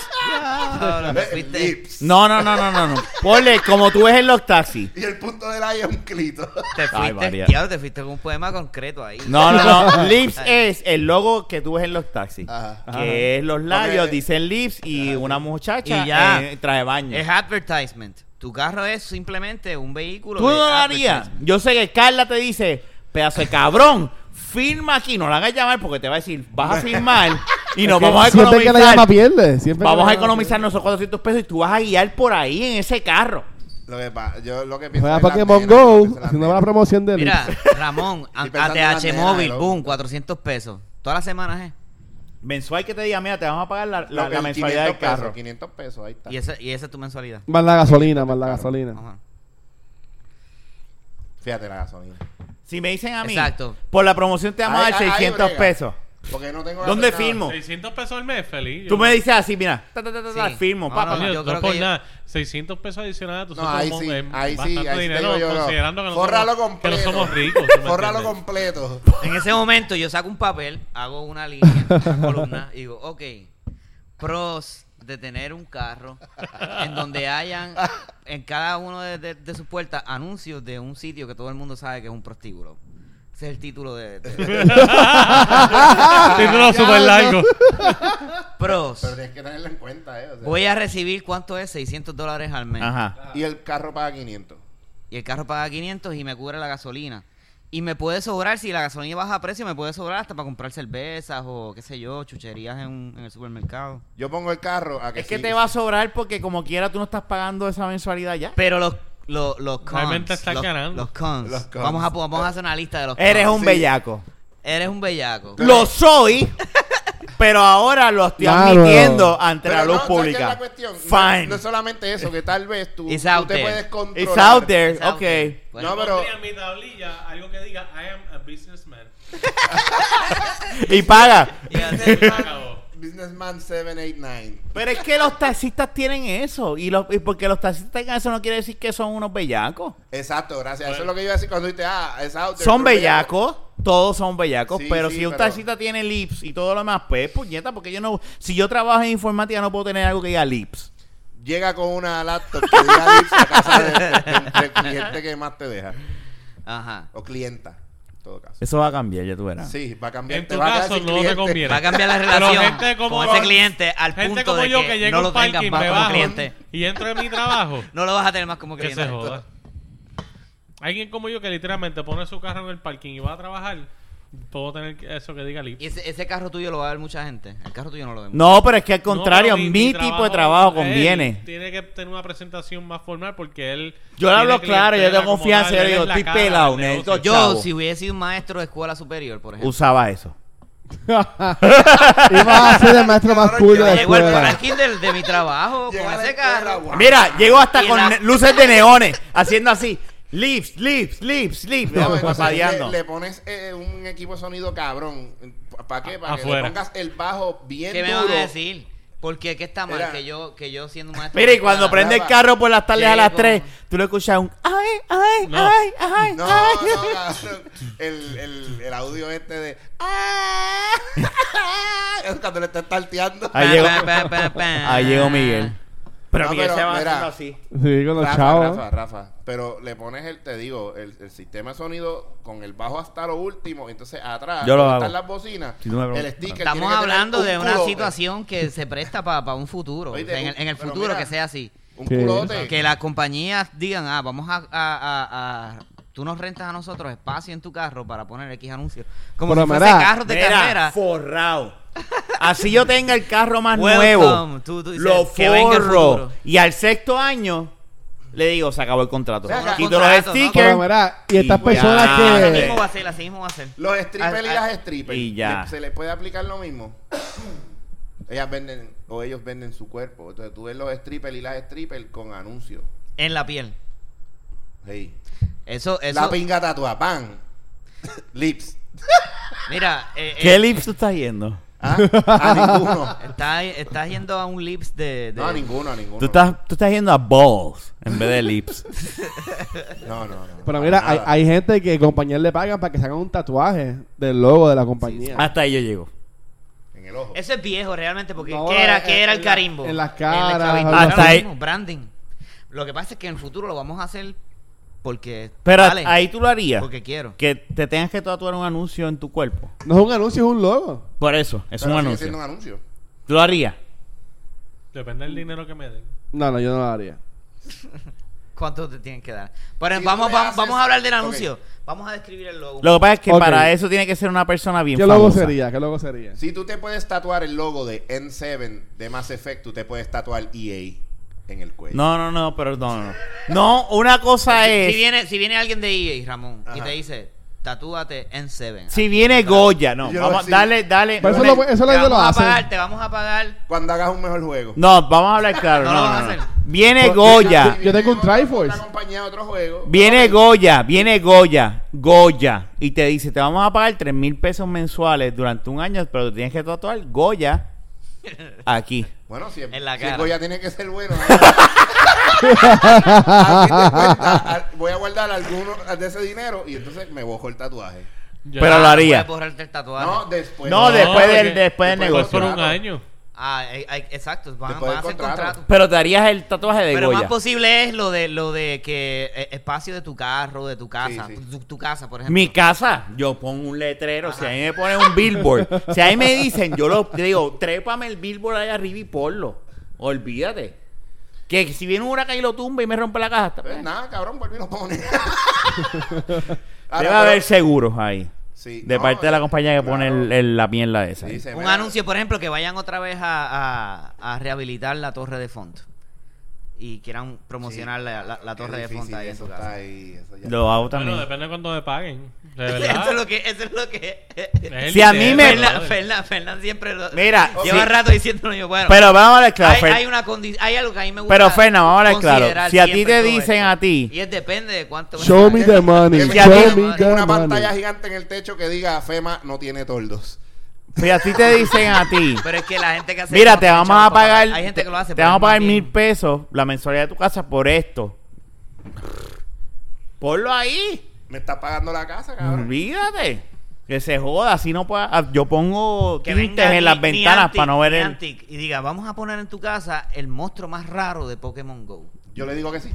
Cabrón, ¿viste?
Lips.
No, no, no, no, no, no. Ponle, como tú ves en los taxis.
Y el punto del I es un clito.
Te fuiste,
María.
diablo, te fuiste con un poema concreto ahí.
No, no, no. Lips es el logo que tú ves en los taxis.
Ajá.
Que es los labios,
Ok.
dicen lips y una muchacha
Y ya.
en traje baño.
Es advertisement. Tu carro es simplemente un vehículo.
Tú
de
no lo harías.
advertisement.
Yo sé que Carla te dice, pedazo de cabrón, firma aquí, no la hagas llamar porque te va a decir, vas a firmar y nos vamos a
Siempre que la
economizar.
llama pierde. Siempre que
Vamos
la
a
llama,
economizar
pierde.
nuestros 400 pesos y tú vas a guiar por ahí en ese carro.
Lo que pa- yo lo que pienso
Juega
es la
Pokémon
nena, yo pienso
Go
en la
haciendo
nena.
la promoción de él.
Mira, Ramón, a-
pensando en las
ATH
nenas,
móvil,
loco.
boom, 400 pesos. Todas las semanas, ¿eh?
Mensual que te diga, mira, te vamos a pagar la, la-
Lo que
la
es
mensualidad
500
del carro.
Pesos, 500 pesos, ahí está.
Y esa, y esa es tu mensualidad.
Más la gasolina, más la gasolina.
Ajá.
Fíjate la gasolina.
Si me dicen a mí,
Exacto.
por la promoción te vamos a
Ahí-
dar
ahí
600
brega.
pesos.
Porque no tengo
¿Dónde
gasolina.
firmo?
600 pesos al mes, feliz.
Tú me dices así, mira, ta, ta, ta, ta, ta,
Sí.
firmo,
No,
papá.
no,
Coño,
yo
no
creo
por
que-
nada. 600 pesos adicionales a tu
No, ahí sí, ahí sí, ahí sí te
dinero,
digo yo, no.
considerando que no,
Fórralo
somos, que no
completo.
somos ricos. ¿me
Forralo
entiendes?
completo.
En ese momento yo saco un papel, hago una línea, una columna, y digo, ok, pros de tener un carro en donde hayan en cada uno de, de- de sus puertas anuncios de un sitio que todo el mundo sabe que es un prostíbulo. Ese es el título de, de-
Título súper largo.
pros.
Pero tienes que tenerlo en cuenta, eh. o sea.
Voy a recibir, ¿cuánto es? 600 dólares al mes.
Ajá.
Y el carro paga 500.
Y el carro paga 500 y me cubre la gasolina. Y me puede sobrar, si la gasolina baja de precio, me puede sobrar hasta para comprar cervezas o qué sé yo, chucherías en, un- en el supermercado.
Yo pongo el carro a que
Es que
sí-
te va a sobrar porque como quiera tú no estás pagando esa mensualidad ya.
Pero los, los, los cons.
Realmente estás
los,
ganando.
los cons.
Los cons.
Vamos, a, po- vamos a hacer una lista de los
Eres
Ah,
cons.
un bellaco.
Eres un bellaco.
Pero-
Lo soy, pero ahora lo estoy
Claro.
admitiendo ante
Pero
la luz
no, ¿sabes qué es
pública.
la cuestión?
Fine.
No, no es solamente eso, que tal vez tú,
It's
tú
out
te
there.
puedes controlar.
It's out there,
Exacto.
ok.
Bueno,
No, pero-
Pondría en mi tablilla algo que diga, I am a businessman.
Y paga.
y hacer-
Se acabó.
Businessman 789.
Pero es que los taxistas tienen eso. Y, los, y porque los taxistas tengan eso no quiere decir que son unos bellacos.
Exacto, gracias. Eso es lo que yo iba a decir cuando dijiste, ah, es out there.
Son
tú eres
bellacos. Todos son bellacos,
Sí,
pero
sí,
si un
pero-
taxista tiene lips y todo lo demás, pues puñeta, porque yo no, si yo trabajo en informática no puedo tener algo que diga lips.
bellaco. Llega con una laptop que diga Lips a casa de- de- del cliente que más te deja.
Ajá.
O clienta, en todo caso.
Eso va a cambiar, ya tú
Ah.
verás.
Sí, va a cambiar.
En
te
tu
va a quedar
caso
sin
no te
cliente.
conviene.
Va a cambiar la
Pero
relación
gente como-
con ese cliente al
Gente
punto
como
de
yo
que,
que, llego
no
a
lo
un parking,
tengas más
me
como
bajo
cliente.
y entro en mi trabajo.
No lo vas a tener más como
que
cliente.
se joda. Alguien como yo que literalmente pone su carro en el parking y va a trabajar, puedo tener eso que diga
Y
libre.
ese, ese carro tuyo lo va a ver mucha gente. El carro tuyo no lo ve. mucha
No, pero es que al contrario, mi, tipo de trabajo conviene.
Tiene que tener una presentación más formal porque él.
Yo le
tiene
hablo claro, yo
clientela
tengo
como
confianza,
tal,
yo
él
digo,
es la
estoy
cara del
pelado,
negocio.
necesito
Yo,
Chavo.
si hubiese sido un maestro de escuela superior, por ejemplo.
Usaba eso.
Y vas a ser el maestro más cool de la
Llego al
escuela.
ranking del- de, mi trabajo con
Llegar a la
ese
escuela,
carro.
guau.
Mira, llego hasta
Y
con
la-
ne- luces de neones, haciendo así. Lips, lips, lips, lips.
No, entonces
parpadeando.
pues, le, le pones eh, un equipo de sonido cabrón. ¿Para qué? Para que le
Afuera.
pongas el bajo bien
¿Qué me
duro.
van a decir? Porque qué está mal
Era-
que yo que yo siendo un maestro.
Mira, y
de
cuando
escuela-
prende el carro por las tardes a las
Llego.
3, tú le escuchas un ay, ay,
No.
ay, ay,
No,
ay.
no, cabrón. El, el, el audio este de. Es cuando le estás tarteando.
Ahí llegó,
Pa, pa, pa, pa.
ahí llegó Miguel. Pero
No,
Miguel
pero
se va
mira.
haciendo así.
Sí, con los
Rafa,
chavos.
Rafa, Rafa. Pero le pones el, te digo, el, el sistema de sonido con el bajo hasta lo último. Entonces atrás
Yo lo
donde
hago.
están las bocinas.
Si tú me
el
preguntas.
sticker. tiene
Estamos
que tener
hablando
un
de una
culo-
situación que se presta para un futuro.
Oíste,
O sea, en el, en el
pero
futuro
mira.
que sea así.
Un
Sí.
culote.
Que las compañías digan, ah, vamos a, a- a- a- Tú nos rentas a nosotros espacio en tu carro para poner X anuncios. Como
Pero
si fuese
mira,
carros de
Mira,
carrera.
forrado. Así yo tenga el carro más
Welcome,
nuevo.
tú- tú dices,
lo
que venga el
forro.
futuro.
Y al sexto año le digo, se acabó el contrato.
Se acabó el
Quito los
contrato, ¿no?
stickers.
Pero mira, y estas
Y
personas
ya.
Así
que.
mismo va a ser, así mismo va a ser.
Los strippers y
Ah, ah,
las strippers.
y ya.
¿le- ¿Se les puede aplicar lo mismo? Ellas venden, o ellos venden su cuerpo. Entonces tú ves los strippers y las strippers con anuncios.
En la piel.
Hey.
Eso, eso.
La pinga tatuada, pan. Lips.
Mira, eh, eh,
¿Qué lips tú estás yendo?
¿Ah? A ninguno.
Estás está yendo a un lips de. de-
No, a ninguno, a ninguno.
Tú estás, tú estás yendo a balls en vez de lips.
No, no, no.
Pero
para
mira, hay,
nada.
hay gente que compañías le pagan para que se hagan un tatuaje del logo de la compañía.
Hasta ahí yo llego.
En el ojo.
Eso es viejo realmente, porque
No,
¿qué era,
eh,
en-
qué era el
en la-
carimbo?
en las
El
caras,
esclavitud.
algo
Ahora
así.
mismo, branding. Lo que pasa es que en el futuro lo vamos a hacer porque.
Pero
vale,
ahí tú lo harías.
Porque quiero.
Que te tengas que tatuar un anuncio en tu cuerpo.
No es un anuncio, es un logo.
Por eso, es un
Pero sigue
anuncio.
siendo un anuncio.
¿Tú lo harías?
Depende del dinero que me den.
No, no, yo no lo haría.
¿Cuánto te tienen que dar? Pero
Si
vamos,
tú le
vamos,
haces-
vamos a hablar del
Ok.
anuncio. Vamos a describir el logo.
Lo que pasa es que
Ok.
para eso tiene que ser una persona bien
¿Qué logo
famosa.
sería? ¿Qué logo sería?
Si tú te puedes tatuar el logo de N7 de Mass Effect, tú te puedes tatuar EA en el cuello.
No, no, no, pero no, no. No, una cosa
si,
es...
si viene, si viene alguien de EA, Ramón, y
Ajá.
te dice, tatúate en Seven.
Si viene Goya, no.
Yo
Vamos, a-
sí.
Dale, dale.
Pero eso,
dale.
lo, eso
te
la gente
vamos
lo
a
hace.
pagar, te vamos a pagar.
Cuando hagas un mejor juego.
No, vamos a hablar claro.
No
No,
lo vas a
no, no.
hacer.
Viene
Porque-
Goya.
Yo tengo un Triforce.
Una compañía de otro juego.
Viene Goya, viene Goya, Goya, y te dice, te vamos a pagar 3 mil pesos mensuales durante un año, pero te tienes que tatuar Goya aquí.
Bueno, si,
En la
si
cara.
el Goya tiene que ser bueno. ¿no? A fin de cuentas, a- voy a guardar alguno de ese dinero y entonces me bojo el tatuaje.
Yo-
Pero lo haría.
Ah, Puedes borrarte el tatuaje.
No, después.
No, después del,
porque-
después del
después
Fue
negocio.
por un
Contrato.
año.
Ah, eh, eh, exacto, van,
Después
van a
del
hacer
contrato.
contrato.
Pero te harías el tatuaje de
Pero
Goya.
más posible es lo de lo de que eh, espacio de tu carro, de tu casa,
Sí, sí.
Tu, tu casa, por ejemplo.
Mi casa, yo pongo un letrero, si a mí me ponen un billboard, si a mí me dicen, yo lo yo digo, trépame el billboard allá arriba y ponlo. Olvídate. Que si viene un huracán y lo tumba y me rompe la eh, caja, está
Pues
bien.
nada, cabrón, vuelve y lo pone.
Debe haber seguros ahí.
Sí,
de
no,
parte de la compañía que
claro.
pone el- el- la mierda esa. ahí.
Un anuncio, por ejemplo, que vayan otra vez a, a- a rehabilitar la torre de font. Y quieran promocionar la, la- la torre de font ahí en
eso
su
está
casa.
ahí. Eso ya.
Lo hago
Bueno,
también.
depende de cuánto me paguen. De
Eso es
verdad.
lo que... Eso es lo que
Es el
Si a mí me-
dinero,
Fernan,
brother.
Fernan- Fernan siempre lo-
Eh, Mira,
lleva
sí.
rato diciéndonos yo, bueno,
Pero vamos a hablar claro.
hay,
Fer-
hay una condi- hay algo que a mí me gusta
Pero, Fernan, vamos a hablar claro.
considerar
Si a ti
siempre
te
todo
dicen
esto.
a ti-
Y es depende de cuánto... me
Show
paguen.
me the money.
Que me
Ya
Show
pongan
me the
una
money.
pantalla gigante en el techo que diga FEMA no tiene toldos.
Si a ti te dicen a ti,
Pero es que la gente que hace...
mira, te
eso tiene
vamos
chavos
a
para pagar.
pagar,
Hay gente que lo hace.
te
pero
vamos a
más
pagar
bien-
mil pesos la mensualidad de tu casa por esto. Ponlo ahí.
Me está pagando la casa, cabrón.
Olvídate. Que se joda, así no pueda. ah, Yo pongo
que
tintes
venga
en las
Ni-
ventanas
Niantic-
para no ver el.
Niantic y diga, vamos a poner en tu casa el monstruo más raro de Pokémon Go.
Yo le digo que sí.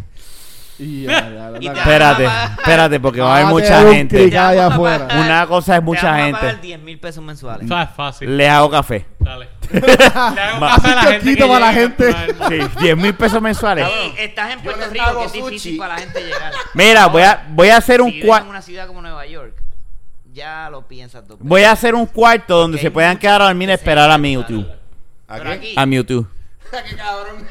Y ya, ya, la-
Y te-
Espérate,
Vamos a pagar.
espérate, porque va a haber
Ah,
mucha
tiene un
gente.
clic allá
Te vamos a
afuera.
pagar-
Una cosa es
te
mucha
vamos a
gente.
pagar 10 mil pesos mensuales.
Eso es fácil.
Les hago café.
Dale. Le hago caso a la
Más
gente que
choquito para la
llega a
gente.
comprar.
Sí, 10 mil pesos mensuales.
Y estás en
Yo
Puerto
les
Rico,
pago
que es difícil
sushi.
para la gente llegar.
Mira, voy a, voy a hacer
Si
un
vives
cuarto.
en una ciudad como Nueva York, ya lo piensas dos veces.
Voy a hacer un cuarto donde
Ok.
se puedan quedar a dormir y esperar a Mewtwo.
¿A
Pero aquí,
A Mewtwo.
qué cabrón?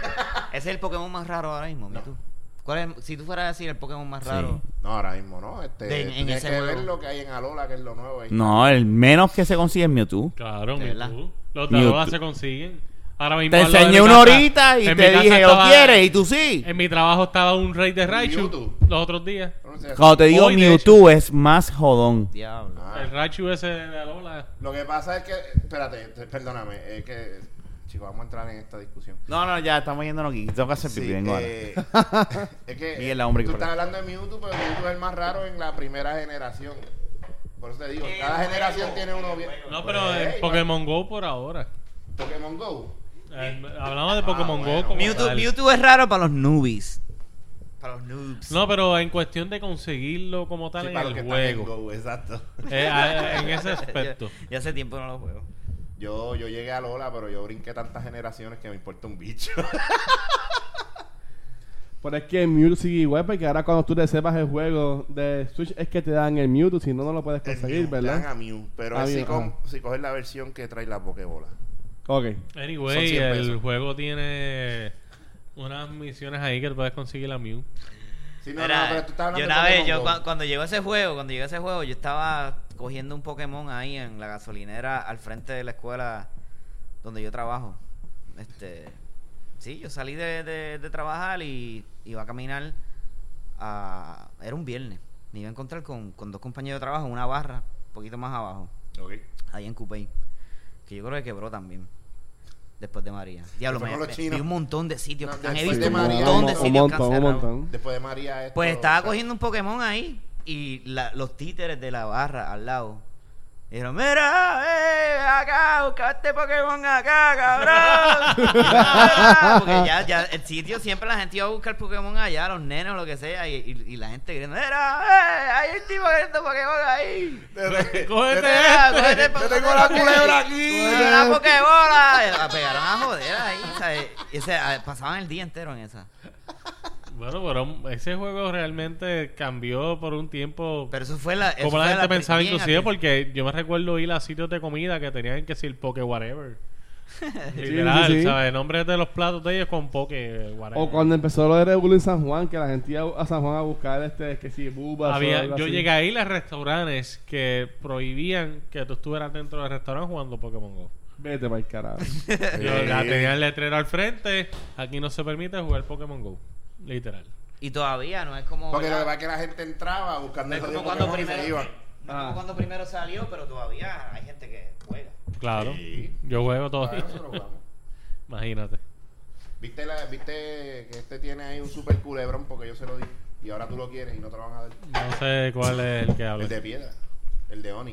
ese es el Pokémon más raro ahora mismo, Mewtwo. ¿Cuál es, si tú fueras a decir el Pokémon más
Sí.
raro,
no, ahora mismo no. Este,
De- en
tú tienes
ese
que
juego.
ver lo que hay en Alola, que es lo nuevo. ahí.
No, el menos que se consigue es Mewtwo.
Claro,
De verdad.
Mewtwo. Los
Mewtwo.
Darolas se consiguen. Ahora mismo
Te
al lado de
enseñé
mi
una
casa-
horita y
en mi
te
casa
dije, ¿lo
estaba-
quieres? Y tú sí.
En mi trabajo estaba un rey de
Mewtwo.
Raichu los otros días.
No sé,
Cuando te digo
Hoy, de
Mewtwo es más jodón.
diablo.
Ah.
El Raichu ese de Alola.
Lo que pasa es que, espérate, te- perdóname, es que, chicos, vamos a entrar en esta discusión.
No, no, ya estamos yéndonos aquí. Tengo que hacer
Sí,
pipí. vengo ahora.
eh, es que
Miguel, la hombre que
tú estás
fuera.
hablando de Mewtwo, pero Mewtwo es el más raro en la primera generación. Por eso te digo,
El
cada
juego,
generación tiene uno bien.
No, pero
Pues,
en
hey,
Pokémon Go por ahora.
Pokémon Go.
Eh, hablamos de Pokémon
Ah, bueno.
Go como
Mewtwo,
tal.
Mewtwo es raro para los newbies. Para los noobs.
No, pero en cuestión de conseguirlo como tal
Sí,
en
para los que
el
están en
juego.
Go, exacto.
Eh, a- en ese
ya,
aspecto.
ya hace tiempo no lo juego.
Yo, yo llegué a Lola, pero yo brinqué tantas generaciones que me importa un bicho.
Pero es que Mewtwo sigue igual, porque ahora cuando tú le sepas el juego de Switch es que te dan el Mewtwo, si no, no lo puedes
El
conseguir,
Mew, te dan
¿verdad?
a Mew, pero
A
es si,
Mew,
con-
ajá.
si coges la versión que trae la Pokébola.
Ok.
Son
Anyway,
100
el
pesos.
juego tiene unas misiones ahí que puedes conseguir la Mew.
Sí, no,
Mira,
no, pero tú estás hablando
yo
de
una vez,
Pokémon
yo
Go.
cua- cuando llegó ese juego, cuando llegó ese juego, yo estaba cogiendo un Pokémon ahí en la gasolinera al frente de la escuela donde yo trabajo. Este, sí, yo salí de, de- de trabajar y iba a caminar a, era un viernes. Me iba a encontrar con, con dos compañeros de trabajo en una barra, un poquito más abajo,
Ok.
ahí en Coupey. que yo creo que quebró también. Después de María. Diablo,
Fue
me,
con los
me-
chinos.
vi un montón de sitios.
No,
que han he
después
visto
de
un
María.
montón de
Un
sitios que han cerrado.
Después de María. esto,
Pues
o
estaba
sea,
cogiendo un Pokémon ahí y la- los títeres de la barra al lado. Dijeron, mira, eh, acá, busca este Pokémon acá, cabrón. Mira, Porque ya, ya el sitio siempre la gente iba a buscar Pokémon allá, los nenes o lo que sea, y, y- y la gente gritando, mira, eh, hay un tipo queriendo Pokémon ahí.
Eh,
Cógete
Mira, cógete
Yo
este.
Pokémon
tengo la
aquí".
culebra aquí.
Cógete la Pokébola. La pegaron a joder ahí, ¿sabes? Y ese- ah, pasaban el día entero en esa.
Bueno, pero ese juego realmente cambió por un tiempo.
Pero eso fue la. eso
como la
fue
gente
pri-
pensaba,
bien al
inclusive,
principio.
porque yo me recuerdo ir a sitios de comida que tenían que decir Poke Whatever.
sí,
Literal,
sí.
¿sabes? Nombres de los platos de ellos con Poke Whatever.
O cuando empezó lo de Regulo en San Juan, que la gente iba a San Juan a buscar este, que si bubas. o
Había-
algo
yo
así.
llegué a ir a restaurantes que prohibían que tú estuvieras dentro del restaurante jugando Pokémon Go.
Vete para el carajo.
Yo
Eh.
Sí.
la tenía el letrero al frente. Aquí no se permite jugar Pokémon Go. Literal.
Y todavía no es como.
Porque lo que
¿verdad?
pasa es que la gente entraba buscando
no es
esos
como
diez
cuando
Pokémon y
primero.
se iba.
no
Ah.
es como cuando primero salió, pero todavía hay gente que juega.
Claro.
Sí.
Yo juego todo.
Claro, nosotros jugamos.
Imagínate.
¿Viste, la, ¿Viste que este tiene ahí un super culebrón porque yo se lo di? Y ahora tú lo quieres y no te lo van a dar.
No sé cuál es el que habla.
El de piedra. El de Oni.